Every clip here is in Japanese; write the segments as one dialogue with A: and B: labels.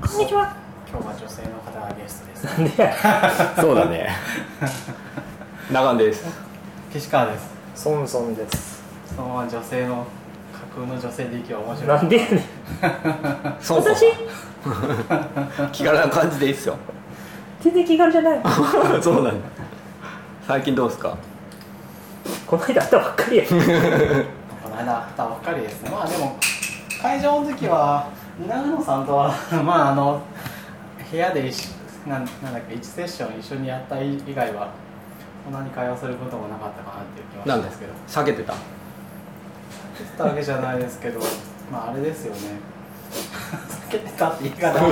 A: こんにちは。今日は女性の方がゲストです。
B: ねそうだね長んです
A: 岸川です。
C: ソンソンです。
A: そのまま女性の架空の女性で息は面白い。
B: なんでやねん
D: そうそう
B: 私
D: 気軽な感じでいいっすよ
B: 全然気軽じゃない
D: そうなんだ最近どうですか
B: この間会ったばっかりや
A: この間会ったばっかりですね。まあでも会場の時は長野さんとは まああの部屋で一緒なんなんだっけ一セッション一緒にやった以外はそんなに会話することもなかったかなっていう気はし
D: なん
A: たんで
D: です
A: け
D: すけ
A: ど
D: ど。避けてた
A: 来たわけじゃないですけど、まああれですよね。 避けてたって言い方は
B: っ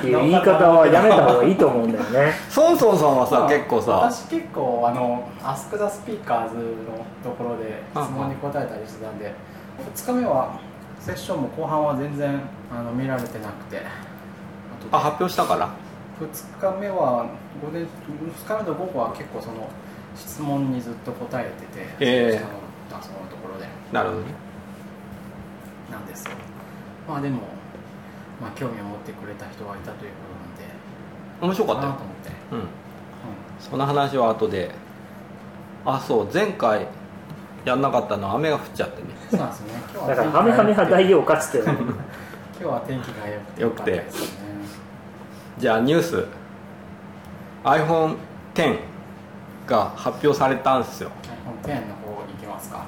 B: ていう言い方はやめた方がいいと思うんだよ ね
D: ソンソンさんはさ、
A: まあ
D: 結構さ
A: 私結構あの「アスク・ザ・スピーカーズ」のところで質問に答えたりしてたんで2日目はセッションも後半は全然あの見られてなくて
D: あ発表したから
A: 2日目は午前2日目と午後は結構その質問にずっと答えてて、
D: ええ
A: そのそのところで
D: なるほどね
A: なんですよまあでも、まあ、興味を持ってくれた人がいたというこ
D: 面白か
A: と
D: っ
A: なん
D: た
A: でな
D: よ
A: と思って、
D: うんその話は後であそう前回やんなかったのは雨が降っちゃってね
A: うん、そうなんですよね今日
B: だ
A: は
B: からハメハメ派大
A: 今
B: 王かつては
A: 日は天気が良くて
D: 良くて
A: よかったですね
D: じゃあニュース iPhone10 が発表されたんすよ
A: はい、このペンの方行きますか。はい、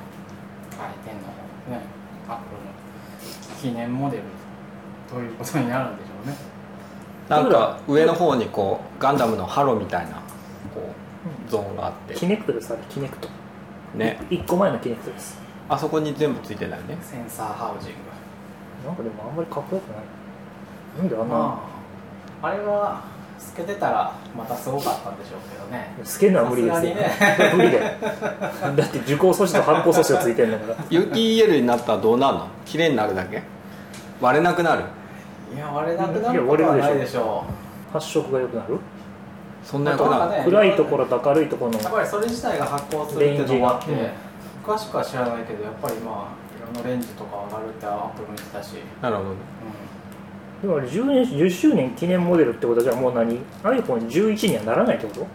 A: ペンの方ですね。アップルの記念モデルということになるんでしょうね。
D: なんか上の方にこうガンダムのハロみたいなこうゾーンがあっ
B: キ
D: て
B: ネクトですあれキネクト
D: ね
B: 1個前のキネクトです
D: あそこに全部ついてないね
A: センサーハウジング。
B: なんかでもあんまりかっこよくないなんであんな
A: まあ、あれは透けてたらまたすごかったんでしょうけどね。
B: 透けるのは無理ですよ、
A: さすが
B: 無理だよだって受講措置と発行措置がついてるんだから
D: 有機 EL になったらどうなるの綺麗になるだけ割れなくなる
A: いや、割れなくなることはないでしょ
B: 発色が良くなる
D: そん
A: あ
D: な役
A: と
D: な
A: は
D: の
A: ね
B: 暗いところと明るいところの
A: う。やっぱりそれ自体が発光するっていうのがあって
B: レンジが、
A: 詳しくは知らないけど、やっぱりまあ、いろんなレンジとか上がるってアップルも言ってたし。
D: なるほどね
A: う
B: でもあれ10年10周年記念モデルってことはじゃあもう何 iPhone11 にはならないってこ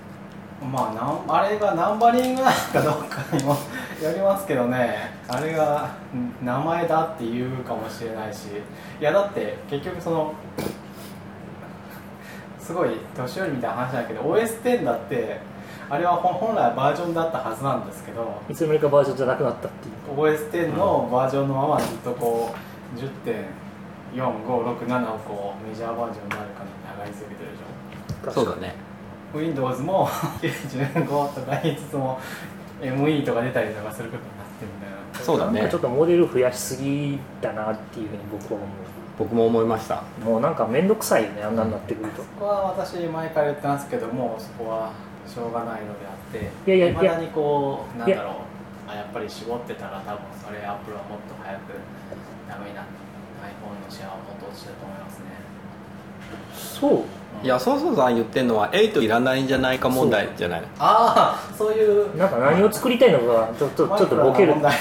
B: と
A: んまあなんあれがナンバリングなのかどうかにもよりますけどねあれがん名前だって言うかもしれないしいやだって結局そのすごい年寄りみたいな話だけど OS10 だってあれはほ本来バージョンだったはずなんですけど
B: いつの間にかバージョンじゃなくなったっていう
A: OS10 のバージョンのままずっとこう10.4567をこうメジャーバージョンになるかに上がり続けてるでしょ
D: そうだね
A: Windows も95とか言いつつも ME とか出たりとかすることになってるみたいな
D: そうだ
B: なんか
D: ね
B: ちょっとモデル増やしすぎだなっていうふうに僕は思
D: 僕も思いました
B: うもうなんか面倒くさいよねあんなになってくると、
A: そこは私前から言ってますけどもそこはしょうがないのであって
B: いやいや
A: まだにこうなん
B: い
A: だ
B: や
A: ろうあやっぱり絞ってたら多分それアップルはもっと早くダメになって iPhone のシェアをもっと落ちてると思いますね、
B: そう
A: うん
D: いやそうそうさん言ってるのは8いらないんじゃないか問題じゃない
A: ああそういう
B: なんか何を作りたいのかちょっと
A: マイ
B: ちょっと
A: クロな
B: ボケる、う
A: 問
B: ん、
A: 題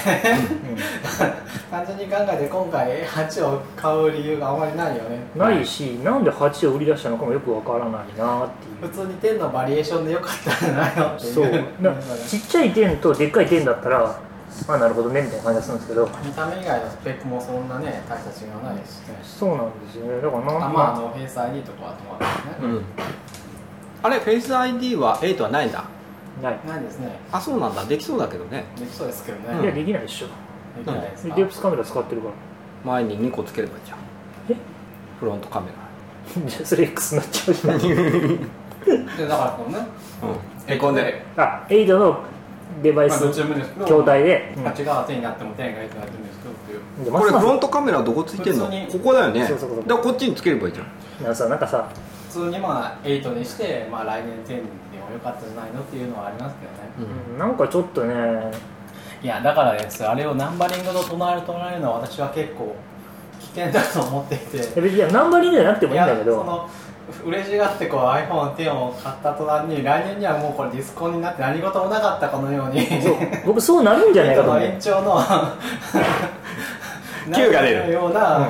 A: 単純に考えて今回8を買う理由があまりないよね
B: ないしなんで8を売り出したのかもよくわからないなってい
A: 普
B: う
A: 通に点のバリエーションでよかったんじゃないのっていう
B: そう
A: な
B: なん
A: かね
B: ちっちゃい点とでっかい点だったらまあなるほどねみたいな感じがするんですけど
A: 見た目以外のスペックもそんなね大した違いはないしね
B: そうなんですよねだからな
A: あまああ
B: ま
A: のフェイス ID とかは止まるん
D: う
A: ですね、
D: んあれフェイス ID は8はないんだ
B: あない
A: ないですね
D: あそうなんだできそうだけどね
A: できそうですけどね、
D: うん
B: い
A: で
B: やできないでしょ
A: きないですか
B: デープスカメラ使ってるから
D: 前に2個つければいいじゃん
B: え
D: フロントカメ
B: じゃあそれ X になっちゃうじゃん
A: でだからこうね
D: ラうんへこんでる
B: あエイドのデバイ
A: まあ
B: ス
A: どっ
B: 筐
A: ちでもいいですけど
B: 体で、うん
A: 8が手になっても手がいくなってもいいですけどっていう
B: でま
D: これ
B: すま
D: フ
B: す
D: ロントカメラどこついてんの
A: 普通に
D: ここだよね
B: そうそうそう
D: だからこっちにつければいいじゃん
B: なんかさなんかさ
A: 普通にまあ8にして、まあ、来年10でもよかったじゃないのっていうのはありますけどね、
B: うんなんかちょっとね
A: いやだからですあれをナンバリングの隣とらえるのは私は結構危険だと思っていて
B: 別にいやナンバリングじゃなくてもいいんだけ
A: やそ
B: ど
A: の嬉しがってこう iPhone10 を買った途端に来年にはもうこれディスコンになって何事もなかったかのように
B: そう僕そうなるんじゃ ないかと
A: の
B: 思う
A: 延長の
D: Q が出 る
A: ような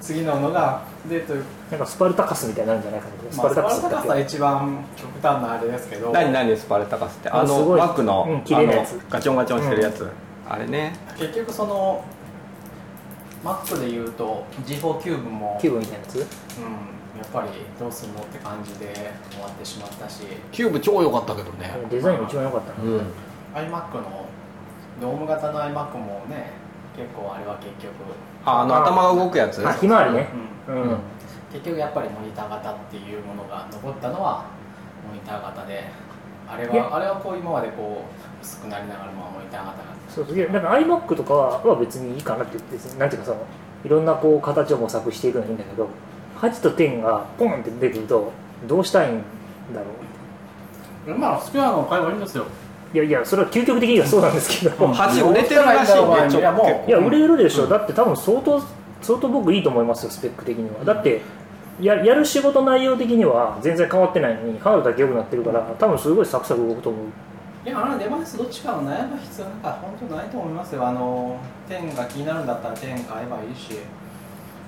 A: 次ののがでという
B: なんかスパルタカスみたいになるんじゃないかなス
A: まあ、
B: パ
A: ス
B: ルタ
A: パ
B: カス
A: ルタ
B: だ
A: カ
B: っ
A: ス
B: け
A: は一番極端なあれですけど
D: 何何スパルタカスってあ
B: あす
D: の
B: ごい
D: バッグの,、
B: うん切
D: あ
B: れるや
D: の
B: つ
D: ガチョンガチョンしてるやつ、あれね
A: 結局そのマックでいうと G4 キューブも、
B: 気分みたいなやつ
A: うん、やっぱりどうするのって感じで終わってしまったし
D: キューブ超良かったけどね
B: デザインが一番良かったな、
D: うん
A: iMac のドーム型の iMac もね結構あれは結局、
D: ああの頭が動くやつ
B: あひまわりね
A: うん
B: うん、
D: うん
A: 結局やっぱりモニター型っていうものが残ったのはモニター型であれ
B: いや
A: はあれはこう今までこう薄くなりながらもモニター型が
B: そうそういやだから iMac とかは別にいいかなって言ってですねなんていうかそのいろんなこう形を模索していくのはいいんだけど8と10がポンって出てくるとどうしたいんだろう
A: 今のスペアの買えばいいんですよ
B: いやいやそれは究極的にはそうなんですけど、
A: うん
D: 箸売れてるらしいね
A: うん
D: ちょ
A: いやもう
D: 結構
B: いや売れるでしょ、
D: うん
B: だって多分相当相当僕いいと思いますよスペック的にはだってややる仕事内容的には全然変わってないのにハードだけ良くなってるから多分すごいサクサク動くと思う
A: いやあのデバイスどっちかの悩む必要なんか本当ないと思いますよあの10が気になるんだったら10買えばいいし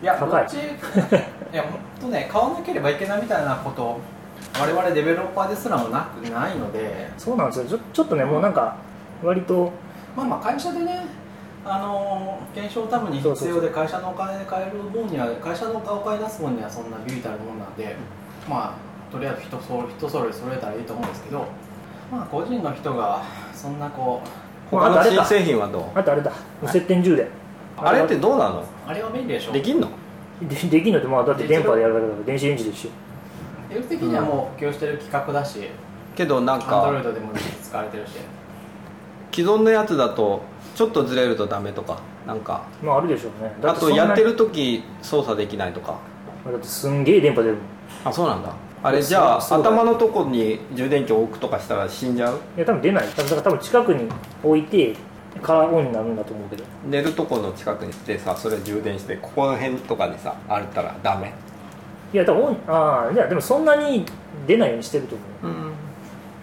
A: いや
B: 高い
A: どっちいや本当ね買わなければいけないみたいなこと我々デベロッパーですらもなくないので
B: そうなんですよちょちょっとねもうなんか割と
A: まあまあ会社でねあの検証多分に
B: そ
A: 必
B: う
A: 要
B: そうそ
A: で会社のお金で買える分には会社のお金を出す分にはそんなビビたるもんなんでまあとりあえず人それ人それ揃えたらいいと思うんですけどまあ個人の人がそんなこう
D: 他
B: まあ
D: の
B: あれ
D: 新
B: か
D: 製品はどう
B: あとあれだ無接点充電
D: あれってどうなの
A: あれは便利でしょ
D: できんの
B: でできるのってまあだって電波でやるだけだから電子レンジでしょ
A: 技術的にはもう普及してる企画だし、
D: けどな
A: アン
D: ん
A: ドロイ
D: か
A: ドでも使われてるし、
D: 既存のやつだとちょっとずれるとダメとかなんか
B: まああるでしょうねだ
D: あ
B: てそ
D: と
B: んな
D: やってる時操作できないとか
B: だってすんげえ電波出るもん
D: あそうなんだあれじゃあ
B: そうそうだよ
D: 頭のとこに充電器を置くとかしたら死んじゃう
B: いや多分出ない多分だから多分近くに置いてカラーオンになるんだと思うけど
D: 寝るとこの近くにしてさそれ充電してここら辺とかにさあったらダメ
B: いや多分オンああいやでもそんなに出ないようにしてると思う
D: うん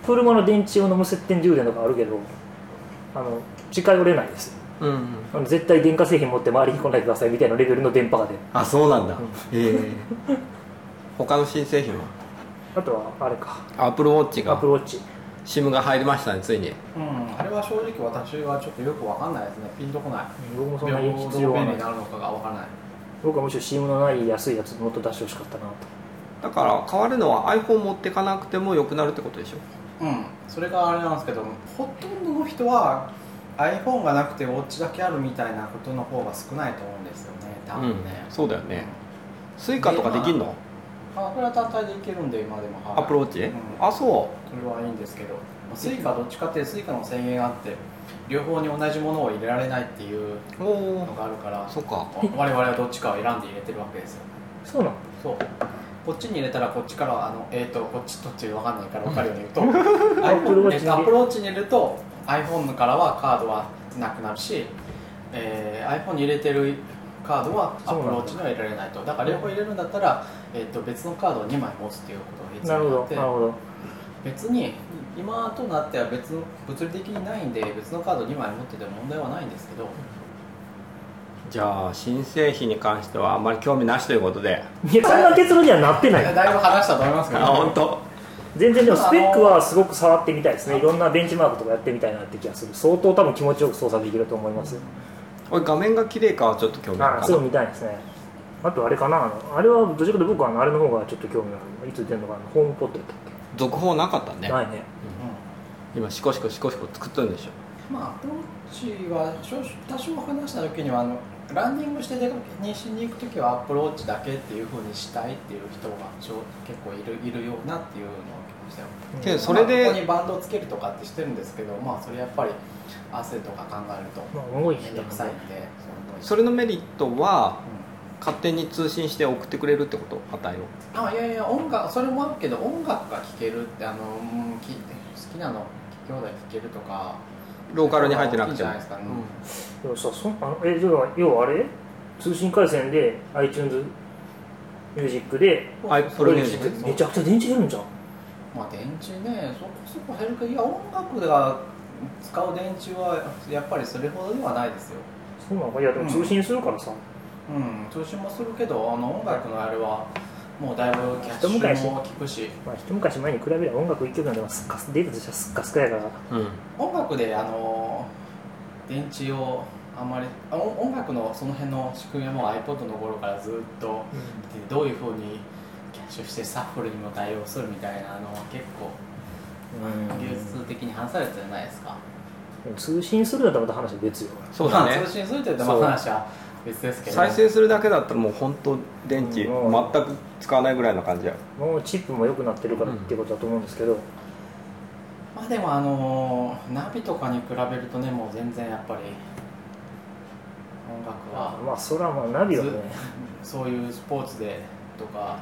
B: 車の電池用の無接点充電とかあるけどあの近寄れないです
D: うん
B: あの絶対電化製品持って周りに来ないでくださいみたいなレベルの電波が出る
D: あそうなんだ
B: うん
D: へえ 他の新製品は
B: あとはあれか
D: アップルウォッチ
B: アッ
D: が
B: プルウォッチ
D: SIM が入りましたねついに
A: うん、あれは正直私はちょっとよくわかんないですね、ピンとこない。
B: 僕もそん
A: 平
B: なに
A: 等
B: 必要は
A: 便利
B: な
A: に
B: い
A: なるのかがわからない。
B: 僕はむしろ CM のない安いやつもっと出してほしかったなと
D: だから変わるのは iPhone 持ってかなくても良くなるってことでしょ
A: うん、それがあれなんですけど、ほとんどの人は iPhone がなくてウォッチだけあるみたいなことの方が少ないと思うんですよね、多分ね。
D: そうだよね Suica とかできんの
A: まあ、これは単体でいけるんで、今でも。はい
D: アップルウォッチ、
A: うん
D: あそ
A: それはいいんですけど、スイカどっちかっていうとスイカの制限があって、両方に同じものを入れられないっていう
D: うお
A: のがあるから、
D: そっか
A: 我々はどっちかを選んで入れてるわけですよ
B: そうなの
A: そうこっちに入れたらこっちからあのえっ、とこっちとっち分かんないから分かるように言うと アップ
B: Apple
A: ロ
B: Watch
A: ーチに入れると iPhone からはカードはなくなるし、えー iPhone に入れてるカードはア
B: そうなん
A: ップ
B: だ
A: ローチには入れられないとだから両方入れるんだったら、えー、と別のカードを2枚持つっていうことが必
B: なる
A: 要
B: ほ
A: になっ
B: ど
A: て
B: なるほど
A: 別に今となっては別の物理的にないんで別のカード2枚持ってても問題はないんですけど
D: じゃあ新製品に関してはあんまり興味なしということで
B: いやそんな結論にはなってない
A: だいぶ話したと思いますけど、
D: あ本当。
B: 全然でもスペックはすごく触ってみたいですねいろんなベンチマークとかやってみたいなって気がする相当多分気持ちよく操作できると思います
D: 俺画面が綺麗かはちょっと興味あ
B: あ
D: るか
B: そう
D: な
B: 見たいですねあとあれかなあのあれはどちらかというと僕はあのあれの方がちょっと興味あるいつ出るのかなホームポットやったっ
D: 続報なかったね
B: けないね
A: うん
D: 今シコシコシコシコ作っとるんでしょ
A: まあ、アプローチは少々多少話した時にはあのランニングして出かけにしに行く時はアプローチだけっていうふうにしたいっていう人が少結構いるいるようなっていうのを聞きましたよ
B: うん
D: けどそれ
A: ま
D: で
A: あここにバンドをつけるとかってしてるんですけどまあそれやっぱり汗とか考えると
B: まあ重いね
A: 面倒くさいんでそ
D: そ
A: の
D: れのメリットは
A: 分
D: 勝手に通信して送ってくれるってこと値を
A: うんあいやいや音楽それもあるけど音楽が聴けるってあの、うん、き好きなの兄弟聴けるとか
D: ローカルに入ってな
A: い
D: く
A: い
D: て
A: じゃ
D: も
A: ないですか、ね
B: でもさそんあのえじゃあ要はあれ通信回線で iTunes ミュージックで
D: うん、Apple
B: ミュ
D: Music
B: ージックめちゃくちゃ電池減るんじゃん
A: まあ電池ねそこそこ減るけどいや音楽が使う電池はやっぱりそれほどではないですよ、
B: そうなのかいやでも通信するからさ、
A: ううん通信もするけどあの音楽のあれはもうだいぶキャッシ
B: 一昔
A: ュも効くし
B: まあ、一昔前に比べれば音楽一曲なんてすっかすデータとしてはすっかすかやから
D: うん
A: 音楽であの電池をあんまりあ音音楽のその辺の仕組みはもう iPod の頃からずっとでどういうふうにキャッシュしてサッフルにも対応するみたいなのは結構技術的に話されてるじゃないですか、
B: うん通信するだとまた話は別よ
D: そうだ
A: まあ
D: ね
A: 通信するといったらまあ
B: そう
A: 話は別ですけど
D: 再生するだけだったらもう本当電池全
B: うん
D: く使わないぐらいな感じや
B: もうチップも良くなってるからっていうことだと思うんですけど、
A: まあでもあのナビとかに比べるとねもう全然やっぱり音楽は
B: まあそれはまあナビはね
A: そういうスポーツでとか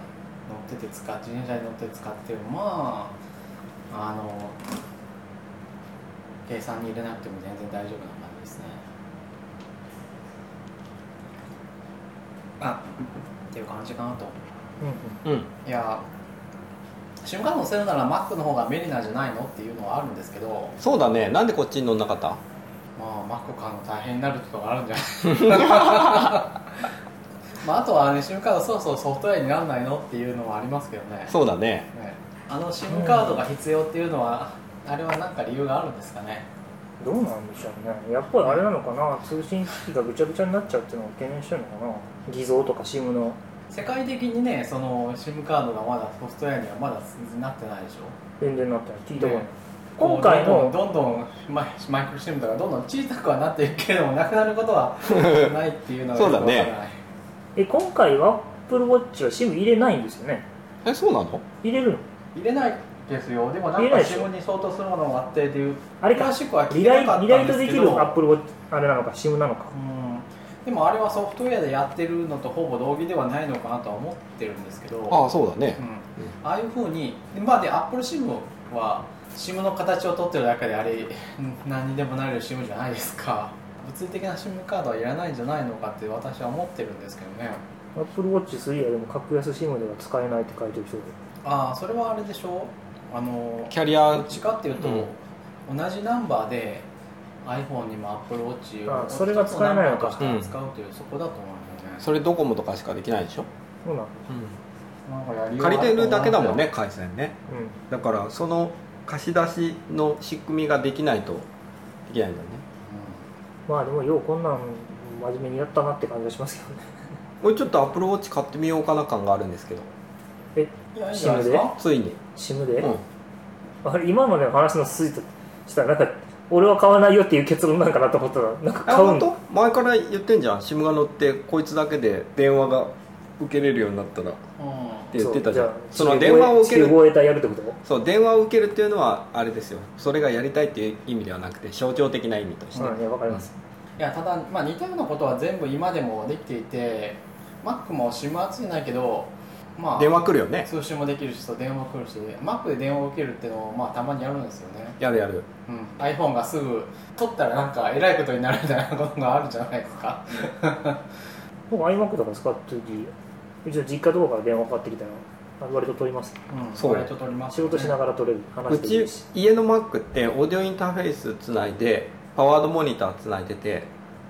A: 乗ってて使って自転車に乗って使ってもまああの計算に入れなくても全然大丈夫な感じですねあっていう感じかなと
B: うん
D: うん
A: いや瞬間乗せるなら Mac の方が便利なんじゃないのっていうのはあるんですけど
D: そうだねなんでこっちに乗んなかった
A: まあ、マック買うの大変になるとかがあるんじゃない まあ、あとはね、SIM カードそろそろソフトウェアにならないのっていうのはありますけどね。
D: そうだね
A: ねあの SIM カードが必要っていうのは、あれは何か理由があるんですかね。
B: どうなんでしょうねやっぱりあれなのかな通信機器がぐちゃぐちゃになっちゃうっていうのを懸念してるのかな偽造とか SIM の
A: 世界的にね、その SIM カードがまだソフトウェアにはまだなってないでしょ。
B: 電源になったの聞いたことない
A: ね
B: 今回
A: こう
B: の
A: どんどんどんどんマイマイクロ SIM とかどんどん小さくはなっていくけれども、なくなることはないっていうのがよくわからない
D: そうだ
B: え今回は Apple Watch は SIM 入れないんですよね
D: えそうなの
B: 入れるの
A: 入れないですよ。でもな
B: 入
A: ん
B: れな
A: か
B: いでしょ
A: SIM に相当するものがあってっていう。
B: あれか
A: 詳しくは聞
B: リ
A: いて
B: ラ
A: な
B: イ
A: かった
B: リライ
A: んで
B: ト
A: す
B: で
A: け
B: き
A: ど
B: る Apple Watch あれなのか SIM なのか
A: うんでもあれはソフトウェアでやってるのとほぼ同義ではないのかなとは思ってるんですけど
D: ああそうだね
A: うんああいうふうにまあで AppleSIM は SIM の形を取ってるだけであれ うん何にでもなれる SIM じゃないですか物理的な SIM カードはいらないんじゃないのかって私は思ってるんですけどね
B: Apple Watch 3でも格安 SIM では使えないって書いてる人で
A: ああそれはあれでしょあの
D: キャリ
A: ど
D: ア
A: っちかっていうと、同じナンバーで iPhone にも AppleWatch を
B: あそれが使えないのか
A: 一つナンバーとして使うという、そこだと思うんだよね
D: それドコモとかしかできないでしょ、
B: そうなんだ
A: なんかやりようがあ
D: 借
A: ると思
D: りて
A: う
D: るだけだもんね回線ね
B: うん
D: だからその貸し出しの仕組みができないとできないんだね
B: まあでもようこんなん真面目にやったなって感じがしますけどね
D: これちょっとアップルウォッチ買ってみようかな感があるんですけど
A: うんいやいいんじゃないですか
D: ついに、
B: SIM で、
D: うん、
B: あれ今までの話の筋としたらなんか俺は買わないよっていう結論なんかなと思ったらなんか
D: あ
B: 買うん
D: 本
B: だ
D: 当前から言ってんじゃん SIM が乗ってこいつだけで電話が受けれるようになったらっ
A: う
D: て言ってたじゃんそ
B: そう
D: の電話を受
B: 地
D: け
B: 球
D: る
B: 防衛隊やるってこと
D: そう電話を受けるっていうのはあれですよそれがやりたいっていう意味ではなくて象徴的な意味として、
B: まあねわかります、
A: んいやただ、まあ、似たようなことは全部今でもできていて Mac も SIM はついてないけど、まあ、
D: 電話来るよね
A: 通信もできるしそう電話も来るし Mac で電話を受けるっていうのを、まあ、たまにやるんですよね、
D: やるやる
A: うん、iPhone がすぐ取ったらなんかえらいことになるみたいなことがあるんじゃないですか
B: 僕 iMac とか使ってる時うちの実家とかから電話かかってきたらあ割と取ります
A: うん
D: そう
A: 割と取ります
B: 仕事しな
A: が
B: がら取れる話
D: う
B: でき
D: ち
B: るし
D: 家の Mac ってオーディオインターフェースつないでパワードモニターつないでて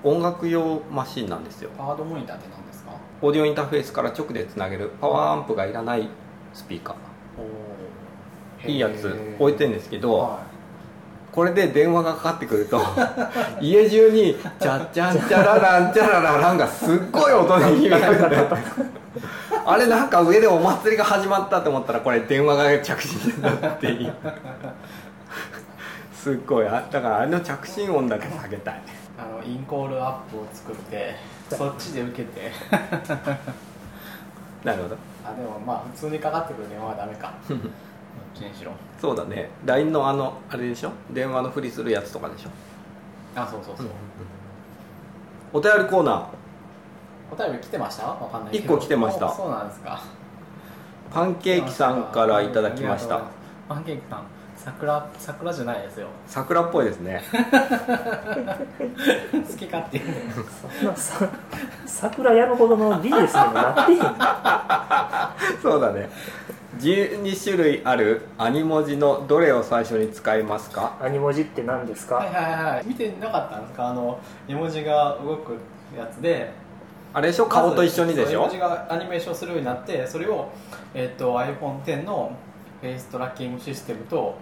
D: 音楽用マシンなんですよ
A: らパワードモニターって何ですか
D: オーディオインターフェースから直でつなげるパワーアンプがいらないスピーカ
A: お
D: ーいいやつ置いて
A: ん
D: んですけどこれで電話がかかってくると 家中に「チャッチャンチャラランチャラララン」がすっごい音で響くんだよあれなんか上でお祭りが始まったと思ったらこれ電話が着信になっていいすっごいあだからあれの着信音だけ下げたい
A: あのインコールアップを作 ってそっちで受けて
D: なるほど
A: あでもまあ普通にかかってくる電話はダメ かどっちにしろ
D: そうだね LINE のあのあれでしょ電話のふりするやつとかでしょ、
A: あそうそうそう、
D: お便りコーナー
A: お便り来てましたわかんないけど
D: 一個来てました
A: おそうなんですか
D: パンケーキさんからいただきまし
A: あり
D: た
A: がとうございますパンケーキさん桜桜じゃないですよ
D: 桜っぽいですね
A: 好き勝 手言うね
B: そんなさ桜やるほどのビジネスにもなってへんよ
D: そうだね12種類あるアニ文字のどれを最初に使いますか
B: アニ文字って何ですか、
A: はいはいはい見てなかったんですかあの絵文字が動くやつで
D: あれでしょ顔と一緒にでし
A: そう絵
D: ょ
A: 文字がアニメーションするようになってそれを、えっと iPhone10 のフェイストラッキングシステムと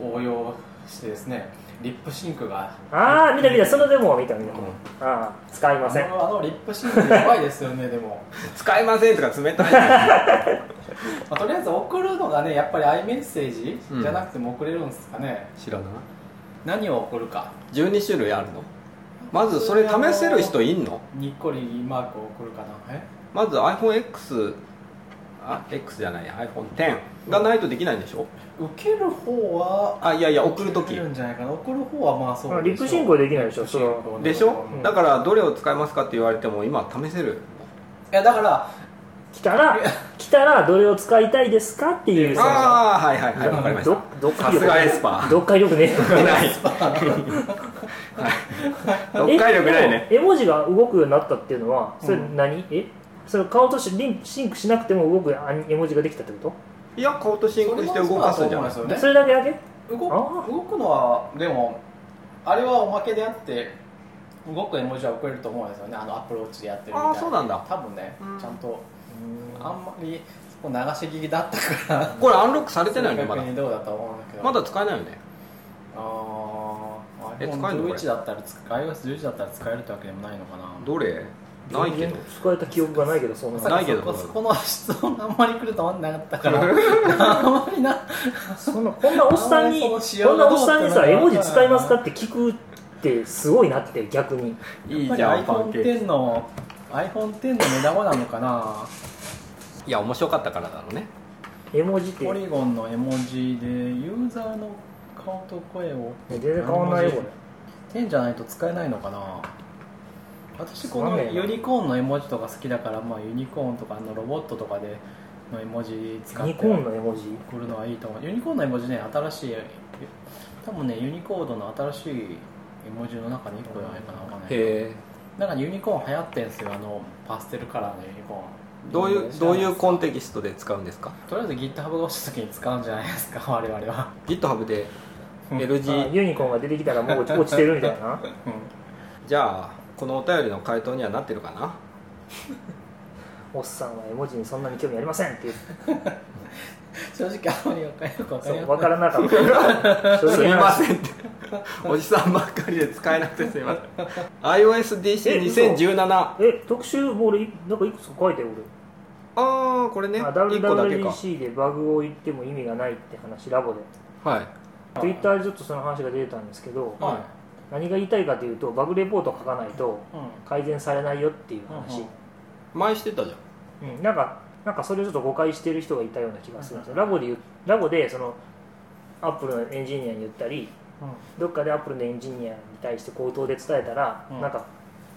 A: 応用してですねリップシンクが
B: ああ見た見たそのデモを見た見た、
D: うん
B: ああ使いません
A: あのあのリップシンクやばいですよねでも、
D: 使いませんとか冷たい
A: まあ、とりあえず送るのがねやっぱり i メッセージ
D: うん
A: じゃなくても送れるんですかね、
D: 知らない
A: 何を送るか
D: 12種類あるのまずそれ試せる人いんの
A: にっこりマークを送るかなえ
D: まず iPhoneX あ X じゃない iPhone10 がないとできないんでしょ
A: 受ける方は
D: あいやいや送る
A: 受
D: 時
A: けるんじゃないかな送る方はまあそう
B: リップ進行できないでしょその
A: の
D: でしょ
B: うん
D: だからどれを使いますかって言われても今試せる
A: いやだから
B: 来たら来たらどれを使いたいですかっていう
D: ああはいはいはいわかりまし
B: ど
D: た
B: どっか
D: さすがエスパー
B: 読解力ね
D: ない読解力ないね
B: えでも絵文字が動くようになったっていうのはそれ
A: うん
B: 何、えそれ顔としリンクシンクしなくても動くあ絵文字ができたってこ
D: いや顔とシンクして動かすんじゃない
A: それ
B: と
A: もそうだと思うんです
B: そ
A: よ
B: れ
A: ね
B: だけだけ
A: 動く
B: あー
A: 動くのはでもあれはおまけであって動く絵文字は送れると思うんですよねあのアプローチでやってるみたいな
D: あーそうなんだ
A: 多分ね
D: うん
A: ちゃんとあんまりそこ流し聞きだったから
D: これアンロックされてないの
A: 正
D: まだ
A: 確にどうだとは思うんだけど
D: まだ使えないよね
A: ああ
D: え使えんのこれ
A: iPhone11 だったら使 iOS11 だったら使えるってわけでもないのかな
D: どれないけ
B: 全
D: ど
B: 然使えた記憶がないけどそん
A: ま
B: な
A: さ
D: な
A: か
D: いけど
A: そこそこの質問あんまり来ると思わなかったから あんまりな
B: そんなこんなおっさんに
A: あ
B: こ
A: んまりその仕様
B: ん
A: が
B: な
A: ど
B: お
A: う
B: っさんに
A: ってのは
B: さ絵文字使いますかって聞くってすごいなって逆に
D: い
A: や
D: い
A: っ
D: じゃ
A: ぱり
D: んパンケー
A: iPhone10 の iPhone10 の目玉なのかな
D: キいや面白かったからだろうね
B: 絵文字って
A: ポリゴンの絵文字でユーザーの顔と声を
B: 全然変わんないよこれ
A: 10じゃないと使えないのかな私こ
B: わかん
A: の
B: ねえな
A: ユニコーンの絵文字とか好きだから、まあ、ユニコーンとかあのロボットとかでの絵文字使っ
B: ニ
A: て
B: コーンの絵文字
A: 送るのはいいと思うユニコーンの絵文字ね新しい多分ねユニコードの新しい絵文字の中に1個じゃないかなわかんない
D: へえ
A: なんかユニコーン流行ってんすよあのパステルカラーのユニコーン
D: どういうどういうコンテキストで使うんですか
A: とりあえず GitHub が落ちた時に使うんじゃないですか我々は
D: GitHub で
B: あ
D: LG
B: ユニコーンが出てきたらもう落ち落ちてるみたいな
D: じゃあこのお便りの回答にはなってるかな
B: おっさんは絵文字にそんなに興味ありませんっていう
A: 正直あんまりよくよくわか
B: そ
A: り
B: う
A: ま
B: 分
A: せん
B: からなかった
D: す
B: 正直
D: み
B: な
D: ま
B: 話
D: せんって おじさんばっかりで使えなくてすみま せん iOSDC2017 あ
B: え特集もう俺いなんかいくつか書いてよ
D: あーこれ
B: 俺、
D: ね
B: あ
D: 1個だけか
B: WWDC でバグを言っても意味がないって話ラボで
D: はい
B: Twitter でちょっとその話が出てたんですけど、
A: は
B: 何が言いたいかというとバグレポート書かないと
A: い、うん
B: 改善されないよっていう話、
D: 前してたじゃん
B: うんなんかなんかそれをちょっと誤解してる人がいたような気がするんですよラボで言うラボでそのアップルのエンジニアに言ったりどっかでアップルのエンジニアに対して口頭で伝えたら、
A: うん
B: なんか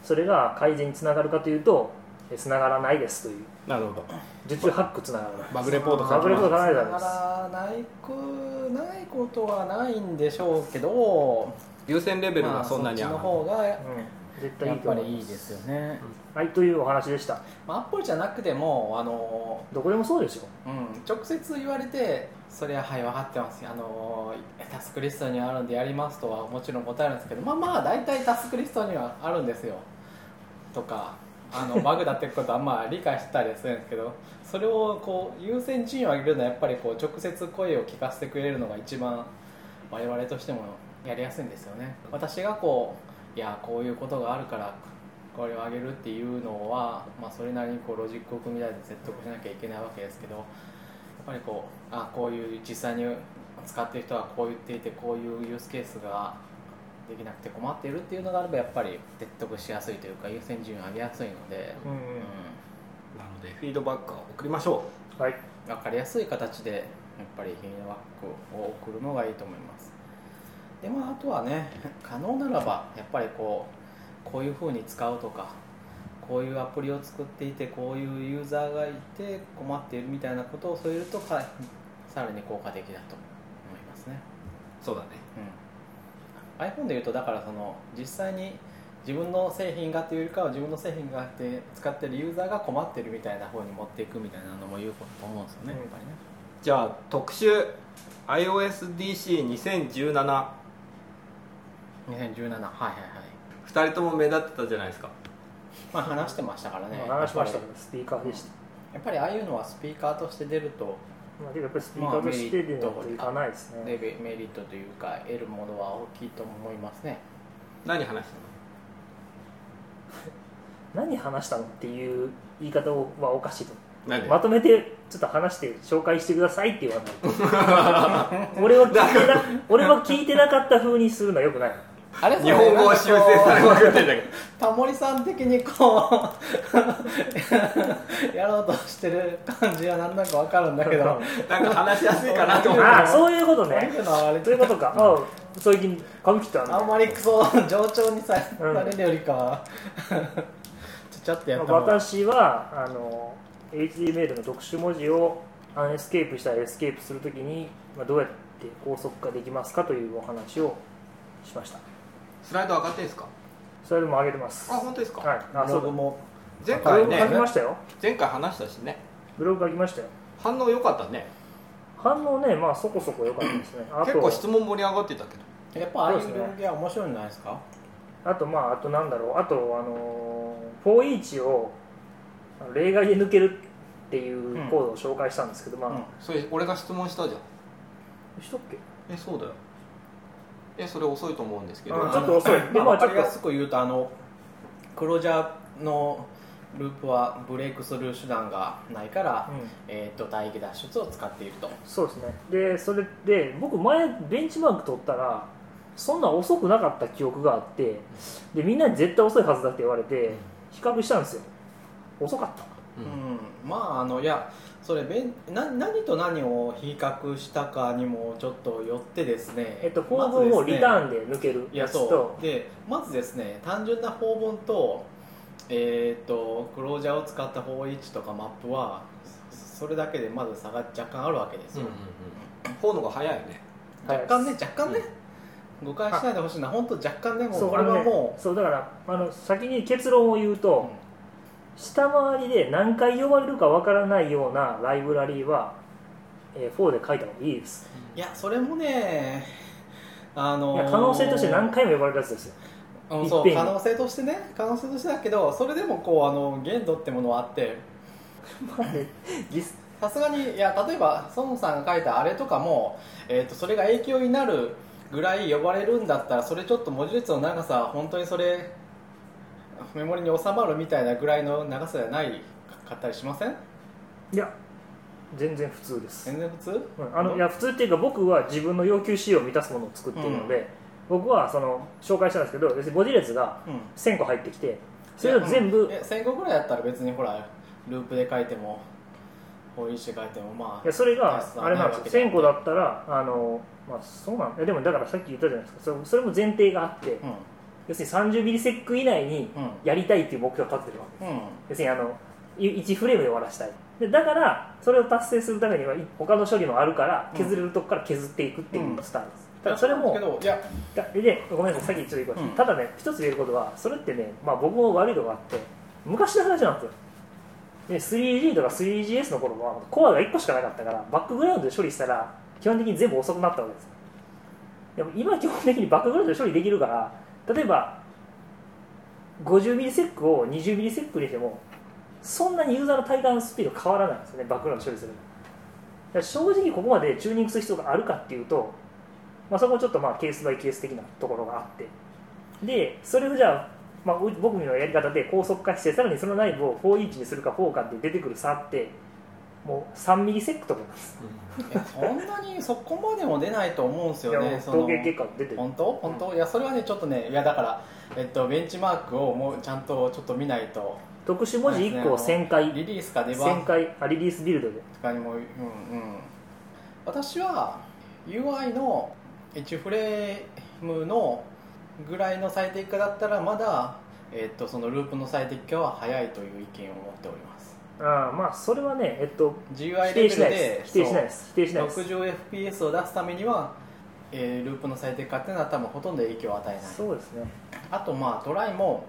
B: それが改善につながるかというとえつながらないですという
D: なるほど
B: 術ハックつながらない
D: バグレポート
B: バグレポート
D: 書
B: が
D: いて
B: ない
D: ま
B: だ
A: だか
B: ろう
A: らないくないことはないんでしょうけど
D: す優先レベル
A: ま
D: が
A: あ
D: そんなに
A: そ
D: あ
A: っち
D: る
A: の方がや
B: うん、絶対い
A: っ
B: いと
A: ぱ
B: 思
A: り
B: い
A: いい
B: ま
A: ですすよね、
B: はいというお話でした
A: まあ、アップルじゃなくてもあの、
B: どこでもそうですよ
A: うん、直接言われてそりゃはい分かってますよあのタスクリストにあるんでやりますとはもちろん答えるんですけどまあまあ大体タスクリストにはあるんですよとかあの バグだってことはまあ理解してたりはするんですけどそれをこう優先順位を上げるのはやっぱりこう直接声を聞かせてくれるのが一番我々としてもやりやすいんですよね私がこういやこういうことがあるからこれを上げるっていうのは、まあ、それなりにこうロジックを組み立てて説得しなきゃいけないわけですけどやっぱりこうあこういう実際に使ってる人はこう言っていてこういうユースケースができなくて困っているっていうのがあればやっぱり説得しやすいというか優先順位を上げやすいので、
B: うん
A: うん
D: なのでフィードバックを送りましょ
B: はい
A: 分かりやすい形でやっぱりフィードバックを送るのがいいと思いますでまああとはね可能ならばやっぱりこうこういうふうに使うとかこういうアプリを作っていてこういうユーザーがいて困っているみたいなことを添えるとかさらに効果的だと思いますね
D: うそうだね
A: うん、iPhone でいうとだからその実際に自分の製品がというよりかは自分の製品があって使ってるユーザーが困ってるみたいな方に持っていくみたいなのも有効だと思うんですよね、
B: うん
A: やっぱりね
D: じゃあ特集 iOSDC2017
A: 2017はいはいはい
D: 2人とも目立ってたじゃないですか
A: まあ話してましたからね
B: まあ話しました
A: や
B: け
A: っ
B: どスピーカーでした、
A: ぱりやっぱりああいうのはスピーカーとして出ると
B: まあ、けどやっぱりスピーカーとしてでないといかないですね、
A: デメリットというか得るものは大きいと思いますね
D: 何話した
B: 何話したのっていう言い方はおかしいと思う
D: のなんで、
B: まとめてちょっと話して紹介してくださいって言わないと俺は聞いてな俺は聞いてなかった風にするのはよくない
A: あれ
D: 日本語を修正されまくってんだけど
A: タモリさん的にこう やろうとしてる感じはなんだかわかるんだけど
D: なんか話しやすいかなと思っ
B: ああそういうこと
A: そう
B: ね
A: いうのはあれ
B: そういうことかああ最近髪切ったんだ
A: あんまりそう冗長にさされるよりかはちょちゃっとやった方が
B: 私はあの HTML の特殊文字をアンエスケープしたりエスケープするときに、まあ、どうやって高速化できますかというお話をしました
D: スライド上がってんですか
B: それでも上げてます
D: あ本当ですか、
B: はいあそうだ
A: ログも
D: 前
B: ブロ
D: 回
B: グ
D: ね
B: 書きましたよ
D: 前回話したしね
B: ブログ書きましたよ
D: 反応良かったね
B: 反応ねまあそこそこ良かったですねあ
D: 結構質
B: と
D: 問盛り上がってたけど
A: やっぱああいう文芸は面白いんじゃないですか
B: あとまああとなんだろうあとあのー、フォーイーチをあの例外で抜けるっていうコードを紹介したんですけど、まあ、
D: それ俺が質問したじゃん
B: しとっけ
D: えそうだよえそれ遅いと思うんですけど
B: あ
D: あ
B: ちょっと遅い
A: で
B: で
A: も
B: も
A: 分
B: ち
A: か
B: ょっと
A: りやすく言うとあのクロージャーのループはブレイクする手段がないから、
B: うん
A: えー、と大義脱出を使っていると
B: そうですねでそれで僕前ベンチマーク取ったらそんな遅くなかった記憶があってでみんなに絶対遅いはずだって言われて比較したんですよ遅かった
D: うん
A: うん、まああのいやそれべんな何と何を比較したかにもちょっとよってですね
B: えっと法文をリター
A: ン
B: ンで抜ける
A: いや
B: やつと
A: そうでまずですね単純な法文とえっ、とクロージャーを使った方位置とかマップはそそれだけでまず差が若干あるわけです
D: うん
A: よ、
D: うんうん方の方が早いね
B: はい
A: 若干ね若干ね、誤解しないでほしいな本当若干でも
B: そう
A: これ
B: あの
A: は
B: ね
A: も
B: そうだからあの先に結論を言う
A: う、
B: と、下回りで何回呼ばれるかわからないようなライブラリーは、えー4で書いた方がいいです、
A: いやそれもねあの
B: い
A: ー
B: や可能性として何回も呼ばれるやつ ですよ
A: うんそ
B: いうっぺんに
A: 可能性としてね可能性としてだけどそれでもこうあの限度ってものはあって
B: 実
A: さすがにいや例えば孫さんが書いたあれとかも、えー、とそれが影響になるぐらい呼ばれるんだったらそれちょっと文字列の長さは本当にそれメモリに収まるみたいなぐらいの長さじゃないかったりしません
B: いや全然普通です
A: 全然普通
B: うんあのいや普通っていうか僕は自分の要求仕様を満たすものを作っているので、僕はその紹介したんですけど要するに文字列が
A: うん
B: 1000個入ってきてそれを全部
A: いや戦後ぐらいだったら別にほらループで書いても方位して書いてもま
B: い
A: あ
B: やそれが
A: そう
B: あれなんですよ1000個だったらあの、まあ、そうなんいやでもだからさっき言ったじゃないですかそれそれも前提があって、
A: う
B: 要するに30ミリセック以内に
A: ん
B: やりたいっていう目標を立ててるわけ
A: うんうん
B: 要するにあの1フレームで終わらしたいでだからそれを達成するためにはい他の処理もあるから
A: うん
B: 削れるとこから削っていくっていうスタイルです、ただそ
A: それ
B: れも
A: もけどいや
B: だでごめんなさい、さっきちょっと言いました、
A: うん
B: ただね、一つ言えることは、それってね、まあ、僕も悪いとこがあって、昔の話なんですよ、で 3G とか 3GS の頃は、コアが1個しかなかったから、バックグラウンドで処理したら、基本的に全部遅くなったわけですよ。でも今、基本的にバックグラウンドで処理できるから、例えば、50ミリセックを20ミリセックにしても、そんなにユーザーの体感スピード変わらないんですよね、バックグラウンド処理するの。だから正直、ここまでチューニングする必要があるかっていうと、まあ、そこちょっとまあケースバイケース的なところがあってでそれをじゃあ、まあ、う僕のやり方で高速化してさらにその内部を4インチにするか4かって出てくる差ってもう3ミリセックとかなんです
A: いやそんなにそこまでも出ないと思うんです
B: い
A: よ
B: や
A: ね
B: もう
A: その
B: 統計結果出てる
A: 本当本当いやそれはねちょっとねいやだからえっとベンチマークをもうちゃんとちょっと見ないと
B: 特殊文字1個を1000回
A: リリースかデバ
B: 1000
A: ッグ
B: 回あリリースビルドで
A: とかにもうんうん私は UI の1フレームのぐらいの最適化だったらまだえっとそのループの最適化は早いという意見を持っております
B: ああまあそれはねえっと否
A: GUI レベ
B: 定
A: ル
B: しないで
A: です
B: 否定しないです否定しないです
A: 60fps を出すためには、えーループの最適化っていうのは多分ほとんど影響を与えない
B: そうですね
A: あとまあトライも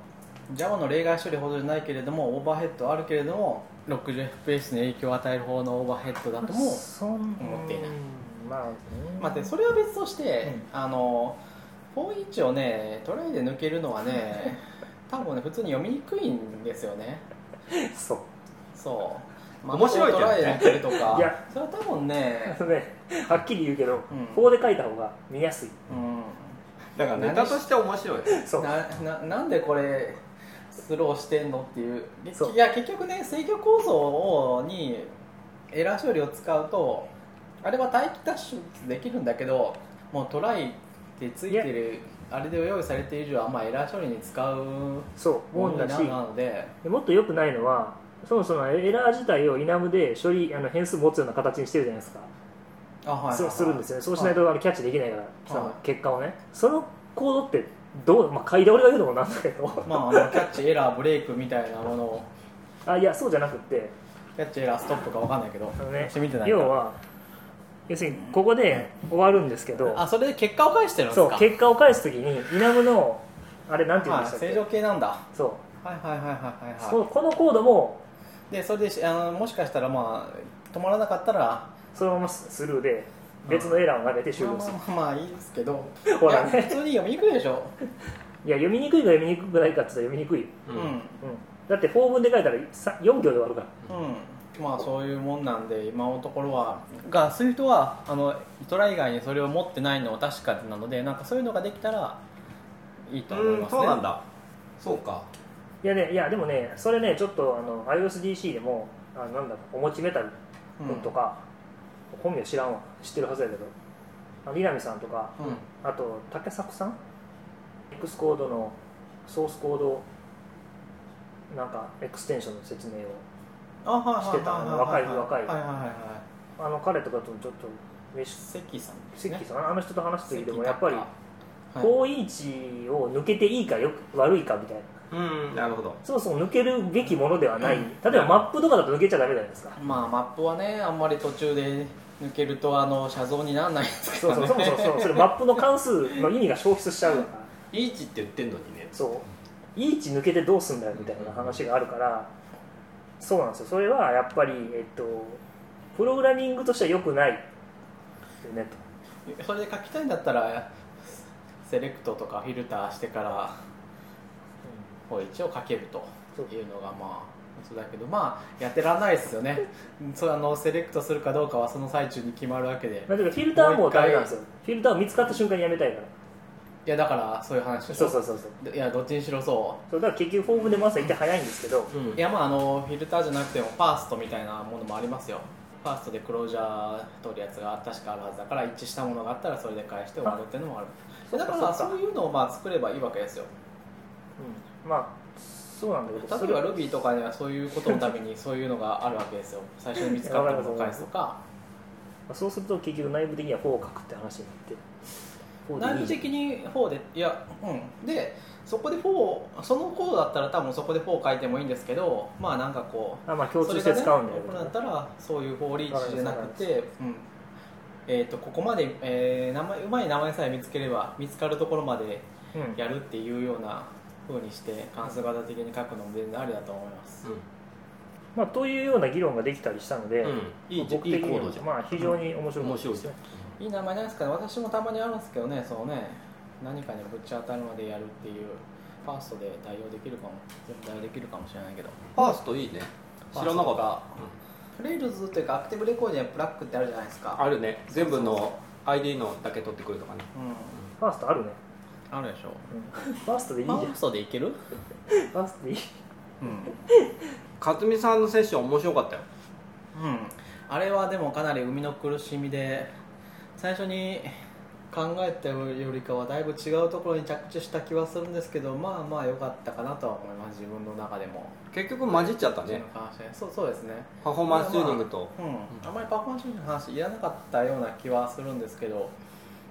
A: Java の例外処理ほどじゃないけれどもオーバーヘッドはあるけれども 60fps に影響を与える方のオーバーヘッドだとも
B: そん
A: 思っていない
B: うんまあうん
A: 待ってそれは別として、あの4インチをねトライで抜けるのはね多分ね普通に読みにくいんですよね
B: そう
A: そう、
D: 面白いけどね
A: トライアルとか
B: いや
A: それは多分ね
B: あのねはっきり言うけど、
A: うん
B: ここで書いた方が見やすい
A: うん
D: だからネタとして面白い
B: そう
A: なななんでこれスローしてんのっていう
B: そう
A: いや結局ね制御構造にエラー処理を使うとあれは待機脱出できるんだけどもうトライってついてるあれで用意されている以上はあんまエラー処理に使う
B: そう
A: も
B: も
A: ん
B: ん
A: な
B: だし
A: ので
B: でもっと良くないのはそもそもエラー自体をイナムで処理あの変数持つような形にしてるじゃないですか、
A: あ、はいはい
B: そうするんですよねそうしないとあのキャッチできないから、その結果をねその行動ってどう、まあ、買いで俺が言うのもなんだけど
A: まああのキャッチエラーブレイクみたいなものを
B: あいやそうじゃなくって
A: キャッチエラーストップかわかんないけど
B: あの、ね
A: 私見てないから
B: 要は要するにここで終わるんですけど
A: あそれで結果を返してるんです
B: そ
A: か
B: う結果を返すときにイナムのあれなんて言うん
A: は
B: でし
A: い
B: たっけ
A: 正常系なんだは
B: そう
A: いはいはいはいはいはい
B: ここのコードも
A: でそれでしあのもしかしたらまあ止まらなかったら
B: そのままスルーで別のエラーを投げて終了
A: ますあ
B: る
A: まあまあまあいいですけど
B: ほらね
A: いや普通に読みにくいでしょ、
B: いや読みにくいか読みにくくないかって言ったら読みにくいよ、
A: う
D: うんん
B: うん、だって法文で書いたらさ4行で終わるから
A: うんまあそういうもんなんで今のところはがスイフトはあのトラ以外にそれを持ってないのは確かなのでなんかそういうのができたらいいと思いますね
D: そうなんだそうか
B: いやねいやでもねそれねちょっとあの iOSDC でもあなんだおもちメタル君とか、本名知らんわ知ってるはずやけどあの稲見さんとか
A: うん、うん
B: あと竹迫さん X コードのソースコードなんかエクステンションの説明を
A: あはいはい
B: してたあの若い若い
A: はいはいはいはい
B: あの彼とかともちょっと飯
A: 関さんですね
B: 関さんあの人と話す時でも
A: 関
B: やっぱり
A: 高はい
B: 好位置を抜けていいかよく悪いかみたいな
D: うんなるほど
B: そもそも抜けるべきものではない、例えばマップとかだと抜けちゃダメじゃないですか
A: まあマップはねあんまり途中で抜けるとあの写像にならないんですけ
B: そ
A: ど
B: う
A: ね
B: そうそもそもそうそれマップの関数の意味が消失しちゃうから
D: いい位置って言ってんのにね
B: そういい位置抜けてどうすんだよみたいな話があるからそうなんですよそれはやっぱりえっとプログラミングとしては良くないよねと
A: それで書きたいんだったらセレクトとかフィルターしてから方位置をかけるというのがまあそうだけどまあやってらんないですよねそうあのセレクトするかどうかはその最中に決まるわけで
B: だけどフィルターもダメなんですよフィルターを見つかった瞬間にやめたいから
A: いやだからそういう話でし
B: そ
A: ょ
B: うそうそうそう
A: いやどっちにしろそ
B: それだから結局フォームで回すのは一回早いんですけど、
A: ういやまああのフィルターじゃなくてもファーストみたいなものもありますよファーストでクロージャー取るやつが確かあるはずだから一致したものがあったらそれで返して終わるっていうのもある
B: そっ
A: だ
B: か
A: から
B: そっか
A: そういうのをまあ作ればいいわけですよ
B: うんまあそうなんだけど
A: 例えば Ruby とかにはそういうことのためにそういうのがあるわけですよ最初に見つかったものを返すとか
B: まあそうすると結局内部的には4を書くって話になってフォー
A: 内
B: でい
A: 部
B: い
A: 的に4でいやうんでそこで4そのコードだったら多分そこで4書いてもいいんですけどまあなんかこう
B: あまあ共通して使うんだよ
A: それがねこれだったらそういう4リーチじゃなくてうんえー、とここまで、えー名前うまい名前さえ見つければ見つかるところまで
B: うん
A: やるっていうような風にして関数型的に書くのも全然ありだと思います、
B: まあ、というような議論ができたりしたので、
D: うんいいじゃん
B: 僕的に
D: いい行動じゃん
B: まあ、非常に面白い
D: 面白いじゃん
A: いい名前ないですかね私もたまにあるんですけどねそのね何かにぶち当たるまでやるっていうファーストで対応できるかも絶対できるかもしれないけど
D: ファーストいいね知らなか
A: フレイルズというかアクティブレコーディングプラックってあるじゃないです
D: った
A: か
D: あるね全部の ID のだけ取ってくるとかね
A: うん
B: ファーストあるね、
A: あるでしょ
B: うんファーストでいい
A: フ
B: じゃん
A: ァーストでいける
B: ファーストでいい
A: うん、
D: 勝美さんのセッション面白かったよ
A: うん、あれはでもかなり生みの苦しみで最初に考えたよりかはだいぶ違うところに着地した気はするんですけどまあまあ良かったかなとは思います自分の中でも
D: 結局混じっちゃった
A: そ
D: ね
A: の関してそうそうですね
D: パフォーマンスチューニングと
A: うん、あまりパフォーマンスの話いらなかったような気はするんですけど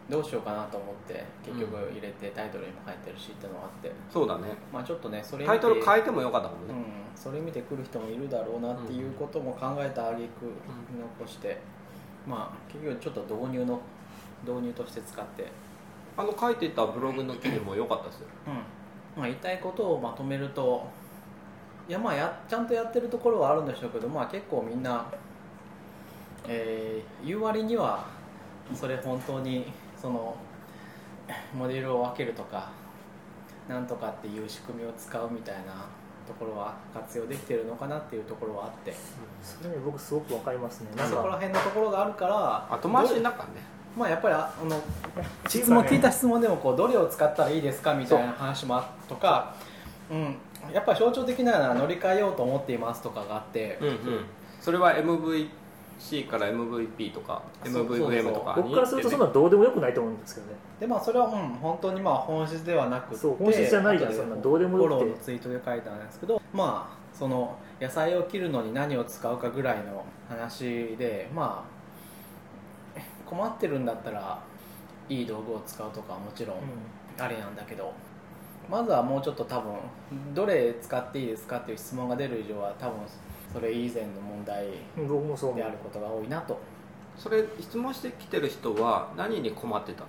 A: どうしようかなと思って結局入れてタイトルにも入ってるしってのがあって、
D: そうだね
A: まあ、ちょっとねそれ見て
D: タイトル変えてもよかったかも
A: う
D: ね
A: ん、それ見てくる人もいるだろうなっていうことも考えた挙句残して、まあ結局ちょっと導入の導入として使って、
D: あの書いてたブログの記事も良かったですよ
A: まあ、言いたいことをまとめるといやまあやちゃんとやってるところはあるんでしょうけど、まあ、結構みんな、えー言う割にはそれ本当にそのモデルを分けるとかなんとかっていう仕組みを使うみたいなところは活用できてるのかなっていうところはあって
B: それね僕すごくわかりますね
A: ま
B: な
A: あ
B: ん
A: そこら
B: か
A: 辺のところがあるから
D: 後回しになったんね
A: まあやっぱりああの質
B: も
A: 問聞いた質問でもこうどれを使ったらいいですかみたいな話もあとか、うん、やっぱり象徴的なのは乗り換えようと思っていますとかがあって、
D: うんうんそれは MVC から MVP とか
A: そうそうそう
D: MVM とかに
B: 僕からするとそんなのどうでもよくないと思うんですけどね
A: でまあそれは、うん、本当にまあ本質ではなくて
B: そう本質じゃないじゃん
A: 後
B: そんなどうでもよくて
A: フォローのツイートで書いたんですけどまあその野菜を切るのに何を使うかぐらいの話でまあ困ってるんだったらいい道具を使うとかはもちろんあれなんだけどまずはもうちょっと多分どれ使っていいですかっていう質問が出る以上は多分それ以前の問題
B: うん僕もそう思
A: であ
B: う
A: ることが多いなと、
D: それ質問してきてる人は何に困ってた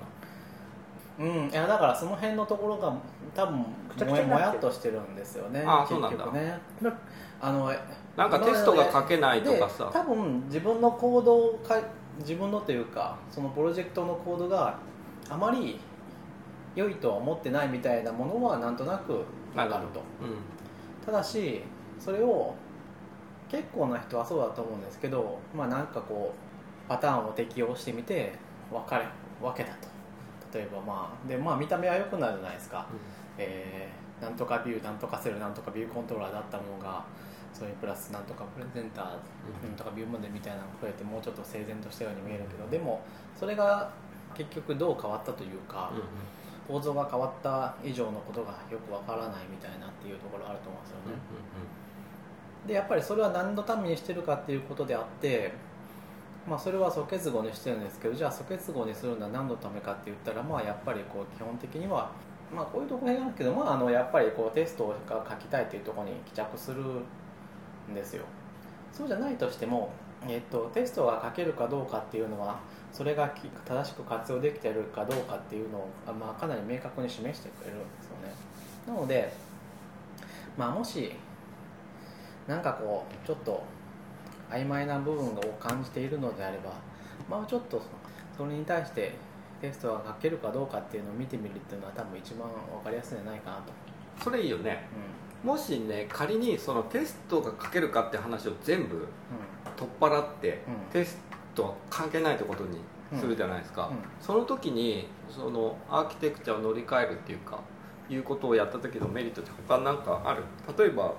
D: の
A: うん、いやだからその辺のところが多分
B: くちゃくち
A: も
B: ゃ
A: や
B: になって
A: も
B: る
A: やっとしてるんですよね
D: あー
A: 結
D: そうなん
A: 局
D: だ
A: ね
B: な
A: あの
D: なんかテストが書けないと
A: で
D: かさ
A: 多分自分の行動をか自分のというかそのプロジェクトの行動があまり良いとは思ってないみたいなものはなんとなく分かると
D: う
A: ただしそれを結構な人はそうだと思うんですけどまあなんかこうパターンを適用してみて分かれ分けたと例えばまあでまあ見た目は良くなるじゃないですか、
D: ん
A: えーなんとかビューなんとかセルなんとかビューコントローラーだったものがそれにプラスなんとかプレゼンターなんとかビューモデルみたいなのを加えてもうちょっと整然としたように見えるけどでもそれが結局どう変わったというか、
D: うん
A: 構造が変わった以上のことがよくわからないみたいなっていうところあると思うんですよね、でやっぱりそれは何のためにしてるかっていうことであって、まあ、それは素結合にしてるんですけどじゃあ素結合にするのは何のためかって言ったらまあやっぱりこう基本的には、まあ、こういうところなんですけど、まあ、あのやっぱりこうテストが書きたいっていうところに帰着するんですよそうじゃないとしても、えっと、テストが書けるかどうかっていうのはそれがき正しく活用できてるかどうかっていうのを、まあ、かなり明確に示してくれるんですよねなので、まあ、もしなんかこうちょっと曖昧な部分を感じているのであればまあちょっとそれに対してテストが書けるかどうかっていうのを見てみるっていうのは多分一番分かりやすいんじゃないかなと、
D: それいいよねもしね仮にそのテストが書けるかって話を全部取っ払って、
A: うん
D: テストは関係ないってことにするじゃないですか、
A: うんうん
D: その時にそのアーキテクチャを乗り換えるっていうかいうことをやった時のメリットって他なんかある例えば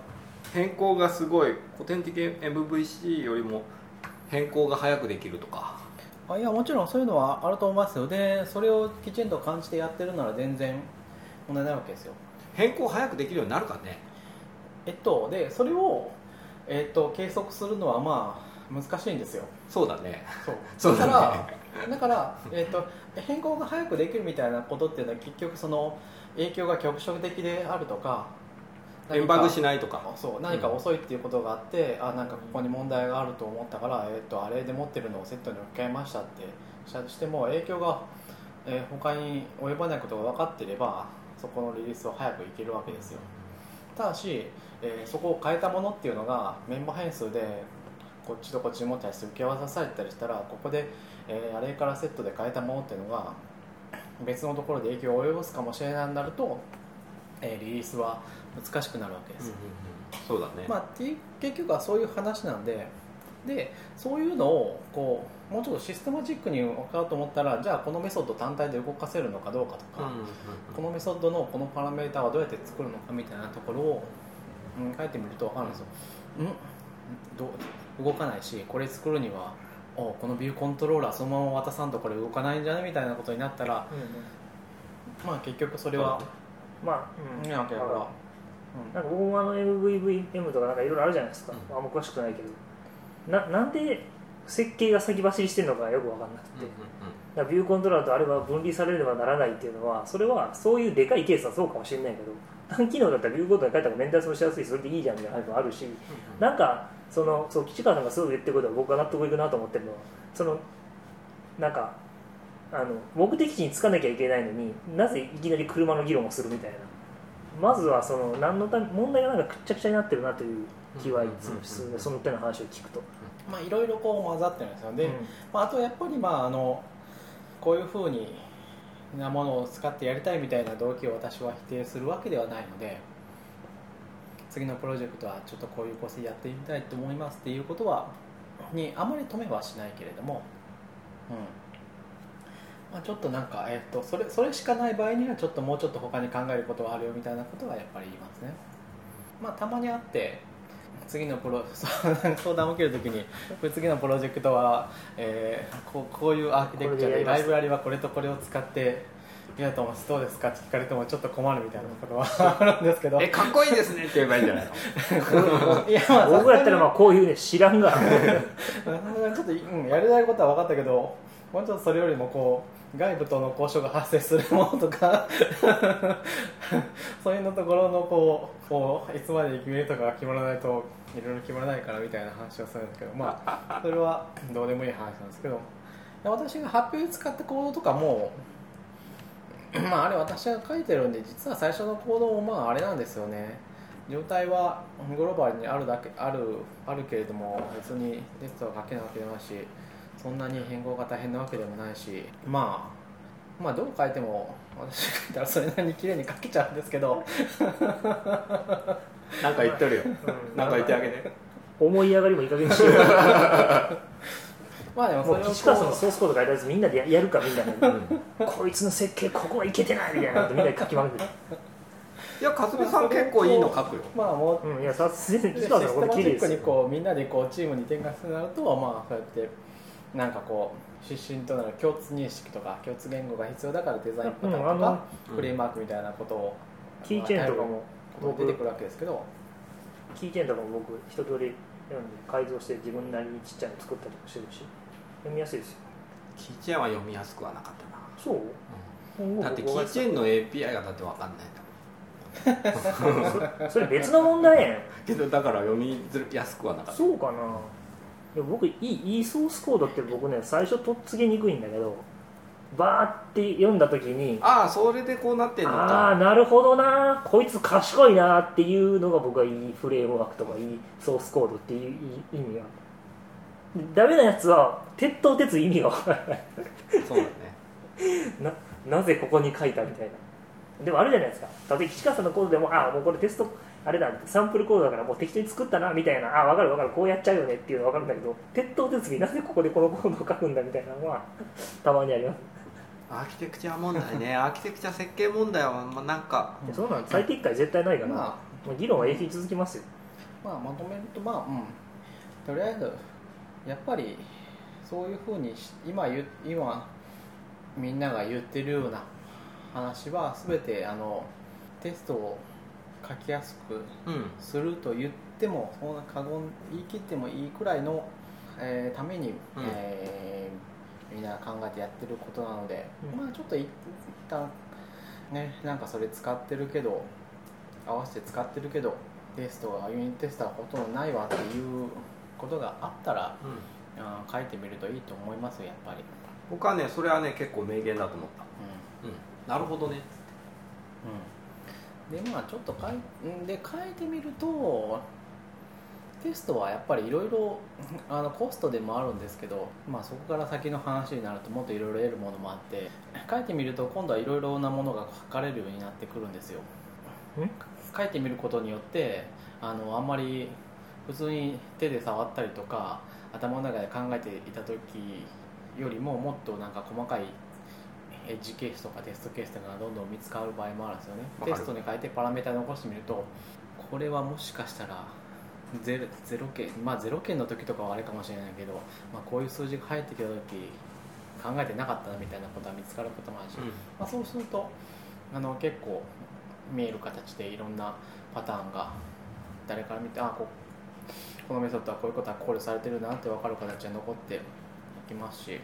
D: 変更がすごい古典的 MVC よりも変更が早くできるとか
A: うんあいやもちろんそういうのはあると思いますよでそれをきちんと感じてやってるなら全然問題ないわけですよ
D: 変更早くできるようになるかね
A: えっとでそれを、えっと、計測するのはまあ難しいんですよ
D: そうだね
A: そう
D: そう
A: だ
D: だね
A: からだから、えっと変更が早くできるみたいなことっていうのは結局その影響が局所的であるとか
D: 円バグし
A: い
D: ないとか
A: そう何か遅いっていうことがあって、あなんかここに問題があると思ったから、えっとあれで持ってるのをセットに置き換えましたってしたとしても影響が、えー他に及ばないことが分かってればそこのリリースは早くいけるわけですよただし、えーそこを変えたものっていうのがメンバー変数でこっちとこっちに持ったりして受け渡されたりしたらここで、えー、アレイからセットで変えたものっていうのが別のところで影響を及ぼすかもしれないなると、えーリリースは難しくなるわけで
D: うん
A: す
D: うんうん、そうだね、
A: まあ、て結局はそういう話なんででそういうのをこうもうちょっとシステマチックに分かろうと思ったらじゃあこのメソッド単体で動かせるのかどうかと
D: うん
A: か、
D: うんうん
A: このメソッドのこのパラメータはどうやって作るのかみたいなところを、うん、書いてみると分かるんですよ、うん、どう動かないしこれ作るにはおこのビューコントローラーそのまま渡さんとこれ動かないんじゃねみたいなことになったら
B: うんうん
A: まあ結局それは
B: まあ
A: う
B: うんん
A: いいわけだから、うん
B: なんか僕もあの MVVM とかなんかいろいろあるじゃないですか、
D: うん
B: あんま詳しくないけどななんで設計が先走りしてるのかよく分かんなくて、だからビューコントローラーとあれは分離されればならないっていうのはそれはそういうでかいケースはそうかもしれないけど単機能だったらビューコントローラーに書いた方がメンテナンスもしやすいしそれでいいじゃんみたいな配分もあるし、なんかそのそう吉川さんがすごく言ってることは僕が納得いくなと思ってるのはそのなんかあの目的地に着かなきゃいけないのになぜいきなり車の議論をするみたいなまずはその何のため問題がなんかくっちゃくちゃになってるなという気はいつもするねその手の話を聞くと。
A: まあいろいろこう混ざってるんですよで、
B: うん
A: まあ、あとやっぱりまああのこういうふうになものを使ってやりたいみたいな動機を私は否定するわけではないので次のプロジェクトはちょっとこういう構成やってみたいと思いますっていうことはにあまり止めはしないけれども、うんまあ、ちょっとなんか、えっとそれそれしかない場合にはちょっともうちょっと他に考えることはあるよみたいなことはやっぱり言いますね、まあ、たまにあって次のプロ 相談を受けるときにこれ次のプロジェクトは、えーこうこういうアーキテクチ
B: これでや
A: ャで
B: りま
A: ラ
B: す
A: イブラリはこれとこれを使ってやと思いますどうですかって聞かれてもちょっと困るみたいなことは あるんですけど
D: えかっこいいですねって言えばいいんじゃない の
A: いやまあ
B: 僕らやったらまあこういうね知らんが
A: うんちょっと、うん、やりたいことは分かったけどもうちょっとそれよりもこう外部との交渉が発生するものとか そういうのところのこうこういつまでに決めるとかが決まらないといろいろ決まらないからみたいな話をするんですけどまあそれはどうでもいい話なんですけどで私が発表に使った行動とかも まああれ私が書いてるんで実は最初の行動もまああれなんですよね状態はグローバルにあるだけあるあるけれども別にテストが書けないわけでもないしそんなに変更が大変なわけでもないしまあまあどう書いても私が書いたらそれなりに綺麗に書けちゃうんですけど
D: なんか言っとるよ なんか言ってあげて
B: 思い上がりもいい加減にしよ う
A: まあでもそ
B: もう
A: れを
B: 岸川さん
A: こ
B: の
A: う
B: ソースコード書いたやつみんなでややるかみんなで、こいつの設計ここはいけてないみたいなことみんなで書きまくって
D: いやかすみさん結構いいの書くよ
A: まあもう
B: うんいやさ すがに
A: で
B: 岸
A: システ
B: 川さんのこ
A: マ
B: れ
A: チ
B: 綺麗で
A: ック
B: す
A: に
B: よ
A: こうみんなでこうチームに展開するとなるとまあそうやってなんかこう出身となる共通認識とか共通言語が必要だからデザインパターンと
B: うんあの
A: か、フレームワークみたいなことを
B: キーチェーンとかも
A: ことが出
B: 僕
A: てくるわけですけど
B: キーチェーンとかも僕一通り読んで改造して自分なりにちっちゃいの作ったりとかしてるし読みやすいですよ
D: キーチェーンは読みやすくはなかったな
B: そう今後
D: だってキ
B: 僕が
D: ーチェーンの API がだって分かんないんだもん
B: そそれ別の問題やん
D: けどだから読みづらやすくはなかった
B: そうかなでも僕いいいいソースコードって僕ね最初とっつけにくいんだけどバーって読んだ時に
D: ああそれでこうなってんの
B: ああ
D: か
B: なるほどなこいつ賢いなっていうのが僕はいいフレームワークとかいいソースコードっていういい意味がダメなやつは鉄頭鉄意味が分からない
D: そうだね
B: ななぜここに書いたみたいなでもあるじゃないですか例えば岸川さんのコードでもああもうこれテストあれだサンプルコードだからもう適当に作ったなみたいなああ分かる分かるこうやっちゃうよねっていうのは分かるんだけど鉄頭鉄尾なぜここでこのコードを書くんだみたいなのはたまにあります
D: アーキテクチャ問題 ねアーキテクチャ設計問題はまあなんか
A: うん
B: でそうなん最適解絶対ないから、
A: ま
B: もう議論は永久に続きますよ
A: あまあまとめるとまあうんとりあえずやっぱりそういうふうにし今言う今みんなが言ってるような話は全てあのテストを書きやすく
D: うん
A: すると言ってもそんな過言言い切ってもいいくらいの、えーために、えーみんな考えてやってることなので、
B: うん
A: まあちょっとい一旦ねなんかそれ使ってるけど合わせて使ってるけどテストがユニットテストはほとんどないわっていうことがあったら、
D: うん
A: うん書いてみるといいと思いますよやっぱり。
D: 僕はねそれはね結構名言だと思った
A: うん
D: うんなるほどね
A: うん、でまあちょっと変えんで変えてみるとテストはやっぱりいろいろあのコストでもあるんですけど、まあ、そこから先の話になるともっといろいろ得るものもあって書いてみると今度はいろいろなものが書かれるようになってくるんですよ書いてみることによってあのあんまり普通に手で触ったりとか頭の中で考えていた時よりももっとなんか細かいエッジケースとかテストケースとかがどんどん見つかる場合もあるんですよね
D: わかる
A: テストに変えてパラメータ残してみるとこれはもしかしたらゼロゼロ件まあゼロ件の時とかはあれかもしれないけど、まあ、こういう数字が入ってきた時考えてなかったなみたいなことは見つかることもあるし、まあ、そうするとあの結構見える形でいろんなパターンが誰から見てあここのメソッドはこういうことは考慮されてるなって分かる形が残っていきますし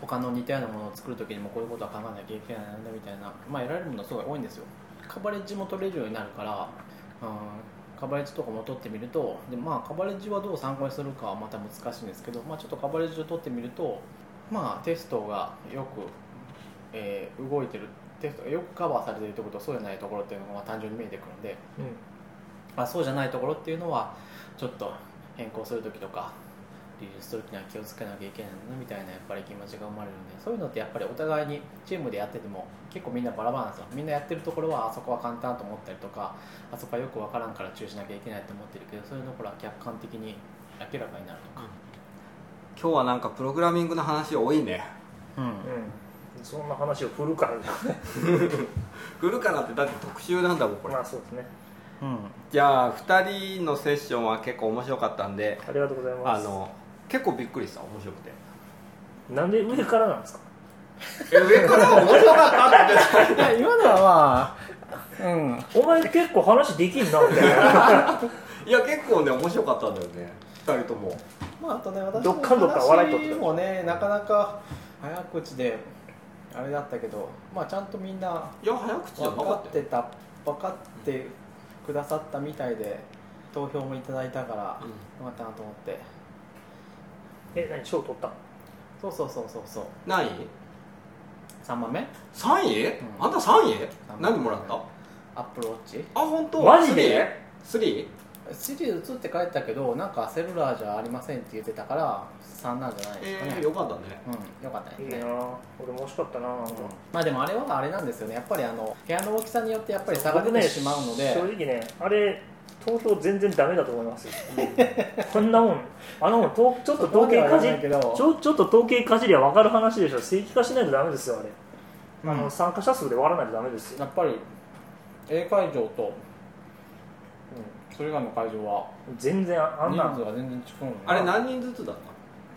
A: 他の似たようなものを作る時にもこういうことは考えなきゃいけないなんだみたいな、まあ、得られるものすごい多いんですよカバレッジも取れるようになるから、うん、カバレッジとかも取ってみるとで、まあ、カバレッジはどう参考にするかはまた難しいんですけど、まあ、ちょっとカバレッジを取ってみると、まあ、テストがよく、えー動いてるテストがよくカバーされてるところとそうじゃないところっていうのが単純に見えてくるんで、
B: うん
A: まあ、そうじゃないところっていうのはちょっと変更する時とかリリースする時には気をつけなきゃいけないなみたいなやっぱり気持ちが生まれるんでそういうのってやっぱりお互いにチームでやってても結構みんなバラバラなんですよみんなやってるところはあそこは簡単と思ったりとかあそこはよくわからんから注意しなきゃいけないと思ってるけどそういうところは客観的に明らかになるとか、
D: 今日はなんかプログラミングの話多いね
B: うん、そんな話を振るから、
D: 振るからってだって特集なんだもんこれ
B: まあそうですね。
A: うん
D: じゃあ2人のセッションは結構面白かったんで
B: ありがとうございま
D: あ
B: す。
D: の結構びっくりした面白くて
B: なんで上からなんですか。
D: え上から面白かったって
A: いや今のはまあうん
B: お前結構話できんなみたいな。
D: いや結構ね面白かったんだよね2人とも
A: まああとね私
B: どっかんどっかん笑い取って
A: の話もねなかなか早口であれだったけどまあちゃんとみんない
D: や早口じゃな
A: 分
D: か
A: か
D: っ
A: ったて
D: よ
A: た分かってくださったみたいで投票もいただいたからよかったなと思って
B: え、何賞取ったの。
A: そうそうそうそうそう
D: 何位
A: 3番目
D: ?3 位、
A: うん
D: あんた3位
A: 番目
D: 何もらったあ
A: アップルウォッチ
D: 本当
B: マジで
D: ?3?
A: シリーズ2って書いてたけどなんかセルラーじゃありませんって言ってたから3なんじゃないですかね
D: え、ー、よかったね
A: うんよかったです
B: いい
A: ね
B: な。俺も欲しかったな。なんか
A: まあでもあれはあれなんですよねやっぱりあの部屋の大きさによってやっぱり差が出
B: 僕ね
A: てしまうので、
B: 正直ね、あれ。投票全然ダメだと思いますよ、こんなもんあのもんとちょっと統計かじ
A: そうだけど
B: ちょちょっと統計かじりゃ分かる話でしょ正規化しないとダメですよあれ、あの参加者数で割らないとダメですよ
A: やっぱり A 会場と、うん、それ以外の会場は
B: 全然ああん
A: 人
B: なん
A: 数が全然違うの
D: あれ何人ずつだっ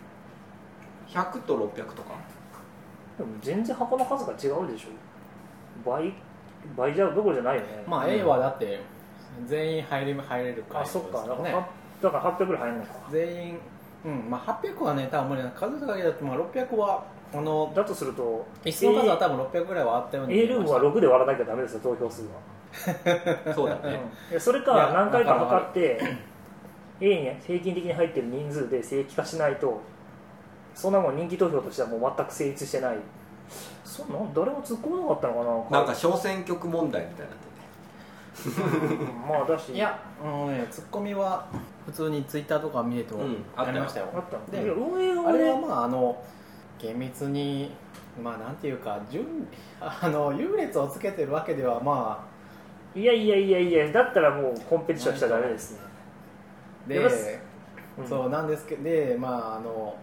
D: た100と600とか
B: でも全然箱の数が違うでしょ倍倍じゃどころじゃないよね
A: まあ A はだって全員入れ入れる会場
B: あ
A: です
B: そっかだ
A: か
B: からら,、
A: ね
B: だから800ぐらい入んないか
A: 全員うんまあ800はね多分無理な数だけだとまあ600はあの
B: だとすると
A: 椅子の数は多分600ぐらいはあったように
B: A ルームは
A: 6
B: 6で割らなきゃダメですよ投票数は、
D: そうだね
B: うんでそれか
A: いや
B: 何回か測って A に平均的に入ってる人数で正規化しないとそんなもん人気投票としてはもう全く成立してないそんなん誰も突っ込まなかったのかな
D: なんか小選挙区問題みたいになってて
B: うんまあだし
A: いやあのねツッコミは普通にツイッターとか見れても
D: うんあったよ
A: ありましたよ、
B: あったの
A: で
B: いや運営
A: あ
B: は
A: れは
B: ね
A: まああの厳密にまあなんていうか順あの優劣をつけてるわけではま
B: いやいやいやいやだったらもうコンペティションしちゃダメですね
A: あで
B: やっぱすうん
A: そうなんですけどでまああの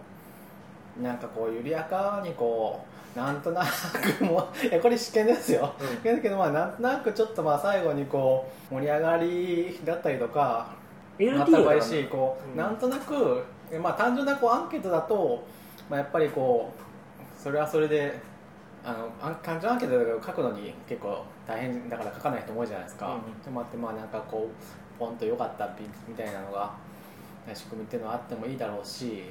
A: なんかこう緩やかにこうなんとなくもうい やこれ試験ですよ、
B: うん
A: だけどまあなんとなくちょっとまあ最後にこう盛り上がりだったりとか
B: LT
A: ま
B: だ
A: た
B: から
A: 嬉
B: ね
A: しいこう、
B: うん
A: なんとなく、えまあ、単純なこうアンケートだと、まあ、やっぱりこうそれはそれであのあん単純アンケートだけど書くのに結構大変だから書かない人も多いじゃないですか、
B: うん
A: でもあってまあなんかこうポンと良かったみみたいなのが仕組みっていうのはあってもいいだろうし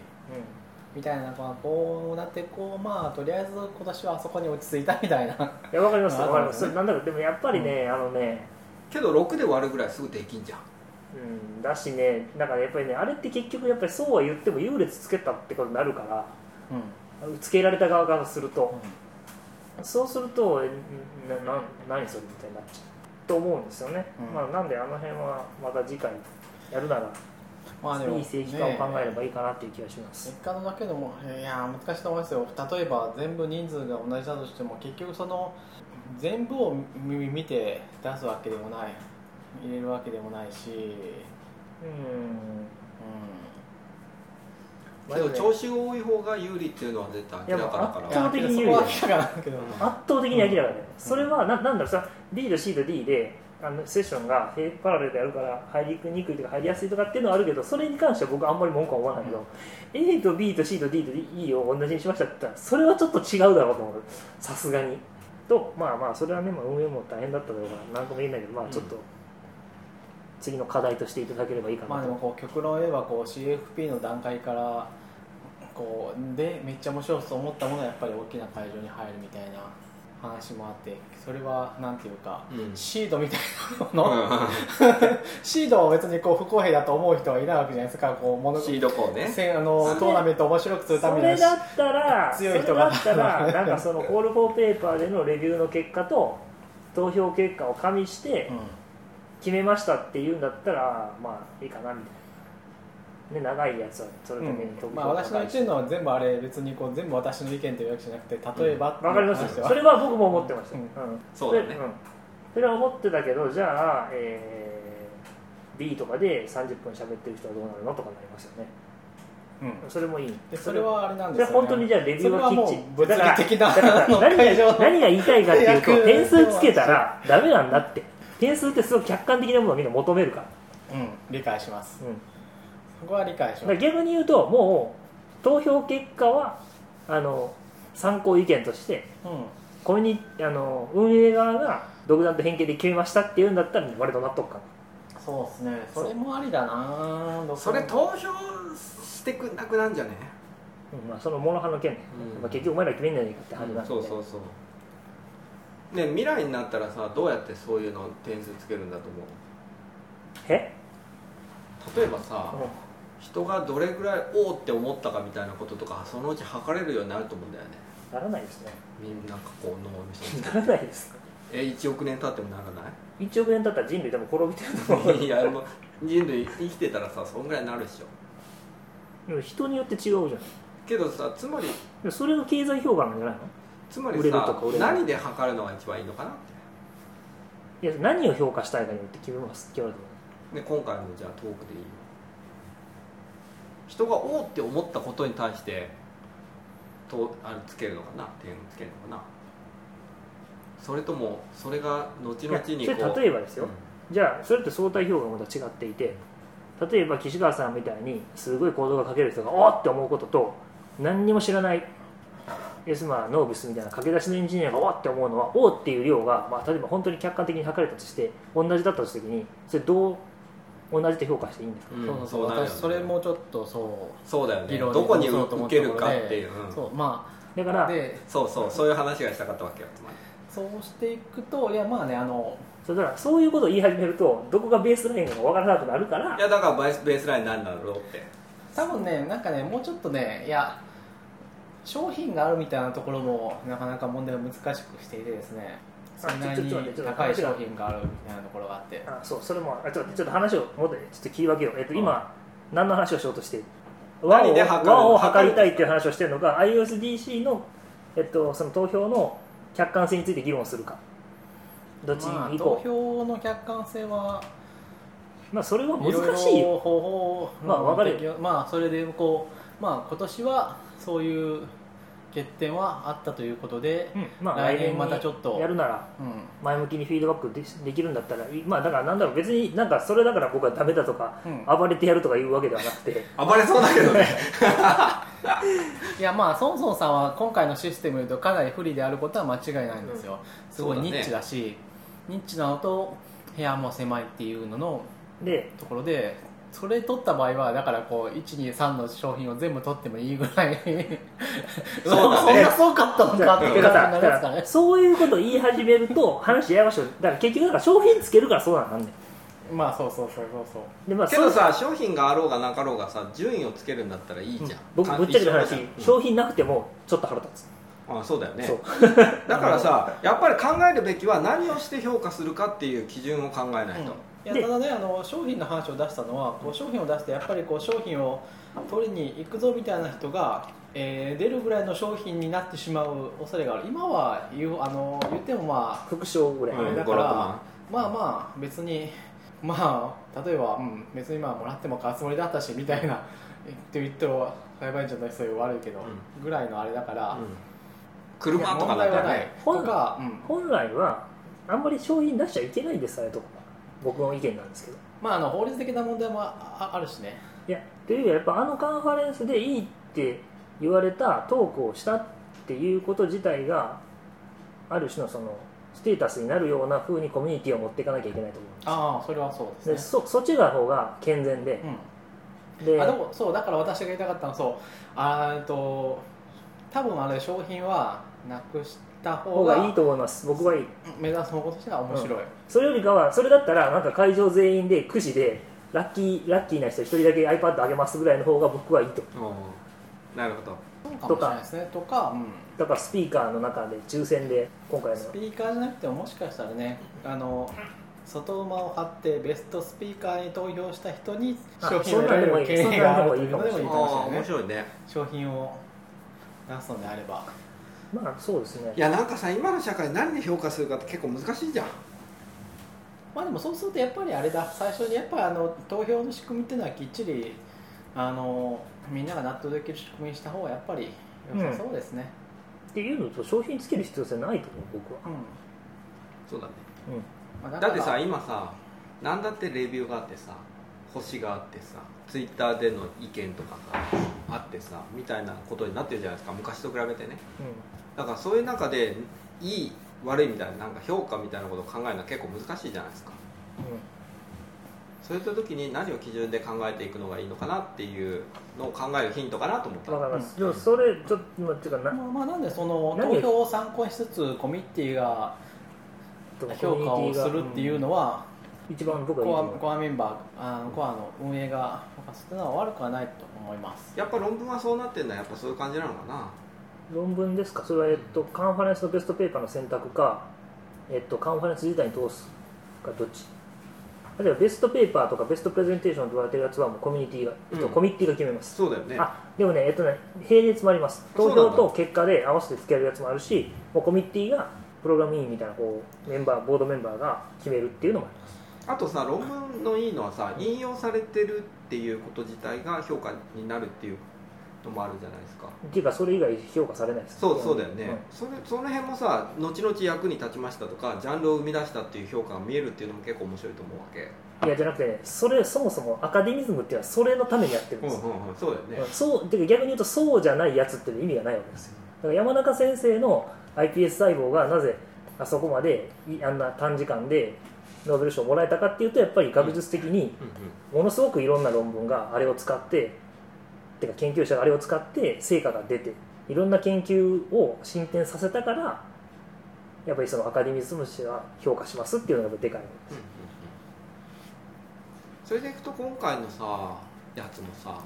A: みたいなのがこうなってこうまあとりあえず今年はあそこに落ち着いたみたいな
B: いやわかります
A: あ
B: わかりますそ
A: ある
B: れなんだかでもやっぱりね、あのね
D: けど6で割るぐらいすぐできんじゃん
B: うんだしねなんかねやっぱりねあれって結局やっぱりそうは言っても優劣つけたってことになるから
A: うん、
B: つけられた側からする
A: う
B: と
A: ん、
B: そうするとえなな何それみたいになっちゃうと思うんですよね、
A: うん
B: まあなんであの辺はまた次回やるなら
A: まあでも
B: いい正規化を考えれ
A: ね
B: ばいいかなっていう気がします、
A: 日課のだけでもいやー難しいと思いますよ例えば全部人数が同じだとしても結局その全部を見見て出すわけでもない入れるわけでもないし、
B: うん
A: う
D: けど聴衆多い方が有利っていうのは絶対明らかだか
A: ん、
B: いや
D: ら
B: 圧倒的に
A: い
B: 有利
A: やそこは明らかなんだけど、
B: 圧倒的に明らかだよね、それはななんだろうさ D と C と D であのセッションがへパラレルでやるから入りにくいとか入りやすいとかっていうのはあるけどそれに関しては僕あんまり文句は思わないけど、A と B と C と D と E を同じにしましたって言ったらそれはちょっと違うだろうと思うさすがにとまあまあそれはね、まあ、運営も大変だっただろうから何とも言えないけどまあちょっと、次の課題としていただければいいか
A: まあ
B: な
A: で
B: と、
A: もこう極論を言えばこう CFP の段階からこうでめっちゃ面白そうと思ったものはやっぱり大きな会場に入るみたいな話もあってそれはなんていうか、
D: うん
A: シードみたいなもの、シードは別にこう不公平だと思う人はいないわけじゃないですかこう物
D: シード校ね
A: せんあの
B: それ
A: トーナメントを面白くするた
B: そ
A: め
B: れ
A: に
B: だったら、そ
A: 強
B: れ
A: い人
B: だ
A: が
B: ったら、なんかそのコールフォーペーパーでのレビューの結果と、投票結果を加味して
A: うん、
B: 決めましたっていうんだったら、まあいいかなみたいね、長いやつはそれだけに得票
A: まあ、私の言ってる
B: わ
A: のは全部あれ別にこう全部私の意見というわけじゃなくて例えばっていう
B: かりまし
A: 話
B: た
A: は
B: それは僕も思ってました、
A: うん
B: ん
C: そうだね
B: んそれは思ってたけどじゃあ、えー B とかで30分喋ってる人はどうなるのとかになりますよね
A: うん
B: それもいい
A: でそれはあれなん
B: そ
A: です
B: れ
A: よ、ね、
B: 本当にじゃあレビューはキッチン
A: それはもう物理的な
B: だからだから何
A: 会場
B: が
A: の
B: 何が言いたいかっていうと
A: 制約
B: 点数つけたらダメなんだって点数ってすごく客観的なものをみんな求めるから、
A: うん理解します
B: うん、
A: そこは理解
B: だ
A: しま
B: から
A: す
B: 逆に言うともう投票結果はあの参考意見として
A: うん
B: コミュニあの運営側が独断と偏見で決めましたっていうんだったら我の納得感
A: そうですねそれもありだなどこ
D: それ投票してくなくなんじゃね
B: うんまあ、そのモノハの件ね、
D: うん
B: まあ、結局お前ら決めんじゃねえかって話なんで、
D: そうそうそうね未来になったらさどうやってそういうの点数つけるんだと思う
B: え
D: 例えばさ
B: も
D: 人がどれぐらいおおって思ったかみたいなこととかそのうち測れるようになると思うんだよね
B: うならないですね
D: みんながこう脳みそに
B: ならないです
D: え1億年経ってもならない
B: 1億年経ったら人類でも滅びてると思う
D: いやもう人類生きてたらさそんぐらいになるでしょ
B: でも人によって違うじゃない
D: けどさつまり
B: でもそれが経済評価なんじゃないの
D: つまり
B: 売れると
D: さ
B: か売れない
D: 何で測るのが一番いいのかなっ
B: いや何を評価したいかによって決めます決まると思
D: てで今回のじゃあトークでいいよ人がおおって思ったことに対してとあれつけるのかな点をつけるのかなそれともそれが後々
B: うい
D: に
B: や
D: こ
B: そうれ例えばですよ、
D: う
B: じゃあそれって相対評価がまた違っていて例えば岸川さんみたいにすごい行動が書ける人がおーって思うことと何にも知らない要するにまあノービスみたいな駆け出しのエンジニアがおーって思うのはおーっていう量が、まあ、例えば本当に客観的に測れたとして同じだったとした時にそれどう同じって評価していいんですか、
D: ん
A: そうそう
D: なるよね
A: 私それもちょっとそう
D: そうだよね
A: 議論に
D: どこに
A: そうと
D: 受
A: 思
D: けるかっていう、うん
A: そうま
B: だか
A: あ
B: ら
A: で
D: そうそうそういう話がしたかったわけよつまり
A: そうしていくといやまあねあの
B: そうだからそういうことを言い始めるとどこがベースラインかわからなくなるから
D: いやだからベースベースライン何なんだろうって
A: 多分ねなんかねもうちょっとねいや商品があるみたいなところもなかなか問題を難しくしていてですねそれなりに高い商品があるみたいなところがあって
B: あそうそれもあちょっとちょっと話を戻ってちょっと切り分けよう、えっと、今、何の話をしようとして和
D: 何
B: を
D: で測る
B: 和を測りたいっていう話をしてるのか iOSDC の,、えっと、その投票の客観性について議論するかどっち
A: まあ、
B: に行こう、
A: 投
B: ま
A: 票の客観性は
B: あ、それは難
A: いろいろ
B: しいよ
A: 方法
B: まあわかる
A: よまあそれでこうまあ今年はそういう欠点はあったということで、
B: うんまあ、
A: 来
B: 来
A: 年
B: 年
A: またちょっと
B: にやるなら
A: うん
B: 前向きにフィードバックでできるんだったらいいまあだからなんだろう別になんかそれだから僕はダメだとか、
A: うん
B: 暴れてやるとかいうわけではなくて
D: 暴れそうだけどね
A: いやまあソンソンさんは今回のシステムでいうとかなり不利であることは間違いないんですよ、すごい
D: そうだ
A: ニ
D: ね
A: ッチだしニッチなのと部屋も狭いっていうのの
B: で
A: ところでそれ取った場合はだからこう123の商品を全部取ってもいいぐらい
D: そうだ ね
A: んなすごかったのかっていう
B: だか
A: 感
B: らだか
A: じになりますか
B: ら
A: らね
B: そういうことを言い始めると話ややこしいだから結局だから商品つけるからそうなんだねん
A: まあそうそうそうそうそう
B: でまあ
D: けどさ商品があろうがなかろうがさ順位をつけるんだったらいい
B: そう
D: じゃん、
B: 僕ぶっちゃけた話、
D: そ
B: 商品なくてもちょっと腹立つ、
D: うんあそうだよね
B: そう
D: だからさやっぱり考えるべきは何をして評価するかっていう基準を考えないと、
A: い
B: で
A: やただねあの商品の話を出したのはこう商品を出してやっぱりこう商品を取りに行くぞみたいな人が、えー出るぐらいの商品になってしまう恐れがある今は言うあの言ってもま
B: 副賞ぐらい、
A: あ、あれ
D: うん
A: だから
D: 5 6万
A: まあまあ別にまあ例えば、うん、別にまあもらっても買うつもりだったしみたいなって言っても裁判員じゃないそういう悪いけど、
D: う
A: ぐらいのあれだから、
D: うん
A: いや
D: 車とか
A: 問
D: だっ
A: 題
D: た
A: は
D: ら
A: ない
D: ね
A: とか、うん、
B: 本来はあんまり商品出しちゃいけないですあれとか僕の意見なんですけど
A: まああの法律的な問題もあああるしね
B: いやというよりやっぱあのカンファレンスでいいって言われたトークをしたっていうこと自体がある種のそのステータスになるような風にコミュニティを持っていかなきゃいけないと思うんです
A: ああそれはそう
B: で
A: です
B: そそっちが方が健全で
A: ね、うん
B: で
A: あでもそうだから私が言いたかったのはそうあーえっと多分あれ商品はなくした方
B: 方
A: が
B: がいいと思います僕はいい
A: 目指す方向としては面白い、
B: それよりかはそれだったらなんか会場全員でくじでラッキーラッキーな人一人だけ iPad あげますぐらいの方が僕はいいと
D: うんなるほど
A: そうかもしれないですねとか、うん
B: だからスピーカーの中で抽選で今回の
A: スピーカーじゃなくてももしかしたらねあの外馬を張ってベストスピーカーに投票した人に
B: あ
A: 商品を選べる権利があるというのでもいいかもし
D: ああ
A: れない
D: 面
A: ね
D: 白いね
A: 商品を出すのであれば
B: まあそうですね
D: いやなんかさ今の社会何で評価するかって結構難しいじゃん
A: まあでもそうするとやっぱりあれだ最初にやっぱりあの投票の仕組みっていうのはきっちりあのみんなが納得できる仕組みにした方がやっぱり良さそうですね、
B: っていうのと商品つける必要性ないと思う僕は、
A: うん
D: そうだね
A: まあだか
D: だ
A: ら
D: ってさ今さ何だってレビューがあってさ星があってさツイッターでの意見とかさあってさみたいなことになってるじゃないですか昔と比べてねだからそういう中でいい悪いみたいななんか評価みたいなことを考えるのは結構難しいじゃないですかそういった時に何を基準で考えていくのがいいのかなっていうのを考えるヒントかなと思った
B: うんうん、だから、
A: うん
B: でもそれちょっと今っていうかな
A: まあ、まあなんでその
B: 何
A: 投票を参考にしつつコミュニティが評価をするっていうの
B: は、
A: は
B: うん一番僕はいい
A: コ
B: と
A: ア
B: 思う
A: コアメンバーあのコアの運営がフォーカスっていうのは悪くはないと思います
D: やっぱ論文はそうなってるのはやっぱそういう感じなのかな
B: 論文ですかそれは、えっと、カンファレンスのベストペーパーの選択か、えっと、カンファレンス自体に通すかどっち例えばベストペーパーとかベストプレゼンテーションと言われてるやつはもうコミュニティが、えっと、
D: うん
B: コミュニティが決めます、
D: そうだよね
B: あでもねえっとね並列もあります投
D: そう
B: 票
D: なんだ
B: と結果で合わせてつけるやつもあるしもうコミュニティがプログラム委員みたいなこうメンバーボードメンバーが決めるっていうのもあります
D: あとさ論文のいいのはさ引用されてるっていうこと自体が評価になるっていうのもあるじゃないですか
B: っていうかそれ以外評価されないです
D: そうそうだよね、
B: ん
D: それその辺もさ後々役に立ちましたとかジャンルを生み出したっていう評価が見えるっていうのも結構面白いと思うわけ
B: いやじゃなくてねそれそもそもアカデミズムっていうのはそれのためにやってるん
D: う
B: で
D: ん
B: す、
D: うんうんそうだよね
B: そうてか逆に言うとそうじゃないやつっていう意味がないわけですよだから山中先生の iPS 細胞がなぜあそこまでいあんな短時間でノーベル賞をもらえたかっていうとやっぱり学術的に
D: うん
B: ものすごくいろんな論文があれを使っててか研究者があれを使って成果が出ていろんな研究を進展させたからやっぱりそのアカデミズム誌は評価しますっていうのがやっぱでかい
D: うんうんうんそれでいくと今回のさやつもさ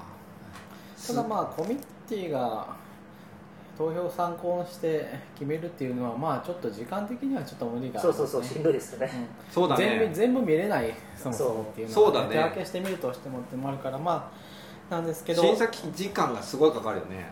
A: ただまあコミュニティが投票を参考にして決めるっていうのはまあちょっと時間的にはちょっと無理がある
B: そ
A: ん
B: う
A: で
B: そうそう
A: す
B: し
A: ね
B: んどいですよね
A: うん
D: そうだ
A: 全部
D: ね
A: 全部見れないそもそもっていうの
D: そう
A: は
D: そうだね
A: 手分けしてみるとしてもってもあるからまあなんですけど、
D: 審査時間がすごいかかるよね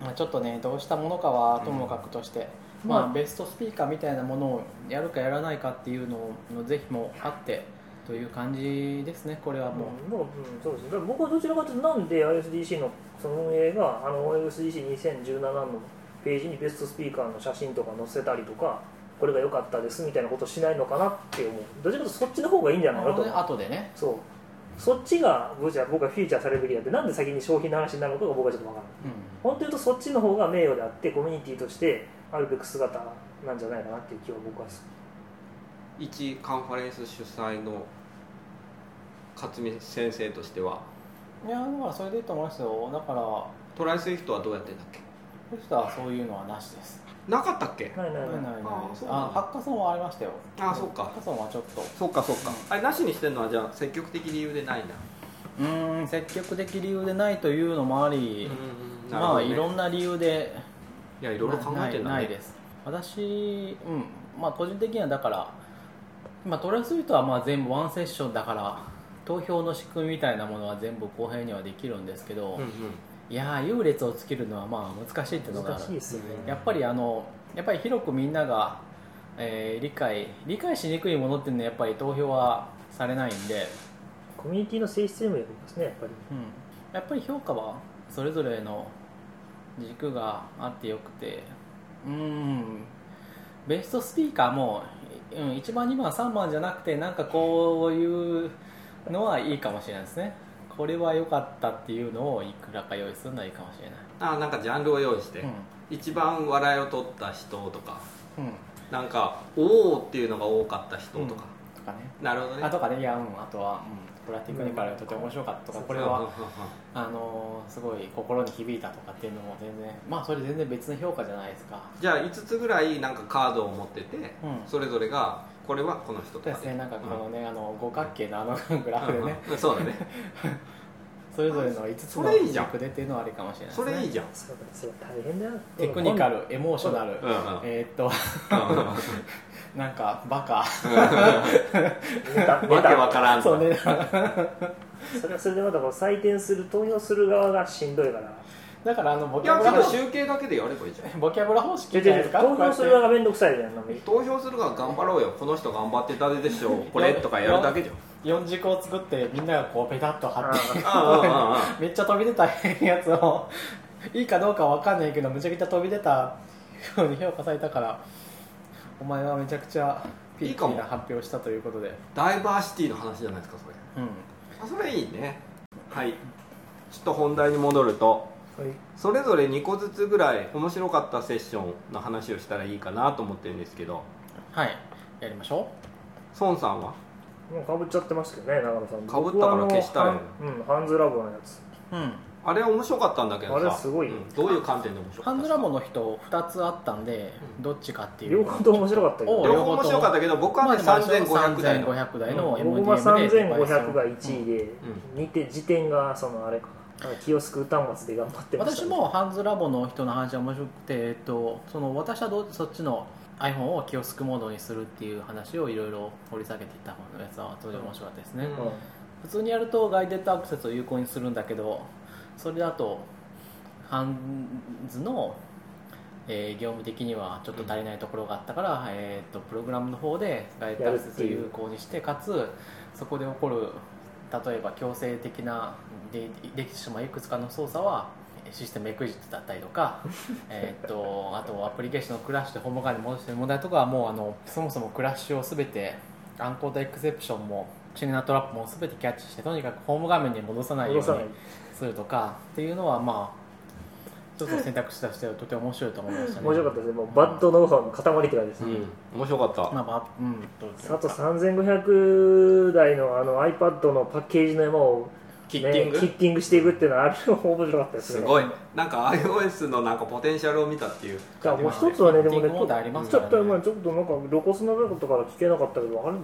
A: まあ、ちょっとねどうしたものかはともかくとして、
B: うん
A: ま
B: まあ
A: あ、ベストスピーカーみたいなものをやるかやらないかっていうのの是非もあってという感じですねこれはもう、
B: うん、もう、うん、そうですねだから僕はどちらかというとなんで ISDC のその運営があの ISDC2017 のページにベストスピーカーの写真とか載せたりとかこれが良かったですみたいなことしないのかなって思うどちらかというとそっちの方がいいんじゃない
A: あ
B: かと
A: の
B: 思
A: ね
B: う
A: 後でね
B: そうそっちが僕は僕はフィーチャーされるべきだってなんで先に消費の話になるのかが僕はちょっと分からない
A: うん
B: 本当に言うとそっちの方が名誉であってコミュニティとしてあるべく姿なんじゃないかなっていう気は僕はする
D: 一カンファレンス主催の勝見先生としてはい
A: やだからそれでいいと思いますよだからこ
D: トライスイフトはどうやってんだっけ
A: の人はそういうのはなしです
D: なかったっけ
B: ないな
A: ないい
B: な
A: ないいない
D: あそうなんだ
A: あハッカソンはありましたよ
D: あそうか
A: ハッカソンはちょっと
D: そっかそっかあれなしにしてんのはじゃあ積極的理由でないな
A: うーん積極的理由でないというのもあり、
D: うん
A: まあいろ
D: い
A: んな理由で
D: やいろいろ考えてん
A: な
D: だね
A: いないです私、うんまあ、個人的にはだから、まあ、トライアスリートはまあ全部ワンセッションだから投票の仕組みみたいなものは全部公平にはできるんですけど、
D: うんうん
A: いやー優劣をつけるのはまあ難しいっていうのがあ
B: 難
A: る
B: しいですよね
A: やっぱりあのやっぱり広くみんなが、えー理解理解しにくいものっていうのはやっぱり投票はされないんで、
B: コミュニティの性質でもやりますねやっぱり
A: うん、やっぱり評価はそれぞれの軸があってよくてうんベストスピーカーも、うん、1番2番3番じゃなくてなんかこういうのはいいかもしれないですねこれは良かったっていうのをいくらか用意するのはいいかもしれない
D: あなんかジャンルを用意して、一番笑いを取った人とか
A: うんうん
D: なんか「おお」っていうのが多かった人とか、
A: とかね
D: なるほどね
A: あとかねいやうんあとは、うん、これはテクニカルとても面白かったとかこれ
D: うんう
A: は
D: んう
A: あのすごい心に響いたとかっていうのも全然まあそれ全然別の評価じゃないですか
D: んじゃあ5つぐらいなんかカードを持ってて、
A: うん
D: それぞれがこれはこの人と
A: そう
D: か
A: ですね、なんかこのね、あの五角形のあのグラフでね、
D: うんうんそうだね
A: それぞれの5つ
D: そ
A: の
D: れいいじゃん
A: 軸でっていうのはありかもしれないです
D: そ
A: ね。
D: れいいじゃん、
B: そうだねそれ大変だよ
A: テクニカル、エモーショナル、
D: うんうん
A: えーっと、
D: うんうん
A: なん かバカ
B: ネタ
D: わ
B: ネ
D: け
B: タ
D: わからん
A: そ
D: と
A: うね
B: それはそれでまたこう採点する投票する側がしんどいから
A: だからあのボ
D: い
A: キ
D: や
A: ャブ
D: ちょ
A: ラ
D: っと
A: 方式
D: 集計だけでやればいいじゃん
A: ボキャブラ方
B: 違う
A: 式じゃな
B: 違
A: いで
B: う
A: すか
B: 投票する
A: こ
B: 側が面倒くさいじゃんなんか
D: 投票するから頑張ろうよこの人頑張ってたでしょこれとかやるだ けじゃん
A: うやって四軸を作ってみんながこうペタッと貼って
B: あ
D: ああああ
A: めっちゃ飛び出たやつをいいかどうかわかんないけどむちゃくちゃ飛び出たように評価されたからお前はめちゃくちゃピ
D: い
A: ー
D: いかも
A: キーな発表をしたということで
D: ダイバーシティの話じゃないですかそれ
A: うん
D: あそれいいねはいちょっと本題に戻ると
B: はい
D: それぞれ2個ずつぐらい面白かったセッションの話をしたらいいかなと思ってるんですけど
A: はいやりましょ
D: 孫さんは
B: もうかぶっちゃってますけどね長野さん
D: 被ったから消したよ
B: 僕はあのハンうんハンズラボのやつ
A: ううん
D: あれ面白かったんだけどさ
B: あれすごいよ
D: うんどういう観点で面白か
A: ハン
D: った
A: ズ
D: です
A: ラ
D: か
A: ボの人2つあったんでどっちかってい
B: 両
A: う
B: 方とも面白かったけ
A: お
B: ど
A: う
D: 両方面白かったけど僕はね
A: まあでも
D: 3500台の
A: 3500台の MDM で
B: 僕は3500が
A: 位
B: 1位で、似て時点がそのあれかなキオスク端末で頑張ってました
A: 私
B: ね、
A: もハンズラボの人の話は面白くて、えっと、その私はどうそっちの iPhone をキオスクモードにするっていう話をいろいろ掘り下げていった方のやつは当時面白かったですね、
D: うん
B: うん
A: 普通にやるとガイデッドアクセスを有効にするんだけどそれだとハンズの、えー業務的にはちょっと足りないところがあったから、えー、とプログラムの方でガイデッドアクセスを有効にしてかつそこで起こる例えば強制的なでできてしまういくつかの操作はシステムエクジットだったりとか えーっとあとアプリケーションのクラッシュでホーム側に戻してる問題とかはもうあのそもそもクラッシュを全てアンコードエクセプションもチネナトラップも全てキャッチしてとにかくホーム画面に戻さないよう
B: 戻
A: に
B: さない
A: するとかっていうのはまあちょっと選択肢としてはとても面白いと思いましたね
B: 面白かったですねもうバッドノウハウの塊って感じです、
D: うん面白かった、
A: まあばうんどうですか
B: あと3500台のあの iPad のパッケージの山を、
D: キッティング、
B: ねキッティングしていくっていうのはあれも面白かったですね
D: すごいなんか iOS のなんかポテンシャルを見たっていう
B: いやもう一つはね、でも
A: キッ
B: ね、
A: ティング問題あります
B: ち
A: か
B: ょ
A: ら
B: っ
A: ね
B: とまあちょっとなんか露骨なことから聞けなかったけど、あれ、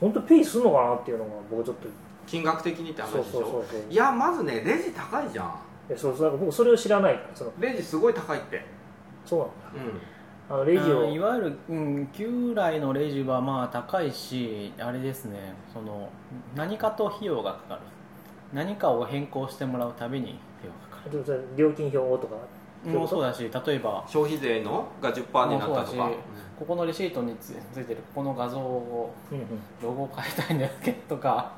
B: 本当ペイするのかなっていうのが、僕ちょっと、
D: 金額的にって話
B: そ
D: で
B: う
D: しょ
B: そうそうそう、い
D: い
B: や、
D: やまずねレジ高いじゃん
B: そうそうなんか僕、それを知らないから、その
D: レジすごい高いって
B: そうなんだ、
D: うん
B: あのレジ
A: うんい
B: を、
A: わゆる、うん、旧来のレジはまあ高いしあれですねその何かと費用がかかる何かを変更してもらうたびに費用がかか
B: でもそれ料金表とか、
A: るもうそうだし例えば
D: 消費税のが10%になった
A: もう
D: と
A: そうだ
D: か
A: しここのレシートにつついてるここの画像を
B: うんうん、
A: ロゴを変えたいんだけどとか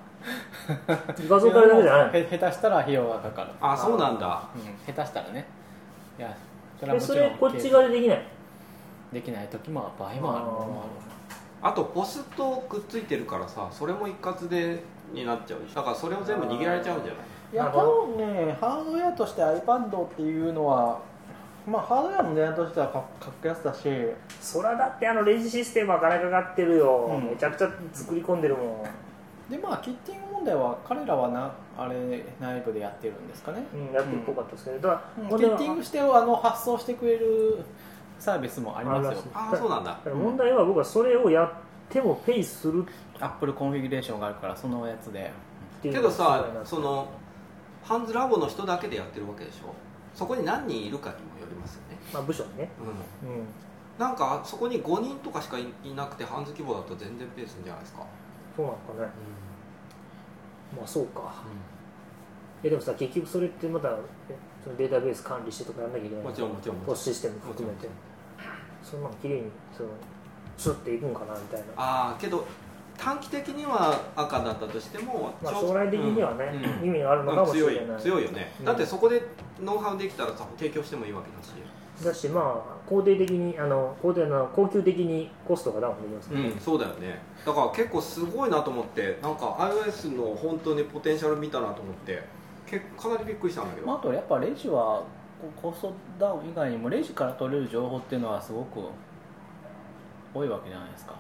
B: 画像からだけじゃない
A: へ下手したら費用がかかる、
D: あそうなんだ
A: うん、下手したらねいやそれ
B: の、
A: は
B: え
A: もち
B: そ
A: ろ
B: れ
A: ん、
B: こっち側でできない、
A: できない時も場合もある
B: あー
A: ものもある
D: あとポストくっついてるからさそれも一括でになっちゃうでしょだからそれを全部逃げられちゃうんじゃない
A: いや
B: なるほ
A: 多分ねハードウェアとして iPad っていうのはまあハードウェアの値段としてはか格安だし
B: そらだって、あのレジシステムは金かかってるよ、
A: うん
B: めちゃくちゃ作り込んでるもん、
A: でまあキッティング問題は彼らはなあれ内部でやってるんですかね、
B: うん、やってっぽかったですけど、だから
A: うん
B: もう
A: キ
B: で
A: ッ
B: も
A: ティングしてあの発送してくれるサービスもあります
B: あり
A: よ
B: ます
D: ああそうなんだ
B: だから問題は僕はそれをやってもペイする
A: アップルコンフィギュレーションがあるからそのやつで
B: っていう
D: け
B: の
D: ど
B: がすごいな
D: さそのハンズラボの人だけでやってるわけでしょそこに何人いるかにもよりますよね、
B: まあ、部署にね、
D: う
B: うん、
D: ん、なんかそこに5人とかしかいいなくてハンズ規模だと全然ペースんじゃないですか、
B: そうなのかねまあそうかえでもさ結局それってまたえそのデータベース管理してとかやんなきゃいけない
D: もちろんもちろんもち
B: ポ
D: ろん
B: ストシステム含めてそんなの綺麗にそのスッていくんかなみたいな
D: ああけど短期的には赤だったとしても、
B: まあ
D: 長期
B: 将来的にはね、
D: うん
B: 意味があるのかもしれ
D: 強
B: ないい、
D: 強いよね、
B: うん
D: だってそこでノウハウできたらさ提供してもいいわけだし、
B: だしまあ肯定的にあの肯定の恒久的にコストがダウンできますからね、
D: うん、そうだよねだから結構すごいなと思ってなんか iOS の本当にポテンシャル見たなと思ってけかなりびっくりしたんだけど、
A: まあ、あとやっぱレジはこコストダウン以外にもレジから取れる情報っていうのはすごく多いわけじゃないですか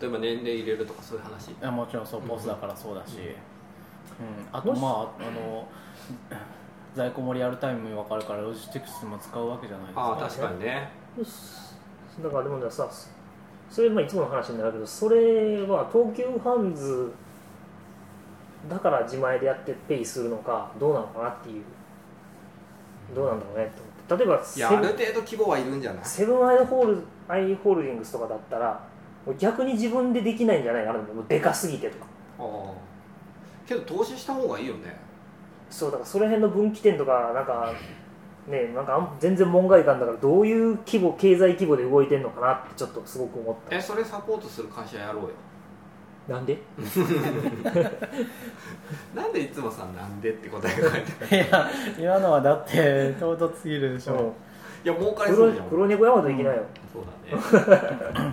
D: 例えば年齢入れるとかそういう話
A: いやもちろんそう
D: うん
A: ボスだからそうだし、うんあ
B: も
A: と
B: し
A: まああの 在庫盛りアルタイムも分かるからロジスティクスも使うわけじゃないですか
D: ああ確かにね
B: よしだからでもねさそれまあいつもの話になるけどそれは東急ハンズだから自前でやってペイするのかどうなのかなっていうどうなんだろうねと思って例えば
D: い
B: セ
D: やある
B: ブン
D: 程度規模はいるんじゃない
B: セブンアイホールアイ・ホールディングスとかだったらもう逆に自分でできないんじゃないかなと思うもうでかすぎてとか
D: あけど投資した方がいいよね
B: そうだからその辺の分岐点とかなんかねなんかあん全然門外漢だからどういう規模経済規模で動いてんのかなってちょっとすごく思った
D: えそれサポートする会社やろうよ
B: なんで
D: なんでいつもさなんでって答えが書いてある
A: いや今のはだって唐突すぎるでしょ、
D: いや儲かりそ
B: 黒
D: うじゃん
B: 黒猫山といけないよ、
D: そうだね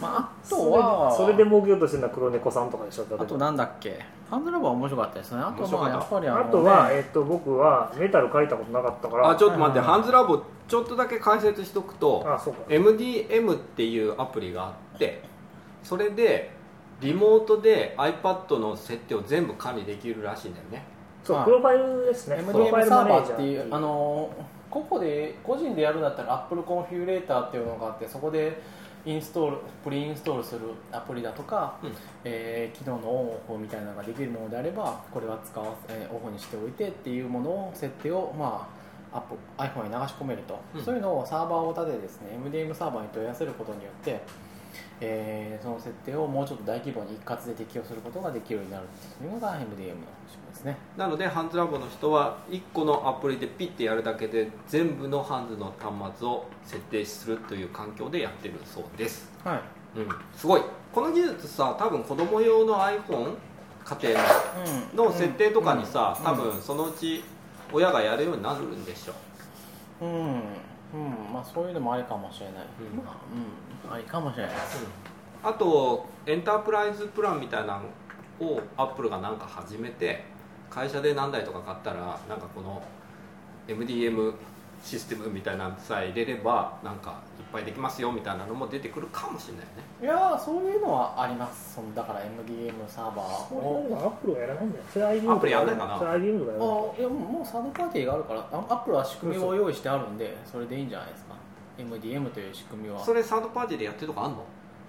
A: まああ
B: そ
A: と
B: れで
A: は
B: それで儲けようとしてるのは黒猫さんとかでしょ例えば
A: あとなんだっけハンドラバー面白かったですねあと
D: 面白
A: まあ
D: かった
A: やっぱりあの、
B: あ
A: ね、
B: とは、えっと僕はメタル書いたことなかったから
D: あちょっと待って
A: はいはい
D: ハンズラボちょっとだけ解説しとくと
B: あそうか
D: MDM っていうアプリがあってそれでリモートで iPad の設定を全部管理できるらしいんだよね
B: そう
A: はい
B: プロファイルですねプロファイ
A: MDM
B: ル
A: サ
B: マ
A: ー
B: ネ
A: バ
B: ージ
A: ー
B: ャー
A: っていうあの個々で個人でやるんだったら Apple コンフィギュレーターっていうのがあってそこでインストールプリインストールするアプリだとか、
D: うん
A: えー機能のオンオフみたいなのができるものであればこれは使わせ、えーオフにしておいてっていうものを設定を、まあ、アップ iPhone に流し込めると、
D: うん
A: そういうのをサーバーを立ててですね MDM サーバーに問い合わせることによって、えーその設定をもうちょっと大規模に一括で適用することができるようになるっていうのが MDM の仕組みですね。
D: なのでハンズラボの人は1個のアプリでピッてやるだけで全部のハンズの端末を設定するという環境でやってるそうです、
A: はい
D: うん、すごいこの技術さ多分子供用の iPhone 家庭のの設定とかにさ、
A: うん
D: 多分そのうち親がやるようになるんでしょ
A: うん、うんうんまあそういうのもありかもしれない、
D: うん
A: まあうん、ありかもしれないです
D: あとエンタープライズプランみたいなのをアップルがなんか始めて会社で何台とか買ったらなんかこの MDM システムみたいなのさえ入れればなんかいっぱいできますよみたいなのも出てくるかもしれないよね
A: いやーそういうのはありますそのだから MDM サーバー
B: これで
A: を
B: もアップルはやらないんだよそれ IBM
D: アップルやらないかな
B: それ IBM とかやらない
A: あいやもうもうサードパーティーがあるからあアップルは仕組みを用意してあるんでそれでいいんじゃないですか MDM という仕組みは
D: それサードパーティーでやってるとこあんの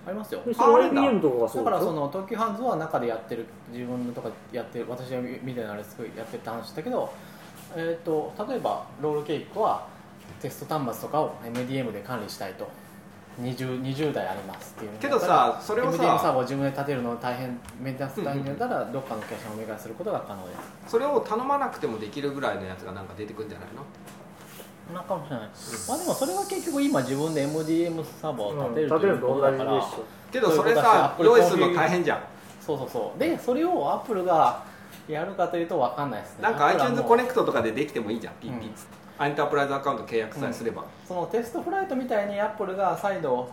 A: ありますよ
B: で
D: あ
B: そ
D: あ
B: れ
D: るんだ
B: IBM とかがそ
A: だ
B: う
A: か
B: でし
A: らそ
B: ょ
A: の東急ハンズは中でやってる自分のとかやってる私が見てのあれすごいやってた話だけど、えー、と例えばロールケーキはテスト端末とかを MDM で管理したいと 20, 20台ありますっていう
D: けどさそ
A: そ
D: れ
A: れ
D: を
A: MDM サーバー
D: さ
A: を自分で立てるの大変メンテナンス大変だからどっかの会社にお願いすることが可能です
D: それを頼まなくてもできるぐらいのやつがなんか出てくるんじゃないの
A: なかもしれない、まあ、でもそれは結局今自分で MDM サーバーを立てる
B: う
A: と
B: ん例え
A: いう
B: ば
A: こと
B: 同
A: だ
B: じ
A: か
B: で
A: ら、
B: しょ
D: けどそれさ
A: そういうこと
D: 用
A: だ
D: 意
A: し
D: するの大変じゃん
A: そうそうそうでそれをアップルがやるかというと分かんないですね
D: なんか
A: Apple はも
D: iTunes
A: う
D: コネクトとかでできてもいいじゃんピッピ
A: うん
D: ッエンタープライズアカウント契約さえすれば、
A: そのテストフライトみたいにアップルが再度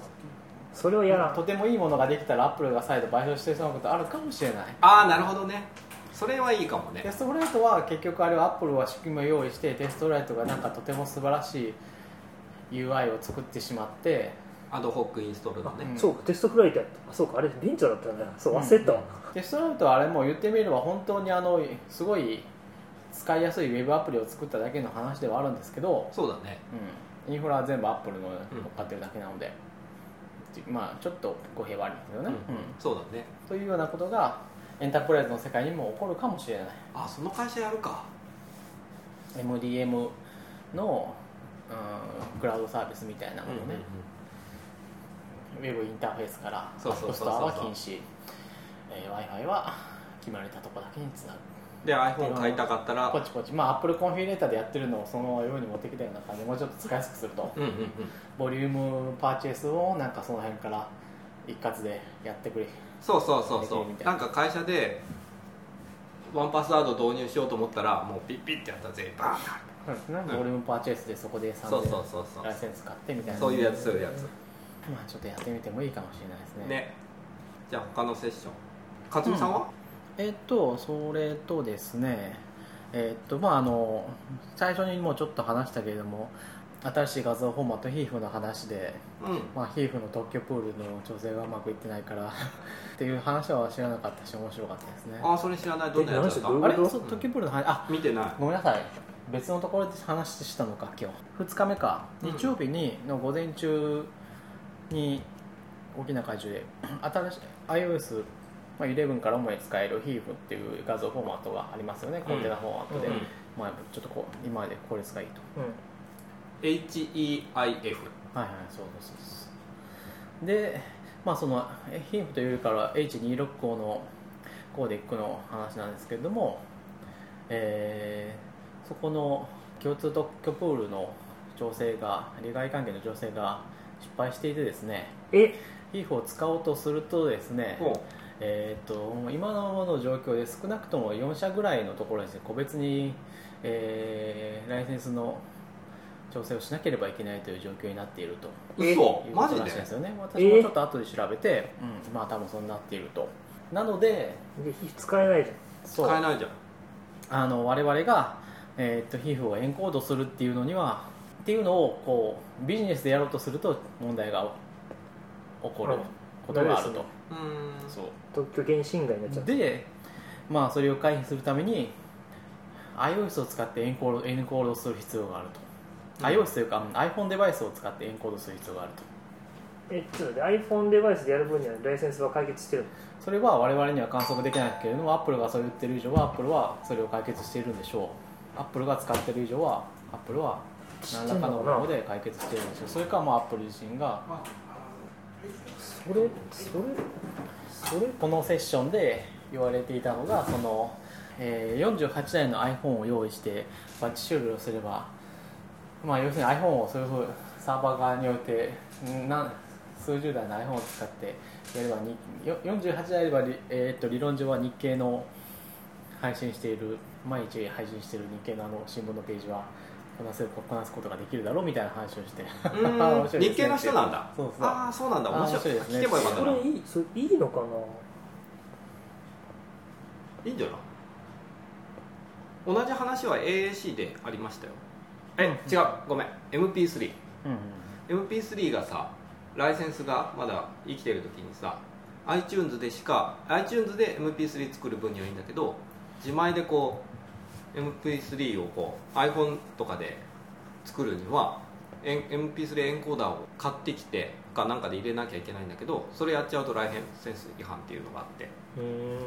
B: それをやらん
A: とてもいいものができたらアップルが再度賠償してしまうことあるかもしれない
D: ああなるほどねそれはいいかもね
A: テストフライトは結局あれはアップルは仕組みを用意してテストフライトがなんかとても素晴らしい UI を作ってしまって
D: アドホックインストールのね、
A: うん
B: そうかテストフライトやったあそうかあれベンチャーだったんだよそう忘れてたわ、
A: テストフライトはあれも言ってみれば本当にあのすごい使いやすいウェブアプリを作っただけの話ではあるんですけど、
D: そうだね
A: うん、インフラは全部アップルの乗っかってるだけなので、まあちょっと語弊はありますよね、
D: うん
A: うん
D: そうだね
A: というようなことがエンタープライズの世界にも起こるかもしれない
D: あその会社やるか
A: MDM の、うん、クラウドサービスみたいなものね、ウェブインターフェースから
D: そうそう
A: App
D: そ
A: Store
D: うそう
A: は禁止、え w i f i は決まれたとこだけにつなぐ
D: で iPhone 買いたかったら
A: こっちこっちまあ Apple コンフィレーターでやってるのをそのまま用に持ってきたような感じでもうちょっと使いやすくすると
D: うんうんうん
A: ボリュームパーチェイスをなんかその辺から一括でやってくれ
D: そうそうそうそ
A: できるみた
D: う
A: い
D: なんか会社でワンパスワード導入しようと思ったらもうピッピッてやったら全員バーンって入る
A: そうですね
D: ん
A: ボリュームパーチェイスでそこで
D: そうそう
A: 3000
D: そうそ
A: ライ
D: う
A: センス買ってみたいな
D: そういうやつそういうやつ
A: まあちょっとやってみてもいいかもしれないですね
D: ねじゃあ他のセッション勝美さんは、
A: えっとそれとですねえっとまああの最初にもうちょっと話したけれども新しい画像フォーマット HIF の話で、
D: うん
A: まあ、HIF の特許プールの調整がうまくいってないから っていう話は知らなかったし面白かったですね
D: ああそれ知らないどんなやつだ
B: え
D: っ
A: あれ
B: どういう
A: そう特許プールの話あ
D: た見てない
A: ごめんなさい別のところで話したのか今日2日目か
D: うん
A: 日曜日にの午前中に大きな会場で新しい iOS まあ11から主に使える HEAF っていう画像フォーマットがありますよね、コンテナフォーマットで、
D: うん
A: まあ、ちょっとこう今まで効率がいいと
D: HEIF
A: はいはいそうそうそうそうでまあそのえヒーフというよりから H26 項のコーデックの話なんですけれども、えーそこの共通特許プールの調整が利害関係の調整が失敗していてですね
B: え
A: ヒーフを使おうとするとですね、えー、と今のもの状況で少なくとも4社ぐらいのところにですね個別に、えーライセンスの調整をしなければいけないという状況になっていると
D: うん嘘
A: いうこ
D: マ
A: と
D: ジ
A: ら
D: で
A: しいですよね、私もちょっと後で調べて、うん、まあ多分そうなっていると。なので
B: で火使えないじゃん
A: そう
D: 使えないじゃん
A: あの我々が、えー、と皮膚をエンコードするっていうのにはっていうのをこうビジネスでやろうとすると問題が起こることがあると、
B: はい
D: うん
A: そう
B: 特許権侵害になっちゃう
A: で、まあ、それを回避するために iOS を使ってエンコードエンコードする必要があると、iOS というかうん iPhone デバイスを使ってエンコードする必要があると
B: えちょっと待って iPhone デバイスでやる分にはライセンスは解決してるの
A: それは我々には観測できないけれども Apple がそれを言ってる以上は Apple はそれを解決しているんでしょう Apple が使ってる以上は Apple は何らかの方法で解決しているんでしょうそれかもう Apple 自身が
D: ま
B: それそれそれ
A: このセッションで言われていたのがその、えー48台の iPhone を用意してバッチ終了すれば、まあ、要するに iPhone をそういうふうサーバー側においてんなん数十台の iPhone を使ってやればによ48台はり、えーっと理論上は日経の配信している毎日配信している日経のあの新聞のページはこなせるこなすことができるだろうみたいな話をして
D: あう
A: 面白い
D: ん
A: ですね
D: 日系の人なんだ
A: そうそう
D: ああそうなんだ面
A: あー面白
D: 白
A: い
D: い
A: ですね
D: 聞けばよかった
B: そ
D: な
B: れいいそれいいのかない
D: いんじゃない同じ話は AAC でありましたよえ、違うごめん MP3
A: うんうん、
D: MP3 がさライセンスがまだ生きてる時にさ iTunes でしか iTunes で MP3 作る分にはいいんだけど自前でこう MP3 をこう iPhone とかで作るにはエン MP3 エンコーダーを買ってきてかなんかで入れなきゃいけないんだけどそれやっちゃうとライセンス違反っていうのがあって
B: うーん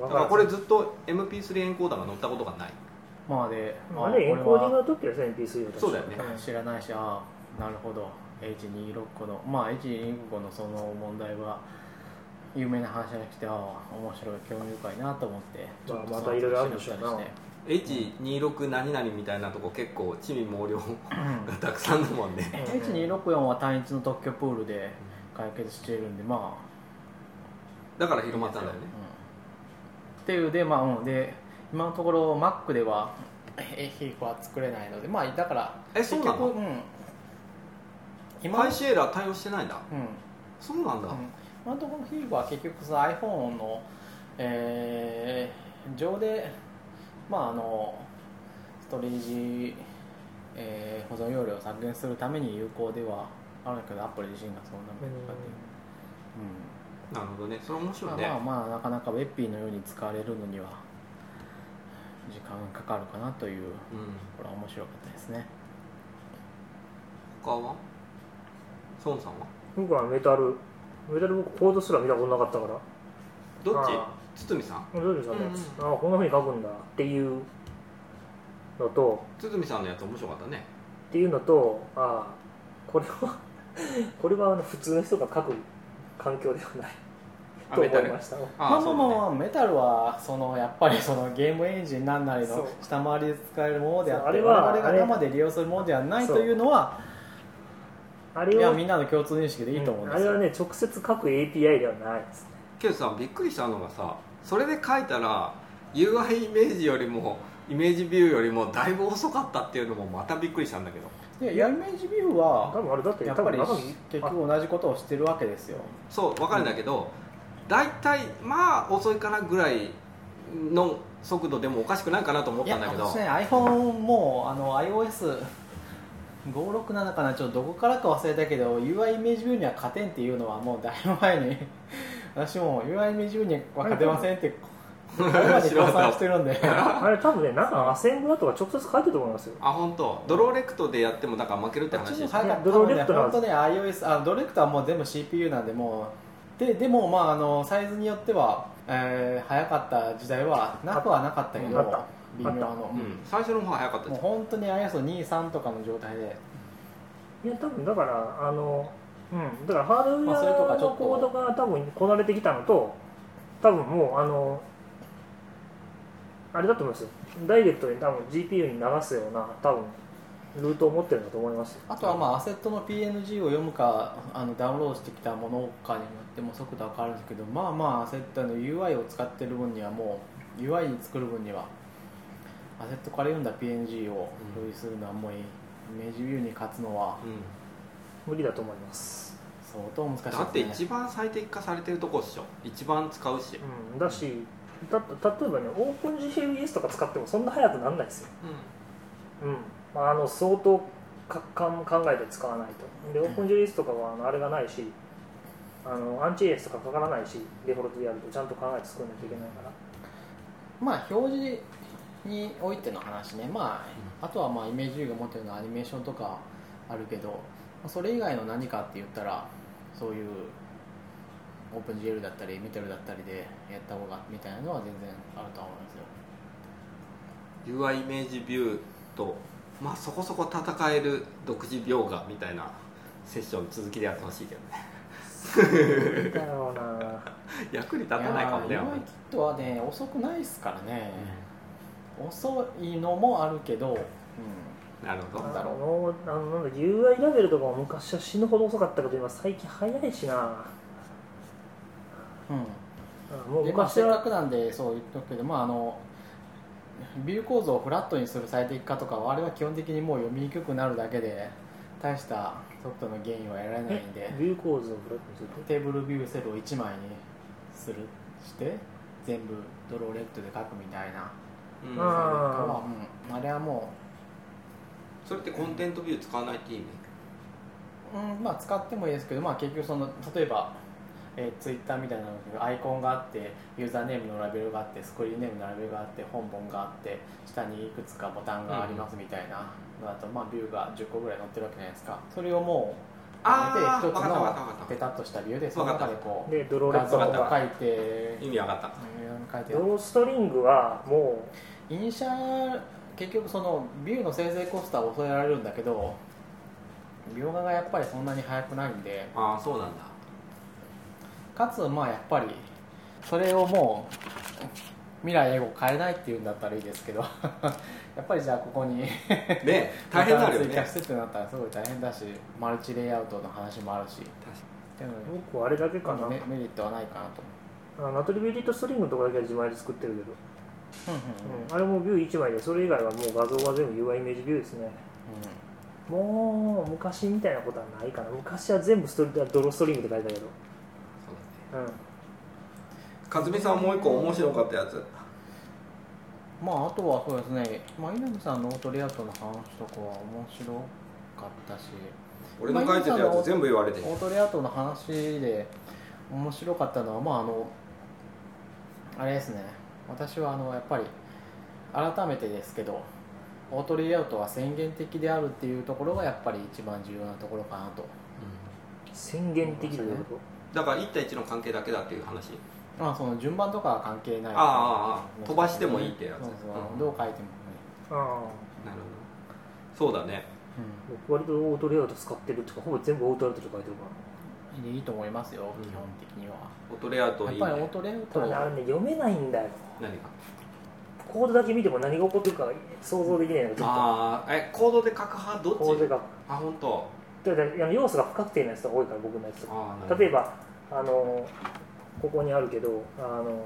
D: だ
B: わ
D: から
B: らん
D: これずっと MP3 エンコーダーが載ったことがない
A: まあで、ま
B: あれエンコーディング
A: こ
B: の時はさ MP3 だ
D: そうだよね
A: 知らないしああなるほど H265 のまあ H265 のその問題は有名な話じゃなくてああ面白い興味深いなと思って
B: まあまたいろいろあるんでしょうな
A: ちっと調べたり
D: H26 何々みたいなとこ結構地味毛量がたくさんだもんね
A: して H264 は単一の特許プールで解決しているんでまあ
D: だから広まったんだよね
A: っていうでまあうんで今のところ Mac ではえヒーフは作れないのでまあだから
D: えそうなの
A: 結局うん今
D: パイシエラー対応してないんだ
A: うん
D: そうなんだ、
A: うん今のところヒーブは結局その iPhone の、えー上で、まあ、あのストレージ、えー保存容量を削減するために有効ではあるんだけどアップル自身がそんなことやってる
D: なるほどねそれ面白い
A: うん
D: ね、
A: まあまあまあなかなかウェッピーのように使われるのには時間がかかるかなという
D: うん
A: これは面白かったですね
D: 他は孫さんは
B: 僕はメタルメタル僕コードすら見たことなかったから
D: どっ
B: あ
D: ち堤さん
B: どうですかね、
D: う
B: あこんなふうに書くんだっていうのと
D: 堤さんのやつ面白かったね
B: っていうのとああこれは これはあの普通の人が書く環境ではないと思いました
D: あ
A: まあま
D: そ
A: あ
D: う
A: ま
D: だ
A: あ
D: ね
A: まあ、メタルはそのやっぱりそのゲームエンジンなんなり
B: そ
A: の
B: う
A: 下回りで使えるものであって
B: そうあれは
A: 我々
B: あ
A: が
B: れ
A: 生で利用するものではない
B: そう
A: というのは
B: あ
A: い
B: れ
A: や
B: は
A: みんなの共通認識でいいと思うん
B: あ
A: です
B: れ
A: よ、
B: はね直接書く API ではないですね
D: けどさびっくりしたのがさそれで書いたら UI イメージよりもイメージビューよりもだいぶ遅かったっていうのもまたびっくりしたんだけど
A: でイメージビュー
B: 多
A: は
B: 分あれだって
A: やっ
B: 多
A: ぱ
B: 分
A: り
B: 中身
A: 結
B: あ
A: 局同じことをしてるわけですよ
D: そうわかるんだけど、大体まあ遅いかなぐらいの速度でもおかしくないかなと思っ
A: いや
D: たんだけど
A: 私ね iPhone もあの iOS567 かなちょっとどこからか忘れたけど UI イメージビューには勝てんっていうのはもうだいぶ前に 私も UI イメージビューには勝てません ってこれまで協賛してるんで
B: あれ多分ねなんかアセンブラとか直接書いてると思いますよ
D: あ本当。ドローレクトでやってもだから負けるって話でしょ
B: あ
A: はい
B: ドローレクトなん
A: 本
B: です
A: 当ね iOS あドローレクトはもう全部 CPU なんでもうででもまああのサイズによっては、えー早かった時代はなくはなかったけど
B: あった
A: 微妙な
B: あ
A: の、
D: うん、最初の方は早かった
A: もう
D: じ
A: 本当に iOS23 とかの状態で
B: いや多分だからあのうん、だからハードウェ
A: まあそれとか
B: ア
A: ちょ
B: の
A: っと
B: コードが多分こなれてきたのと多分もうあのあれだと思いますよダイレクトに多分 GPU に流すような多分ルートを持ってるんだと思いますよ
A: あとはまあアセットの PNG を読むかあのダウンロードしてきたものかによっても速度は変わるんですけどまあまあアセットの UI を使ってる分にはもう UI に作る分にはアセットから読んだ PNG を共有するのはもうイメージビューに勝つのは
B: 無理だと思います、
A: 相当難しいです
D: だ
A: ね
D: って一番最適化されてるとこっしょ一番使うし、
B: うん、だしだ例えばねオープン GPUS とか使ってもそんな速くならないですよ、うんまあ、あの相当かかん考えて使わないとでオープン GPUS とかはあのあれがないしあのアンチ AS とかかからないしデフォルトでやるとちゃんと考えて作らないといけないから
A: まあ表示においての話ね、まあ、あとはまあイメージビューが持ってるのはアニメーションとかあるけどまあそれ以外の何かって言ったらそういうオープン GL だったりメタルだったりでやった方がみたいなのは全然あるとは思うんですよ
D: UI イメージビューとまあそこそこ戦える独自描画みたいなセッション続きでやってほしいけどね
B: だよな
D: 役に立たないかも
A: い
D: ね
A: やー UI キットはね遅くないですからね、遅いのもあるけど、
D: なるほ
B: あ
D: ど
A: だろう
B: のあのなんだ UI ラベルとかも昔は死ぬほど遅かったけど今最近早いしな
A: うんうん
B: うんもう
A: でまあ、
B: 昔
A: せっか
B: は
A: くなんでそう言っとくけど、まあ、あのビュー構造をフラットにする最適化とかはあれは基本的にもう読みにくくなるだけで大したソフトの原因は得られないんで
B: えビュー構図をブロックにすると
A: テーブルビューセルを1枚にするして全部ドローレットで書くみたいな
D: うん
B: あー
A: は、うん、あれはも
D: それってコンテントビュー使わないっていいね
A: う、うんまあ、使ってもいいですけど、まあ、結局その例えば、えー、ツイッターみたいなのにアイコンがあってユーザーネームのラベルがあってスクリーンネームのラベルがあって本文があって下にいくつかボタンがありますみたいなのだと、まあ、ビューが10個ぐらい載ってるわけじゃないですかそれをもう
D: あー
A: やめて一つ
D: わかったわかったわかっ
A: の
D: た
A: ペタッとしたビューでその中でこう
B: でドローレ
A: 画
B: ット
A: 像を
D: わ
B: と
D: かった
B: か
A: 書いて
D: 意味わかった
A: 書いて
B: ドローストリングはも
A: イニシャル結局そのビューの生成コストは抑えられるんだけど描画がやっぱりそんなに速くないんで
D: ああそうなんだ
A: かつまあやっぱりそれをもう未来英語変えないっていうんだったらいいですけど やっぱりじゃあここに
D: ね大変なるよ
A: ボ
D: ね
A: タンを追加
D: 確
A: してってなったらすごい大変だしマルチレイアウトの話もあるしっていうの
B: う
A: に
B: 僕はあれだけかな
A: メメリットはないかなと
B: あのアトリビューティッドストリングのとかだけは自前で作ってるけど、
A: うん
B: う
A: うんうん
B: んあれもビュー1枚でそれ以外はもう画像は全部 UI イメージビューですねもう昔みたいなことはないかな昔は全部ストリドローストリングって書いてあるけど
D: そうだね
B: うん
D: かずみさんもう一個面白かったやつ
A: まああとはそうですね、まあ、稲見さんのオートレイアウトの話とかは面白かったし
D: 俺の書いてたやつ全部言われてる
A: オートレイアウトの話で面白かったのはまああのあれですね私はあのやっぱり改めてですけどオートレイアウトは宣言的であるっていうところがやっぱり一番重要なところかなと
B: 宣言的というこ
D: だから1対1の関係だけだっていう話
A: まあその順番とかは関係ない
D: ああああ飛ばしてもいいってやつ
A: そうそう、
D: うん
A: どう書いてもね、
B: とああ
D: なるほどそうだね
B: 僕割とオートレイアウト使ってるっていうかほぼ全部オートレイアウトで書いてるか
A: うん、いいと思いますよ
D: うん
A: 基本的には、
D: オートレイアウト
A: やっ
D: いい
A: ぱりオー
D: ね
A: トレイアウ
B: らた
A: ト
B: だねあれね読めないんだよ
D: 何が
B: コードだけ見ても何が起こってるか想像できないのがちょっ
D: ああえコードで書く派ど
B: とコー
D: っ
B: ド
D: ち
B: が
D: あ本当。
B: だからあの要素が不確定なやつが多いから僕のやつとか
D: ああ
B: 例えばあのここにあるけどあの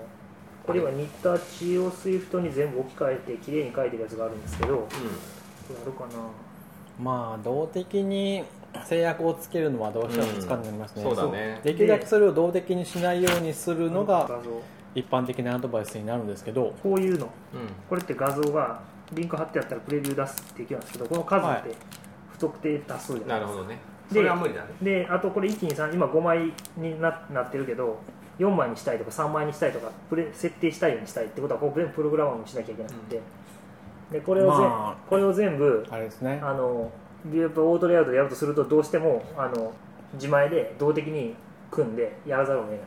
B: これはニッターチをスイフトに全部置き換えて綺麗に書いてるやつがあるんですけどこれあるかな
A: まあ動的に制約をつけるのはどうしても使うになりますね、
D: そうだね
A: できるだけそれを動的にしないようにするのが
B: 画像
A: 一般的なアドバイスになるんですけど、
B: こういうの
D: うん
B: これって画像がリンク貼ってあったらプレビュー出すってできるんですけどこの数
A: は
B: っ
A: い
B: て不特定多数じゃな
D: な
B: い
D: る
B: です
D: ほ
B: か、
D: どね
B: で
D: それは無理だね
B: であとこれ123今5枚にななってるけど4枚にしたいとか3枚にしたいとかプレ設定したいようにしたいってことはこれ全部プログラマーにしなきゃいけなくて、でこれをぜん、
A: ま
B: これを全部
A: あれですね
B: あのやっぱオートレイアウトでやるとするとどうしてもあの自前で動的に組んでやらざるを得ない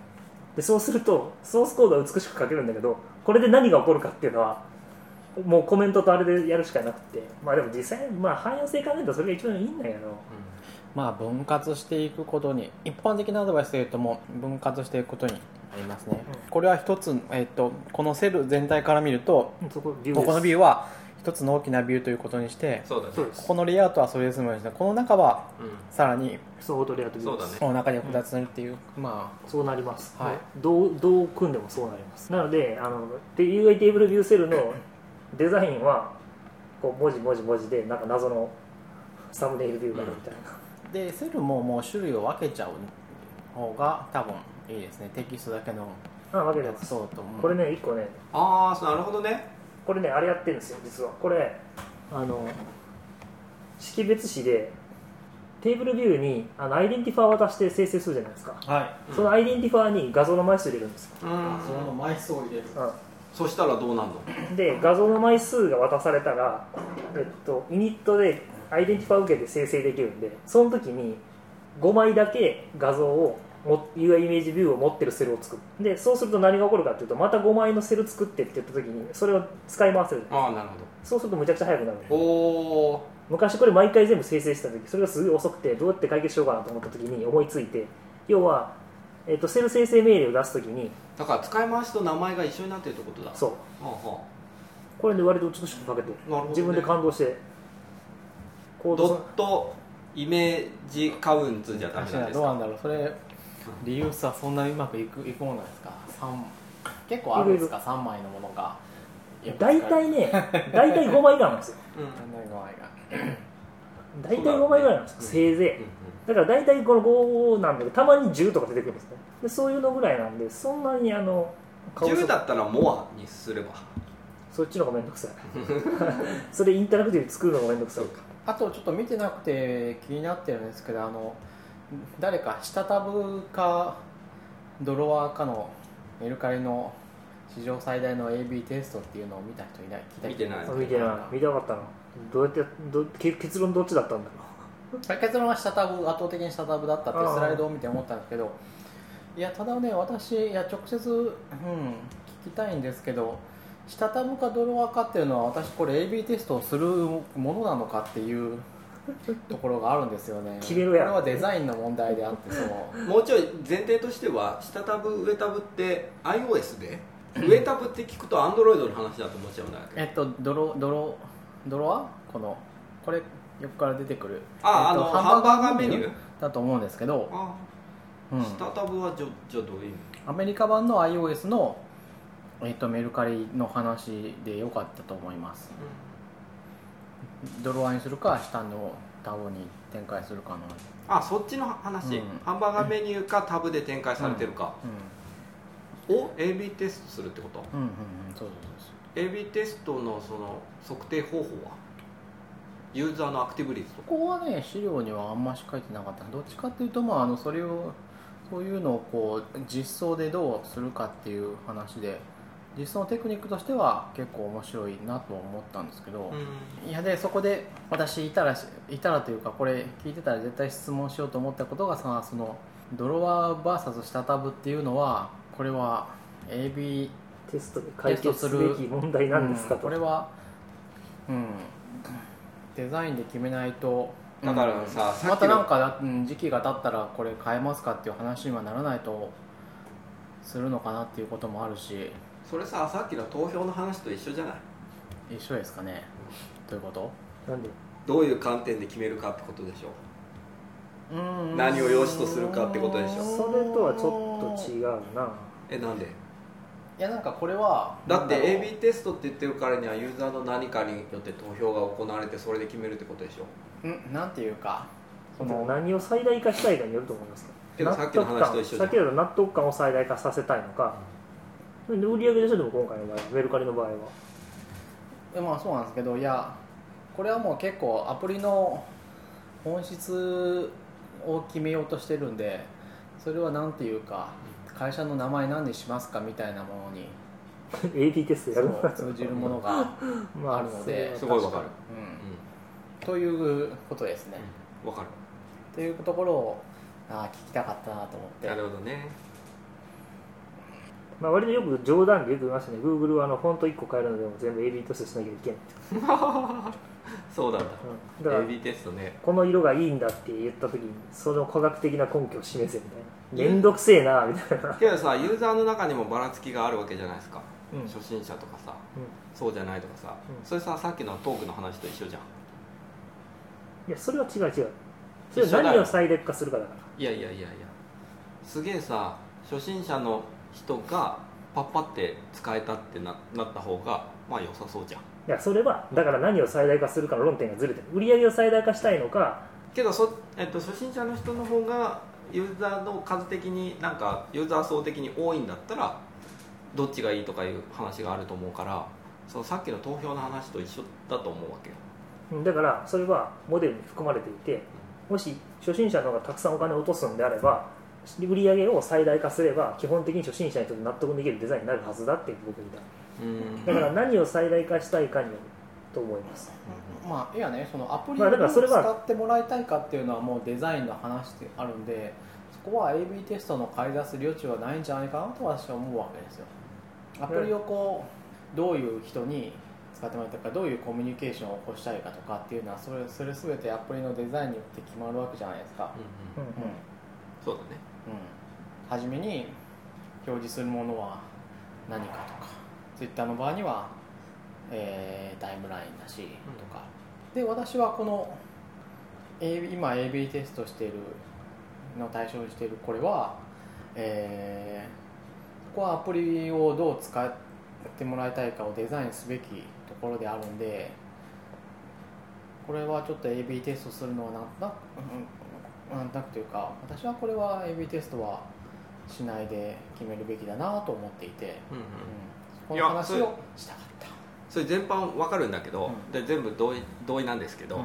B: でそうするとソースコードは美しく書けるんだけどこれで何が起こるかっていうのはもうコメントとあれでやるしかなくてまあでも実際まあ汎用性考えるとそれが一番いいんだけど
A: まあ分割していくことに一般的なアドバイスで言うともう分割していくことになりますね、
B: う
A: これは一つ、えっとこのセル全体から見ると
B: そこビューです
A: ここのビューは一つの大きなビューということにして
D: そうだね
B: そうです
A: ここのレイアウトはそれで済むようにしてこの中は
D: うん
A: さらに
B: ソートレアとビューです
D: そうだね
A: この中に複雑にするっていう、ま
B: そうなります、
A: はい
B: どうどう組んでもそうなりますなのであので UI テーブルビューセルのデザインはこう文字文字文字でなんか謎のサムネイルビューがあるみたいな、
A: あでセルももう種類を分けちゃう方が多分いいですねテキストだけの
B: あわけで
A: や
B: ます
A: つそうと思う
B: これね一個ね
D: ああそうなるほどね
B: これねあれやってるんですよ実はこれあの識別紙でテーブルビューにあのアイデンティファーを渡して生成するじゃないですか、
A: はい
D: うん
B: そのアイデンティファーに画像の枚数入れるんですよ、
D: う
A: その
D: ん
A: 枚数を入れる
B: うん、
D: そしたらどうなんの
B: で画像の枚数が渡されたら、えっと、イニットでアイデンティファー受けて生成できるんでその時に5枚だけ画像をも UI イメージビューを持ってるセルを作るでそうすると何が起こるかっていうとまた5枚のセル作ってって言った時にそれを使い回せる
D: ああなるほ
B: そうするとむちゃくちゃ早くなる
D: どおお
B: 昔これ毎回全部生成してた時それがすごい遅くてどうやって解決しようかなと思った時に思いついて要は、えっと、セル生成命令を出す時に
D: だから使い回しと名前が一緒になってるってことだう
B: そう
D: はあは
B: これで割と美しく書けてる
D: あなるほど、ね、
B: 自分で感動してコー
D: ド
B: ド
D: ットイメージカウンツじゃダメ
A: 確
D: な
A: か
D: んで
A: に
D: す
A: どう
D: か
A: なんだろうそれリユースはそんなにうまくいくいくものなんですか三結構あるんですか3枚のものが
B: 大体ね大体5枚ぐらいなんですよ
D: うん
A: 何枚が
B: 大体5枚ぐらいなんですよ、
D: うん
B: せいぜいだから大体この5なんだけどたまに10とか出てくるんですねでそういうのぐらいなんでそんなにあの顔
D: うん
B: 色
D: 10だったらモアにすれば
B: そっちの方がめんどくさい それインタラクティブ作るのがめんどくさい
A: あとちょっと見てなくて気になってるんですけどあの誰か下タブかドロワーかのメルカリの史上最大の AB テストっていうのを見た人いない聞いた人
D: 見てない
B: 見てない見たかったなどうやってど結結論どっちだったんだろ
A: 結論は下タブ圧倒的に下タブだったっていうスライドを見て思ったんですけどいやただね私いや直接、うん、聞きたいんですけど下タブかドロワーかっていうのは私これ AB テストをするものなのかっていう ところがあるんですよね
B: 決めろや
A: これはデザインの問題であって そう
D: もうちょい前提としては下タブ上タブって iOS で上タブって聞くと Android の話だと思っちゃうんだけど
A: えっとドロドロドロワーこのこれ横から出てくる
D: ああ
A: えっ
D: の
A: と
D: ハンバーガーメニュー
A: だと思うんですけど、
D: あ
A: う
D: あ
A: ん
D: 下タブはじゃじゃあどういう意味
A: アメリカ版の iOS の、えっとメルカリの話で良かったと思いますドロワーにするか下のタブに展開するかの、
D: あそっちの話、
A: うん
D: ハンバーガーメニューかタブで展開されてるか、
A: う
D: を AB テストするってこと
A: ん、うんうんうんそうそ
D: AB テストのその測定方法はユーザーのアクティブ率とか
A: うそうここはね資料にはあんまし書いてなかったどっちかっていうとまああのそれをそういうのをこう実装でどうするかっていう話で実装のテクニックとしては結構面白いなとは思ったんですけど、いやでそこで私いたらしいたらというかこれ聞いてたら絶対質問しようと思ったことがさそのドロワー VS 下タブっていうのはこれは AB
B: うテストで解決すべき問題なんですか
A: うん
B: と、
A: これは、うん、デザインで決めないと
D: だからさ
A: うん
D: さっきの
A: またなんかだ、うん時期が経ったらこれ変えますかっていう話にはならないとするのかなっていうこともあるし
D: それささっきの投票の話と一緒じゃない
A: 一緒ですかねということ
B: なんで
D: どういう観点で決めるかってことでしょ
A: うん
D: 何を良しとするかってことでしょ
B: それとはちょっと違うな
D: えなんで
A: いやなんかこれは
D: だって
A: なんろう
D: AB テストって言ってるからにはユーザーの何かによって投票が行われてそれで決めるってことでしょ
A: んなんていうかその
B: 何を最大化したいかによると思いますけど
D: でもさっきの話と一
B: 納得感さ
D: 緒じゃ
B: っ
D: ん
B: きの納得感を最大化させたいのか、で売り上げでしょでも今回の場合メルカリ の場合は
A: えまあそうなんですけどいやこれはもう結構アプリの本質を決めようとしてるんでそれはなんていうか会社の名前何にしますかみたいなものに
B: AP テストや
A: そ
B: る
A: う通じるものが、
B: ま
A: あるので
D: すごいわかる
A: うん、ということですね、
D: うんわかる
A: というところをあー聞きたかったなと思って
D: なるほどね
B: まあ、割とよく冗談でよく言いましたね Google はあのフォント1個変えるのでも全部 AB テストしなきゃいけない
D: そうなんだ
B: うん、だから
D: AB テストね
B: この色がいいんだって言った時にその科学的な根拠を示せみたいな面倒くせえなみたいな、
D: けどさユーザーの中にもばらつきがあるわけじゃないですか、
B: うん
D: 初心者とかさ
B: うん
D: そうじゃないとかさ、
B: うん
D: それささっきのトークの話と一緒じゃん
B: いやそれは違う違うそれ
D: 一緒だ
B: は
D: よ
B: 何を最適化するかだから
D: いやいやいやいやすげえさ初心者の人がパッパって使えたってななった方がまあ良さそうじゃん
B: いやそれはだから何を最大化するかの論点がずれてる売り上げを最大化したいのか
D: けどそ、えっと、初心者の人の方がユーザーの数的になんかユーザー層的に多いんだったらどっちがいいとかいう話があると思うからそのさっきの投票の話と一緒だと思うわけよ
B: うんだからそれはモデルに含まれていてもし初心者の方がたくさんお金を落とすんであれば売り上げを最大化すれば基本的に初心者にとって納得できるデザインになるはずだって僕みたい
D: うん
B: だから何を最大化したいかによると思います
A: まあいやねそのアプリ
B: ま
A: を
B: あだ
A: ど
B: から
A: う
B: それは
A: 使ってもらいたいかっていうのはもうデザインの話であるんでそこは AB テストの買い出す余地はないんじゃないかなと私は思うわけですよアプリをこうどういう人に使ってもらいたいかどういうコミュニケーションを起こしたいかとかっていうのはそれそれ全てアプリのデザインによって決まるわけじゃないですか
D: うんうん
B: うん
A: うん
D: そうだね
A: うん、初めに表示するものは何かとか Twitter の場合には、えータイムラインだしとか、で私はこの A- 今 AB テストしているの対象にしているこれは、えーここはアプリをどう使ってもらいたいかをデザインすべきところであるんでこれはちょっと AB テストするのはなんとなく、うんなんとなくというか私はこれは AB テストはしないで決めるべきだなと思っていて、
D: うん
A: うん、そ
D: うんいや
A: この話
D: それ
A: をしたかった。
D: それ全般わかるんだけど、
A: うん
D: で全部同意同意なんですけど、
A: うん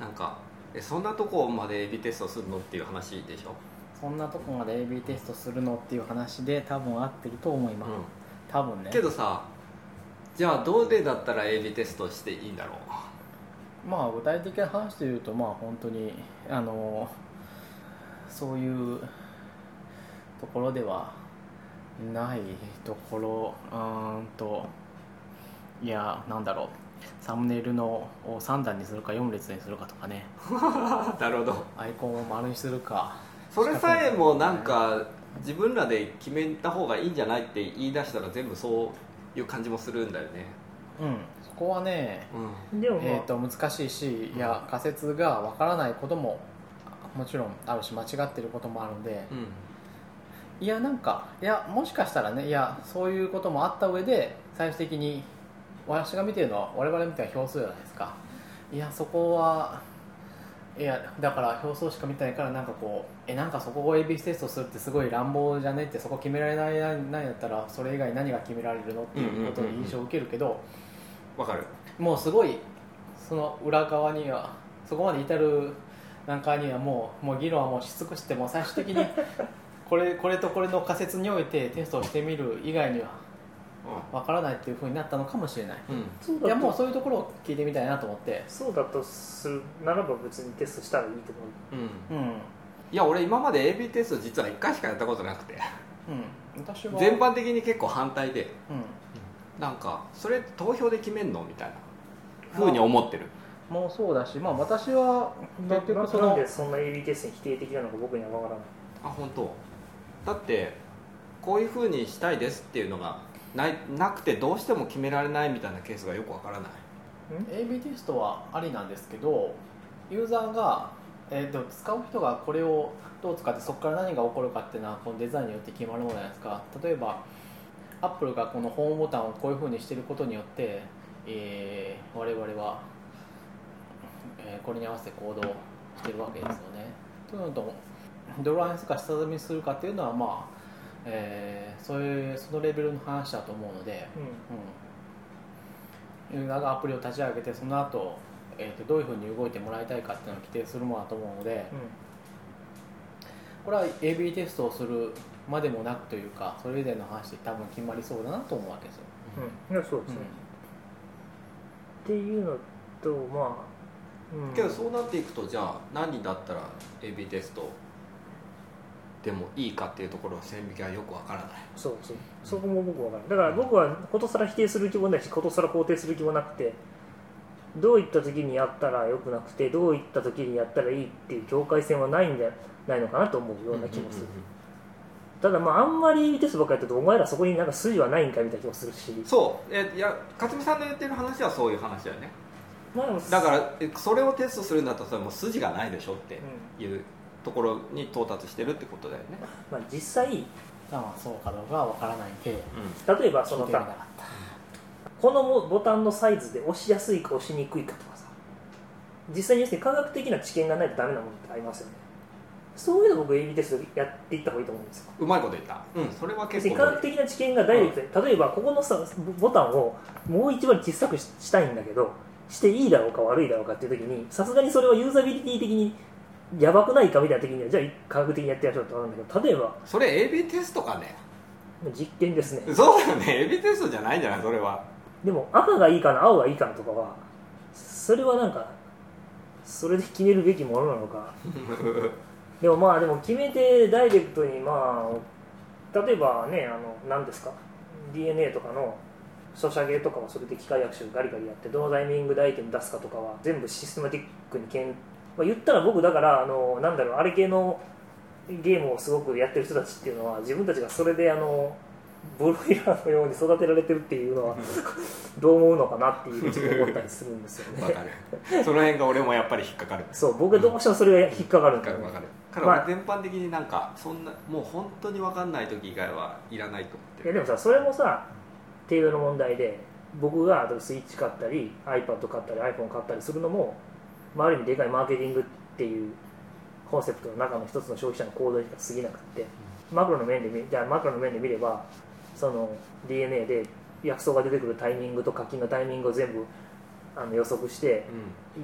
D: なんかえそんなとこまで AB テストするのっていう話でしょ、
A: そんなとこまで AB テストするのっていう話で多分合ってると思います、
D: うん
A: 多分ね
D: けどさじゃあどうでだったら AB テストしていいん だろ
A: まあ具体的な話で言うとまあ本当にあのそういうところではないところうーんといやなんだろうサムネイルのを3段にするか4列にするかとかね
D: うなるほど
A: アイコンを丸にするか
D: それさえもなんか自分らで決めた方がいいんじゃないって言い出したら全部そういう感じもするんだよね、
A: うんそこはね
D: う
B: でもまあ、
A: えー、と難しいしいや仮説がわからないことももちろんあるし間違ってることもあるんで
D: ん
A: いやなんかいやもしかしたらねいやそういうこともあった上で最終的に私が見てるのは我々みたいな票数じゃないですかいやそこはいやだから表層しか見てないからなんかこうえなんかそこを AB テストするってすごい乱暴じゃねってそこ決められないなんやったらそれ以外何が決められるのっていうことに印象を受けるけど、
D: わかる
A: もうすごいその裏側にはそこまで至る段階にはもうもう議論はもうし尽くしてもう最終 的にこれこれとこれの仮説においてテストをしてみる以外にはわからないっていうふうになったのかもしれない
D: うん、
B: そうだ
A: い
B: と
A: やもうそういうところを聞いてみたいなと思って
B: そうだとするならば別にテストしたらいいと思う
D: うん
A: うんうん
D: いや俺今まで AB テスト実は1回しかやったことな くて
A: 私は
D: 全般的に結構反対で
A: うん、
D: なんかそれ投票で決めんのみたいなふうに思ってる
A: もうそうだしまあ私は
B: な
A: 結局そ
B: なん
A: の
B: でそんな AB テストに否定的なのか僕には分からない
D: あ本当だってこういうふうにしたいですっていうのがないなくてどうしても決められないみたいなケースがよくわからない
A: AB テストはありなんですけどユーザーが、えー、と使う人がこれをどう使ってそこから何が起こるかっていうのはこのデザインによって決まるものじゃないですか例えばアップルがこのホームボタンをこういうふうにしてることによって、えー我々は、えーこれに合わせて行動してるわけですよねというのとドラインするか下積みするかっていうのはまあ、えーそういうそのレベルの話だと思うので、
B: う
A: うん、ユーザーがアプリを立ち上げてその後、えー、とどういうふうに動いてもらいたいかっていうのを規定するものだと思うので
B: ん、うん
A: これは AB テストをするまでもなくというかそれ以前の話で多分決まりそうだなと思うわけですよ、
B: うん、いやそうですね、っていうのとまあ、うん、
D: けどそうなっていくとじゃあ何だったら AB テストでもいいかっていうところは線引きはよくわからない
B: そうそうそこも僕分からないだから僕はことさら否定する気もないしことさら肯定する気もなくてどういった時にやったら良くなくてどういった時にやったらいいっていう境界線はないんじゃないのかなと思うような気もする、ただまああんまりテストばっかりやってるとお前らそこになんか筋はないんかみたいな気もするし
C: そうえいや勝美さんの言ってる話はそういう話だよね
B: まあでも
C: だからえそれをテストするんだったらそれもう筋がないでしょって
B: う
C: いうところに到達してるってことだよね、
B: まあ、実際
A: まあそうかどうかは分からないけど
B: 例えばそ
A: 聞い
B: の
A: てみなか
B: さ
A: った
B: このボタンのサイズで押しやすいか押しにくいかとかさ実際に要するに科学的な知見がないとダメなものってありますよねそういうの僕 AB テストやっていった方がいいと思うんですよ
C: うまいこと言ったうんそれは
B: 別
C: 結
B: に
C: 構
B: 科学的な知見がダイレクトに例えばここのさボタンをもう一番小さくししたいんだけどしていいだろうか悪いだろうかっていう時にさすがにそれはユーザビリティ的にやばくないかみたいな時にはじゃあ科学的にやってみましょうってなるんだけど例えば
C: それ AB テストかね
B: 実験ですね
C: そうだよね AB テストじゃないんじゃないそれは
B: でも赤がいいかな青がいいかなとかはそれはなんかそれで決めるべきものなのかでもまあでも決めてダイレクトにまあ例えばねあの何ですか DNA とかのソシャゲとかはそれで機械学習ガリガリやってどのタイミングでアイテム出すかとかは全部システマティックにけん、まあ、言ったら僕だからあのなんだろうあれ系のゲームをすごくやってる人たちっていうのは自分たちがそれであのブロイラーのように育てられてるっていうのはどう思うのかなっていうちょっと思ったりするんですよ
C: わ
B: ね
C: かるその辺が俺もやっぱり引っかかる
B: そう僕はどうしてもそれが引っかかるん
C: わか
B: だよ
C: る
B: ね
C: わかるから
B: まあ
C: 俺全般的になんかそんなもう本当にわかんない時以外はいらないと思っ
B: い
C: てる
B: やでもさそれもさ程度の問題で僕が例えばスイッチ買ったり iPad 買ったり iPhone 買ったりするのも、まあ、ある意味でかいマーケティングっていうコンセプトの中の一つの消費者の行動にしか過ぎなくってマクロの面で見じゃあマクロの面で見ればその DNA で薬草が出てくるタイミングと課金のタイミングを全部あの予測して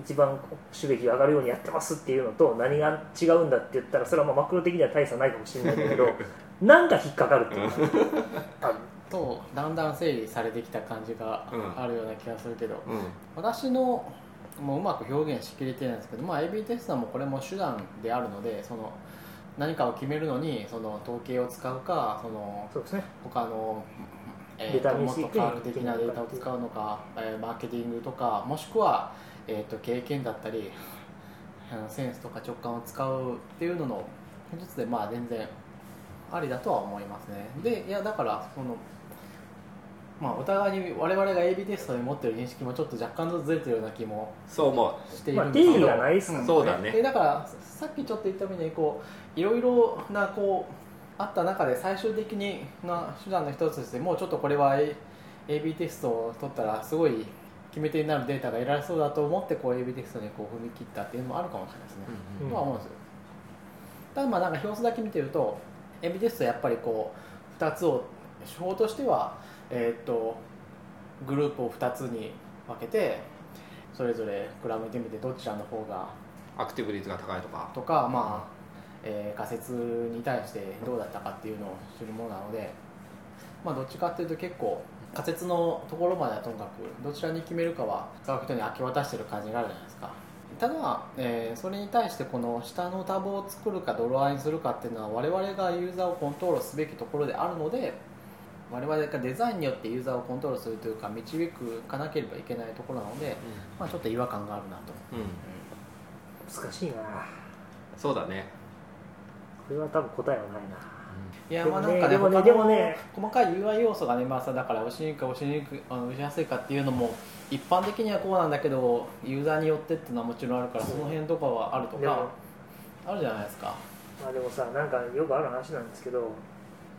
B: 一番収益が上がるようにやってますっていうのと何が違うんだって言ったらそれはまあマクロ的には大差ないかもしれないんだけど なんか引っかかるっていうかある
A: とだんだん整理されてきた感じが
C: うん
A: あるような気がするけど、
C: うんうん
A: 私のもううまく表現しきれてないんですけど、まあ、AB テストもこれも手段であるのでその何かを決めるのにその統計を使うかその
B: そうですね
A: 他の、え
B: デー
A: ー、
B: タ
A: と
B: ベー
A: も
B: ス
A: っと科学的なデータを使うのか、えーマーケティングとかもしくは、えー、と経験だったり あのセンスとか直感を使うっていうのの一つでまあ全然ありだとは思いますねでいやだからそのまあお互いに我々が AB テストで持ってる認識もちょっと若干ずつずれてるような気も
C: そう思
A: してい
B: ま
A: る
B: あ、
A: ん
B: 定
A: です
B: 義
A: けど、
B: がないですから
C: う
B: ね
C: そうだね
A: でだからさっきちょっと言ったみたいにこういろいろなこうあった中で最終的にな手段の一つとしてもうちょっとこれは A- AB テストを取ったらすごい決め手になるデータが得られそうだと思ってこう AB テストにこう踏み切ったっていうのもあるかもしれないですね、
C: う
A: とは思うんですよただまあなんか表数だけ見てると AB テストはやっぱりこう2つを手法としてはえーっとグループを2つに分けてそれぞれ比べてみてどちらの方が
C: アクティブ率が高いとか
A: とか、まあえー仮説に対してどうだったかっていうのを知るものなので、まあ、どっちかっていうと結構仮説のところまではともかくどちらに決めるかは使う人に明け渡してる感じがあるじゃないですかただ、えーそれに対してこの下のタブを作るかドローアイにするかっていうのは我々がユーザーをコントロールすべきところであるので我々がデザインによってユーザーをコントロールするというか導くかなければいけないところなので、まあ、ちょっと違和感があるなと
C: うん、うん、
B: 難しいな
C: そうだね
B: これは多分答えはないない
A: やまあなんか
B: で
A: ね
B: もね
A: 他の
B: でもね
A: 細かい UI 要素がねまあさだから押しにくい押しにくいあの押しやすいかっていうのも一般的にはこうなんだけどユーザーによってっていうのはもちろんあるからその辺とかはあると
B: でも,、
A: かあるじゃないですか
B: まあ、でもさなんかよくある話なんですけど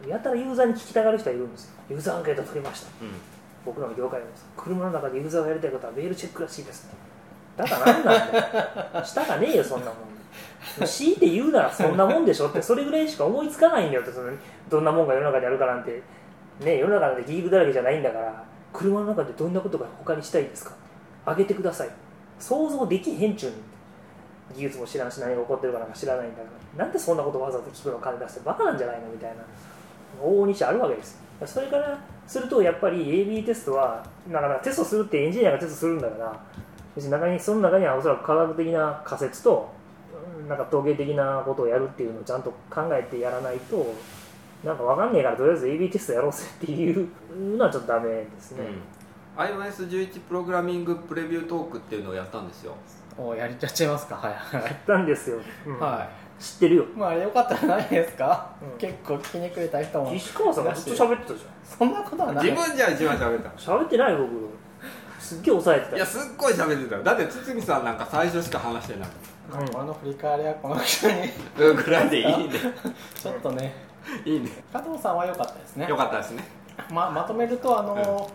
B: やたらユーザーに聞きたがる人はいるんですよユーザーアンケート取りました
C: う
B: 僕らの業界でもさ車の中でユーザーがやりたいことはメールチェックらしいですだから何なんだよしたかねえよそんなもん強いて言うならそんなもんでしょってそれぐらいしか思いつかないんだよってそのどんなもんが世の中にあるかなんてね世の中でギークだらけじゃないんだから車の中でどんなことが他にしたいですか上げてください想像できへんちゅうねん技術も知らんし何が起こってるかなんか知らないんだからなんでそんなことわざわざ聞くの金出してバカなんじゃないのみたいな往々にしてあるわけですよそれからするとやっぱり AB テストはなかなかテストするってエンジニアがテストするんだから別に中にその中にはおそらく科学的な仮説とうんなんか統計的なことをやるっていうのをちゃんと考えてやらないとなんかわかんねえからとりあえず AB テストやろうぜっていうのはちょっとダメですね、
C: ん、うん、
D: iOS11 プログラミングプレビュートークっていうのをやったんですよ
A: おやりやっちゃいますかはいはい、
B: なんですよ、うん
A: は
B: 知ってるよ
A: いまああれよかったじゃないですか、
B: うん
A: 結構聞きにくれた人も
B: 石川さんがずっと喋ってたじ
A: そんなことはない
D: 自分じゃ一番喋った
B: ゃん喋ってない僕すっげえ抑えてた
D: い
B: よ
D: やすっごい喋ってたよだって堤さんなんか最初しか話してない
B: うん
A: 今の振り返りはこの人に
D: うんぐらいでいいね
A: ちょっとね
D: いいね
A: 加藤さんは良かったですね
D: よかったですね
A: ままとめるとあの、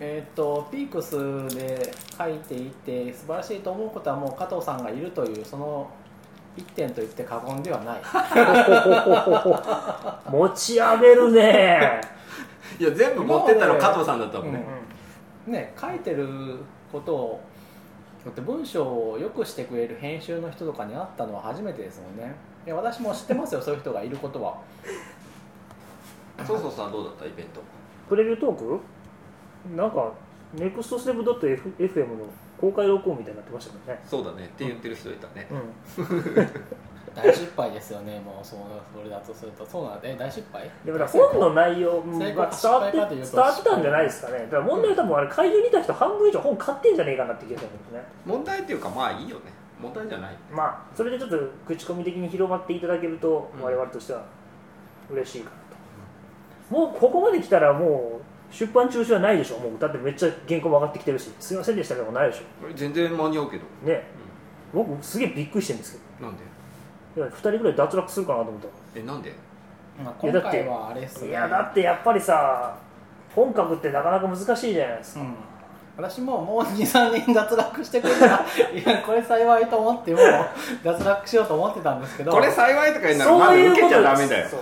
A: えー、とピークスで書いていて素晴らしいと思うことはもう加藤さんがいるというその一点と言って過言で はない
B: 持ち上げるね、
D: いや全部持ってったの加藤さんだったもん
B: う
D: ね、
B: ん
A: ね書いてることをだって文章をよくしてくれる編集の人とかに会ったのは初めてですもんねいや私も知ってますよそういう人がいることは
D: そうそうさんどうだったイベント
B: プレビュートークなんか nextstep.fm の公開録音みたいになってましたもんね
D: そうだねって言ってる人いたね、
B: うん
A: 大失敗ですよねもうそうそれだとするとそうなんで大失敗
B: でもだから本の内容が
A: 成
B: 伝
A: 功
B: わ
A: か失
B: っ
A: 敗
B: て
A: かと
B: 伝
A: いうと
B: わってたんじゃないですかねだから問題は多分あれ会場にいた人半分以上本買ってんじゃねえかなって気がするんですね
D: 問題っていうかまあいいよね問題じゃない
B: まあそれでちょっと口コミ的に広まっていただけると
D: うん
B: 我々としては嬉しいかなと、もうここまで来たらもう出版中止はないでしょもうだってめっちゃ原稿も上がってきてるしすいませんでしたでもないでしょ
D: 俺全然間に合うけど、
B: ね僕すげえびっくりしてるんですけど
D: うん、なんで
B: いや2人ぐらい脱落するかなと思った
D: えなんで
A: まあ
B: いや
A: 今
B: だって
A: 回はあれですね
B: いやだってやっぱりさ本格ってなかなか難しいじゃないです
A: う
B: か、
A: ん、私ももう23人脱落してくれた らいやこれ幸いと思ってもう脱落しようと思ってたんですけど
D: これ幸いとか言うならま
B: そう
D: ず
B: いう
D: 受
B: こと
D: けちゃ
B: で
D: ダ
B: す
D: メだよ
B: そう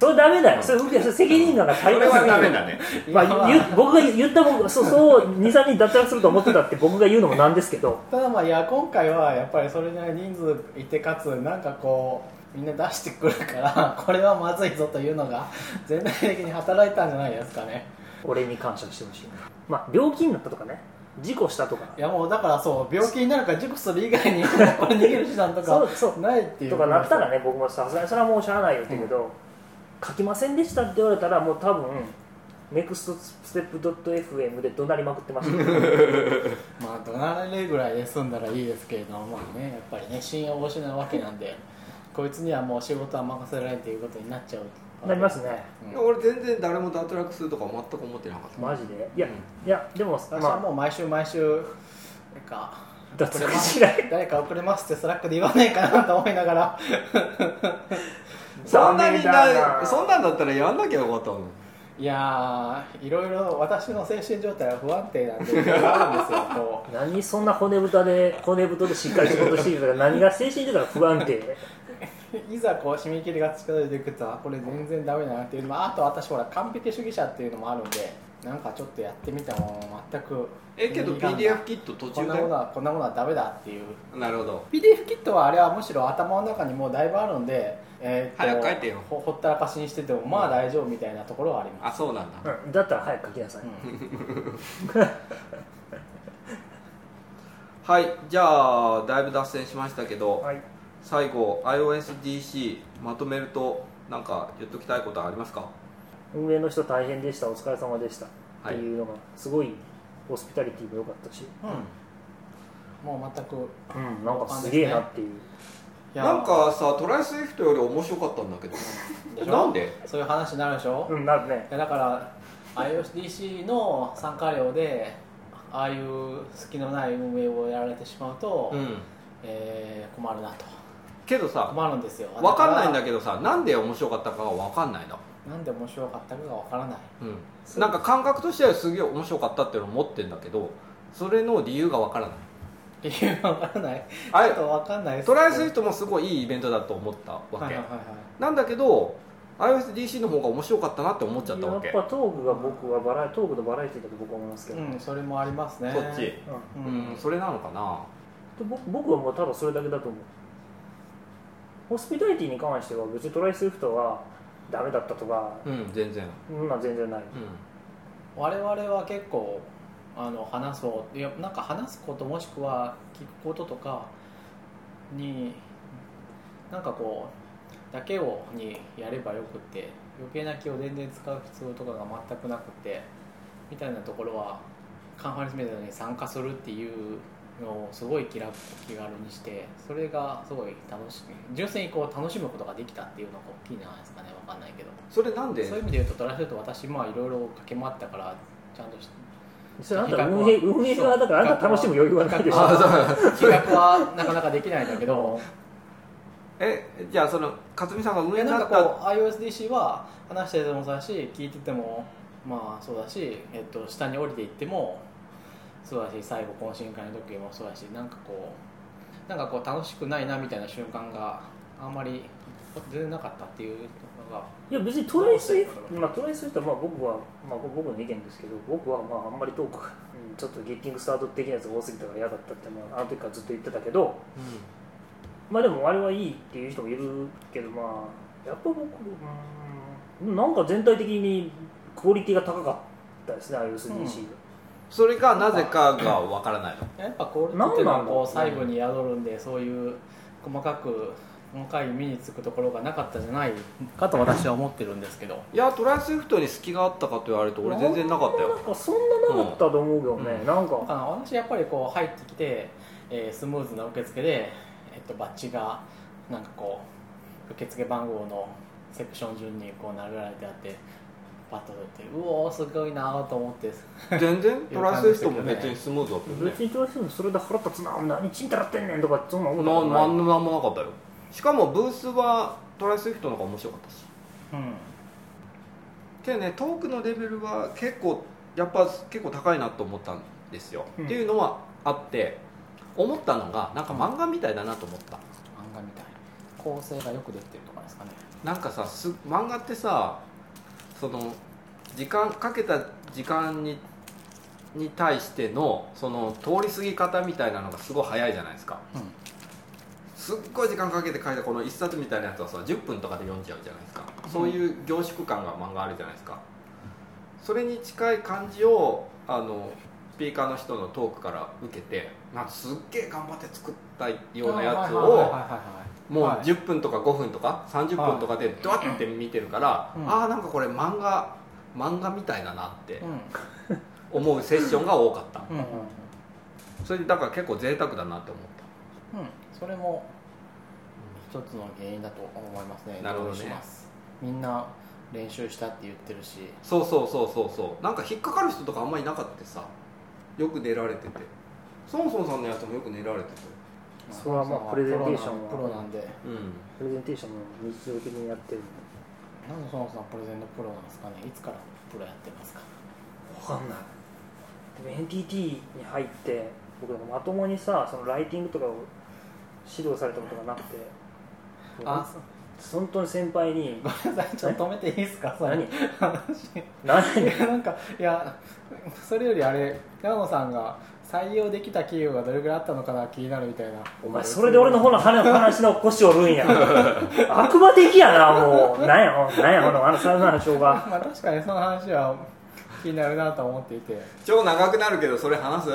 B: それダメだよそれ受けそれ責任感が
D: そ
B: 足り
D: れ
B: なす
D: は
B: ぎ
D: ダメ
B: る
D: だね
B: まあ、言う僕が言った僕そうそう23人脱落すると思ってたって僕が言うのもなんですけど
A: ただまあいや今回はやっぱりそれなりに人数いてかつなんかこうみんな出してくるからこれはまずいぞというのが 全体的に働いたんじゃないですかね
B: 俺に感謝してほしいなまあ病気になったとかね事故したとか
A: いやもうだからそう病気になるから事故する以外に これ逃げる手段と
B: そ
A: か
B: うそう
A: ないっていう
B: とかなったらね僕もさすがにそれはもうしゃあないよって言うけど、書きませんでしたって言われたらもう多分 nextstep.fm で怒鳴りまくってました ね
A: まあ怒鳴られるぐらいで済んだらいいですけれどもまあねやっぱりね信用を失うわけなんでこいつにはもう仕事は任せられんということになっちゃう
B: なりますね
A: うん
D: いや俺全然誰も脱落するとか全く思ってなかった
B: マジでいや、
D: うん
B: いやでも、
A: 私は
B: まあ、
A: もう毎週毎週なんか
B: 脱落しない
A: 誰か遅れますってスラックで言わないかなと思いながら
D: そんなみん
B: 残念だ
D: な
B: な
D: そんなんだったらやんなきゃよかったの
A: いやーいろいろ私の精神状態は不安定なんでいろいろあるんですよこ
B: 何そんな骨太で骨太でしっかり仕事してるから何が精神的に不安定
A: ういざこう締め切りが近づいてくるとあこれ全然ダメだなっていうのもあと私ほら完璧主義者っていうのもあるんでなんかちょっとやってみても全く
D: えけど
A: 身に感
D: PDF キット途
A: こん
D: 中
A: な
D: だ
A: もの
D: よ
A: はこんなものはダメだっていう
D: なるほど
A: PDF キットはあれはむしろ頭の中にもうだいぶあるんで、えーと
D: 早く書いてよ
A: ほほったらかしにしててもまあ大丈夫みたいなところはあります、
D: あそうなんだ
B: うんだったら早く書きなさい、
A: うん
D: はいじゃあだいぶ脱線しましたけど
B: はい、
D: 最後 iOSDC まとめるとなんか言っときたいことはありますか
B: 運営の人大変でしたお疲れ様でした、
D: はい
B: っていうのがすごいホスピタリティも良かったし、
A: うん、もう全くい
B: うん、なんかすげえなっていう、
A: や
D: なんかさトライスイフトより面白かったんだけど
A: でしょ
D: なんで
A: そういう話になるでしょ、
B: うんなるね
A: いやだから IODC の参加料でああいう隙のない運営をやられてしまうと、
D: うん
A: えー困るなと
D: けどさ
A: 困るんですよ
D: 分かんないんだ
A: け
D: けどさなんで面白かったかが分かんないの
A: どなんで面白かったかがわからない
D: うんなんか感覚としてはすげえ面白かったっていうのを持ってんだけどそれの理由が分からない
A: 理由がわからない
D: あ
A: ちょっ
D: れ
A: とわかんないです
D: トライアスイフトもすごいいいイベントだと思ったわけ、
A: はいはいはいはい
D: なんだけど iOSDC の方が面白かったなって思っち
B: や
D: ゃ
B: っ
D: ったわけ
B: ぱトークが僕はバラエトークのバラエティだと僕は思いますけど、
A: うん、それもありますね
D: そっち、
B: う
A: うん、
D: うん、それなのかなん
B: で僕僕はもうただそれだけだと思うホスピタリティに関しては別にトライスイフトはダメだったとか
D: うん全然
B: そんなん全然ない
D: うん
A: 我々は結構あの話そういやなんか話すこともしくは聞くこととかになんかこうだけをにやればよくって余計な気を全然使う必要とかが全くなくてみたいなところはカンファレンスメディアに参加するっていうのをすごい気楽気軽にしてそれがすごい楽しみ純粋にこう楽しむことができたっていうのが大きいんじゃないですかねわかんないけど
D: それなんで
A: そういう意味で言うとドラフト私まあいろいろ駆け回ったからちゃんとし
B: それあんた運営運営側だからあんた楽しむ余裕はないでしょ
A: 企画はなかなかできないんだけど
D: えじゃあその勝美さんが
A: い
D: 上
A: や
D: に
A: な
D: なんっ
A: か
D: た
A: こう iOSDC は話しててもそうだし聞いててもまあそうだし、えっと、下に降りていってもそうだし最後懇親会の時もそうだしなんかこうなんかこう楽しくないなみたいな瞬間があんまり全然なかったっていうのが
B: いや別にトライスイフト、まあ、トライスイフトはまあ僕は、まあ、僕の意見ですけど僕はまああんまりトークがうんちょっとゲッキングスタート的なやつが多すぎたから嫌だったって、まあ、あの時からずっと言ってたけどまあでもあれはいいっていう人もいるけどまあやっぱ僕うーんなんか全体的にクオリティが高かったですね iOSDC
D: それがなぜかがわからないの
A: やっぱクオリティっていうのはこ
B: なんなん
A: う
B: だろうね
A: 細部に宿るんでそういう細かく細かい身につくところがなかったじゃないかと私は思ってるんですけど
D: いやトライアスウィフトに隙があったかと言われると
B: で
D: 俺全然なかった
B: なん
D: よ
B: かそんななかったと思うけどね、
A: うん
B: なん
A: あ
B: か
A: の私やっぱりこう入ってきて、えースムーズな受付で、えっと、バッジがなんかこう受付番号のセクション順にこう並べられてあってパッと取ってうおーすごいなーと思って
D: 全然トライアスウィフトも別にスムーズだったよね
B: 別にトライスイフトそれで腹立つな何ちんたらってんねんとかそんな
D: な
B: 思ったことない
D: なんなんもなかったよしかもブースはトライアスウィフトの方が面白かったし
A: うん
D: けどねトークのレベルは結構やっぱ結構高いなと思ったんですよ、
B: うん
D: っていうのはあって思ったのがなんか漫画みたいだなと思った、
A: 漫画みたい構成がよくできてるとかですかね
D: なんかさす漫画ってさその時間かけた時間にに対してのその通り過ぎ方みたいなのがすごい早いじゃないですか
A: うん
D: すっごい時間かけて書いたこの一冊みたいなやつはさ10分とかで読んじゃうじゃないですかそういう凝縮感が漫画あるじゃないですかそれに近い感じをあのスピーカーの人のトークから受けてなんかすっげえ頑張って作ったようなや
A: はいはいは
D: つ
A: い
D: を
A: はい
D: もう
A: はい
D: 10分とか5分とか30分とかでドワッて見てるから、
A: うん
D: ああなんかこれ漫画漫画みたいだなって
A: う
D: 思うセッションが多かった
A: んうん
D: それでだから結構贅沢だなって思
A: う
D: っ
A: んそれも一つの原因だと思いますね
D: なるほどね
A: 同意しますみんな練習したって言ってるした
D: そうそうそうそうそうなんか引っかかる人とかあんまりいなかったさよく寝られててソンソンさんのやつもよく寝られてて
B: それはまあプレゼンテーションは
A: プロなんで
D: うん
B: プレゼンテーションも日常的にやってる
A: なんでそもそもプレゼンのプロなんですかねいつからプロやってますか
B: わかんないでも NTT に入って僕なんかまともにさそのライティングとかを指導されたことがなくて
A: あ
B: 本当に先輩 に
A: ごめんなさいちょっと止めていいですかそれ
B: 何
A: 話
B: 何
A: いやなんかいやそれよりあれ長野さんが採用できた企業がどれぐらいあったのかな気になるみたいな
B: お前それで俺の方の話の腰折るんや悪魔的やなもうなんやもうなんやこの話の話が
A: まあ確かにその話は気になるなと思っていて
D: 超長くなるけどそれ話す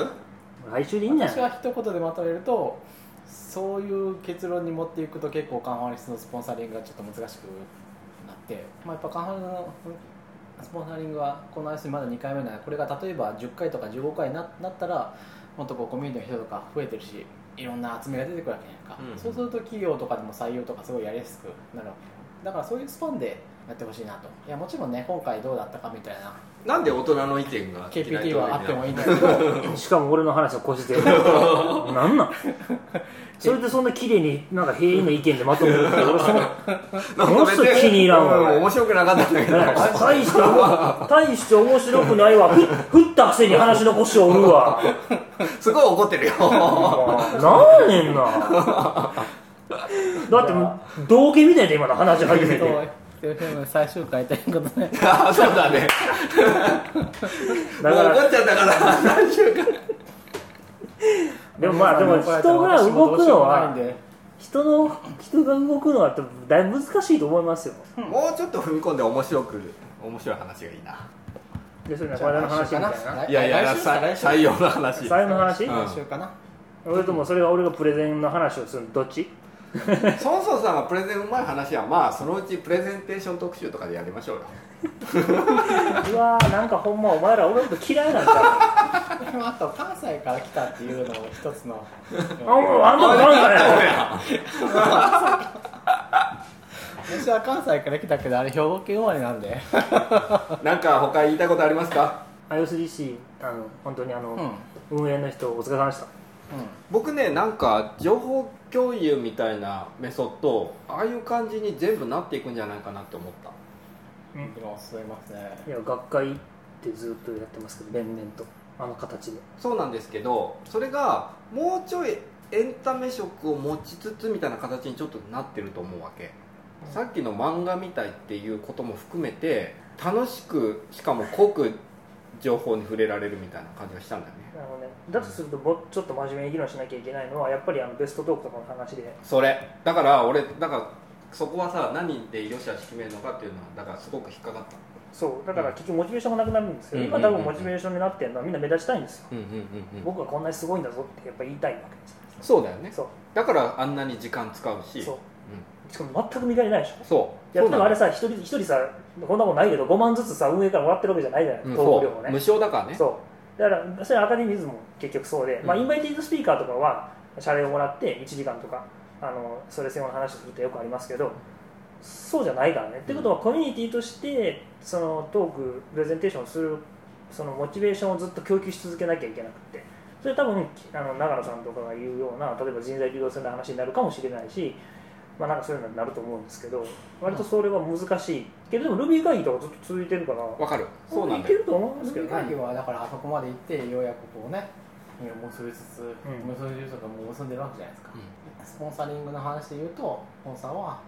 B: 来週でいいんじゃ
A: 私
B: ない
A: は一言でまとめるとそういう結論に持っていくと結構カンファレンスのスポンサリングがちょっと難しくなって、まあ、やっぱカンファレンスのスポンサリングはこの IC まだ2回目なのでこれが例えば10回とか15回にななったらもっとこうコミュニティの人とか増えてるしいろんな集めが出てくるわけじゃないか、
D: うん
A: そうすると企業とかでも採用とかすごいやりやすくなるわけだからそういうスパンでやってほしいなといやもちろんね今回どうだったかみたいな
D: なんで大人の意見が嫌いとか
A: KPT はあってもいいんだけ ど
B: しかも俺の話の腰 でなんなんそれでそんな綺麗になんか平易な意見でまとめるって俺その
D: なん
B: ものすごい気に入らんわ
D: う面白くなかったんだけど
B: 大してお大して面白くないわふ降ったくせに話の腰を折るわ
D: すごい怒ってるよ
B: なんねんなだってもう道化みたいで今の話入ってて
A: そう FM 最終回ということで
D: あそうだね
B: だか
D: もう怒
B: ら
D: っちゃったから何週間
B: でもまあでも人が動くのは人の人が動くのはだいぶ難しいと思いますよ
D: もうちょっと踏み込んで面白く面白い話がいいな
B: でそれねこれの話みたいない
D: やいや
A: 来週か
D: さ
A: 来週
D: 採用の話
B: 最後の話
D: うん
A: 来週かな
B: 俺ともそれが俺がプレゼンの話をするのどっち
D: 孫孫さんがプレゼンうまい話はまあそのうちプレゼンテーション特集とかでやりましょうよ
B: うわーなんかほんまお前ら俺のこと嫌いなんちゃ
A: あと関西から来たっていうのも一つの
B: うあもうあんたなんかね
A: 私は関西から来たけどあれ兵庫県生まれなんで
D: なんか他言いたいことありますか
B: IOCDC あの本当にあの、
A: うんうん
B: 運営の人お疲れ様でした
D: 僕ねなんか情報共有みたいなメソッドああいう感じに全部なっていくんじゃないかなって思った
A: 議論進みますね
B: いや学会ってずっとやってますけど連綿とあの形で
D: そうなんですけどそれがもうちょいエンタメ色を持ちつつみたいな形にちょっとなってると思うわけさっきの漫画みたいっていうことも含めて楽しくしかも濃く情報に触れられるみたいな感じがしたんだよね
B: あの、ね、だとするともうちょっと真面目に議論しなきゃいけないのはやっぱりあのベストトークとかの話で
D: それだから俺だからそこはさ何で良し悪し決めるのかっていうのはだからすごく引っかかった
B: そうだから結局モチベーションがなくなるんですよ、
D: うん
B: 今多分モチベーションになってるのはみんな目立ちたいんですよ、
D: うんうんうん、
B: 僕はこんなにすごいんだぞってやっぱ言いたいわけです
D: そうだよね
B: そう
D: だからあんなに時間使うし
B: そう
D: う
B: しかも全く見返りないでしょ
D: ん、そう
B: や
D: そ
B: った
D: うな
B: ら
D: の
B: あれさ一人一人さこんなもんないけど5万ずつさ運営からもらってるわけじゃないじゃない、
D: うん
B: 投稿料
D: そ
B: も
D: う
B: ね
D: 無償だからね
B: そうだからそれはアカデミーズも結局そうで、まあ、
D: うん
B: インバイティードスピーカーとかは謝礼をもらって1時間とかあのそれ専用の話をするとよくありますけどそうじゃないからね、ってことはコミュニティとしてそのトークプレゼンテーションをするそのモチベーションをずっと供給し続けなきゃいけなくてそれ多分あの長野さんとかが言うような例えば人材流動性の話になるかもしれないし、まあ、なんかそういうのになると思うんですけど割とそれは難しいけれども Ruby 会議とかずっと続いてるから
D: わかるそうなん
B: い
D: だ
B: け
D: よ
B: ると思うんですけど
A: 海
B: ね
A: 会議はだからあそこまで行ってようやくこうね結びつつ、
B: うん
A: 結びつつとかもう結んでるわけじゃないですか
D: うん
A: スポンサリングの話で言うとスポンサーは、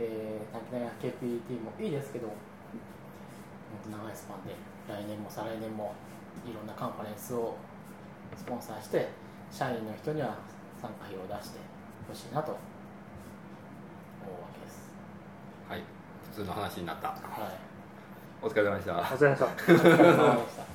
A: えー、短期大学 KPT もいいですけどもっと長いスパンで来年も再来年もいろんなカンファレンスをスポンサーして社員の人には参加費を出してほしいなと思うわけです、
D: はい普通の話になった
A: はい
D: お疲れ様でした
B: 松田さん
A: お疲れ様でした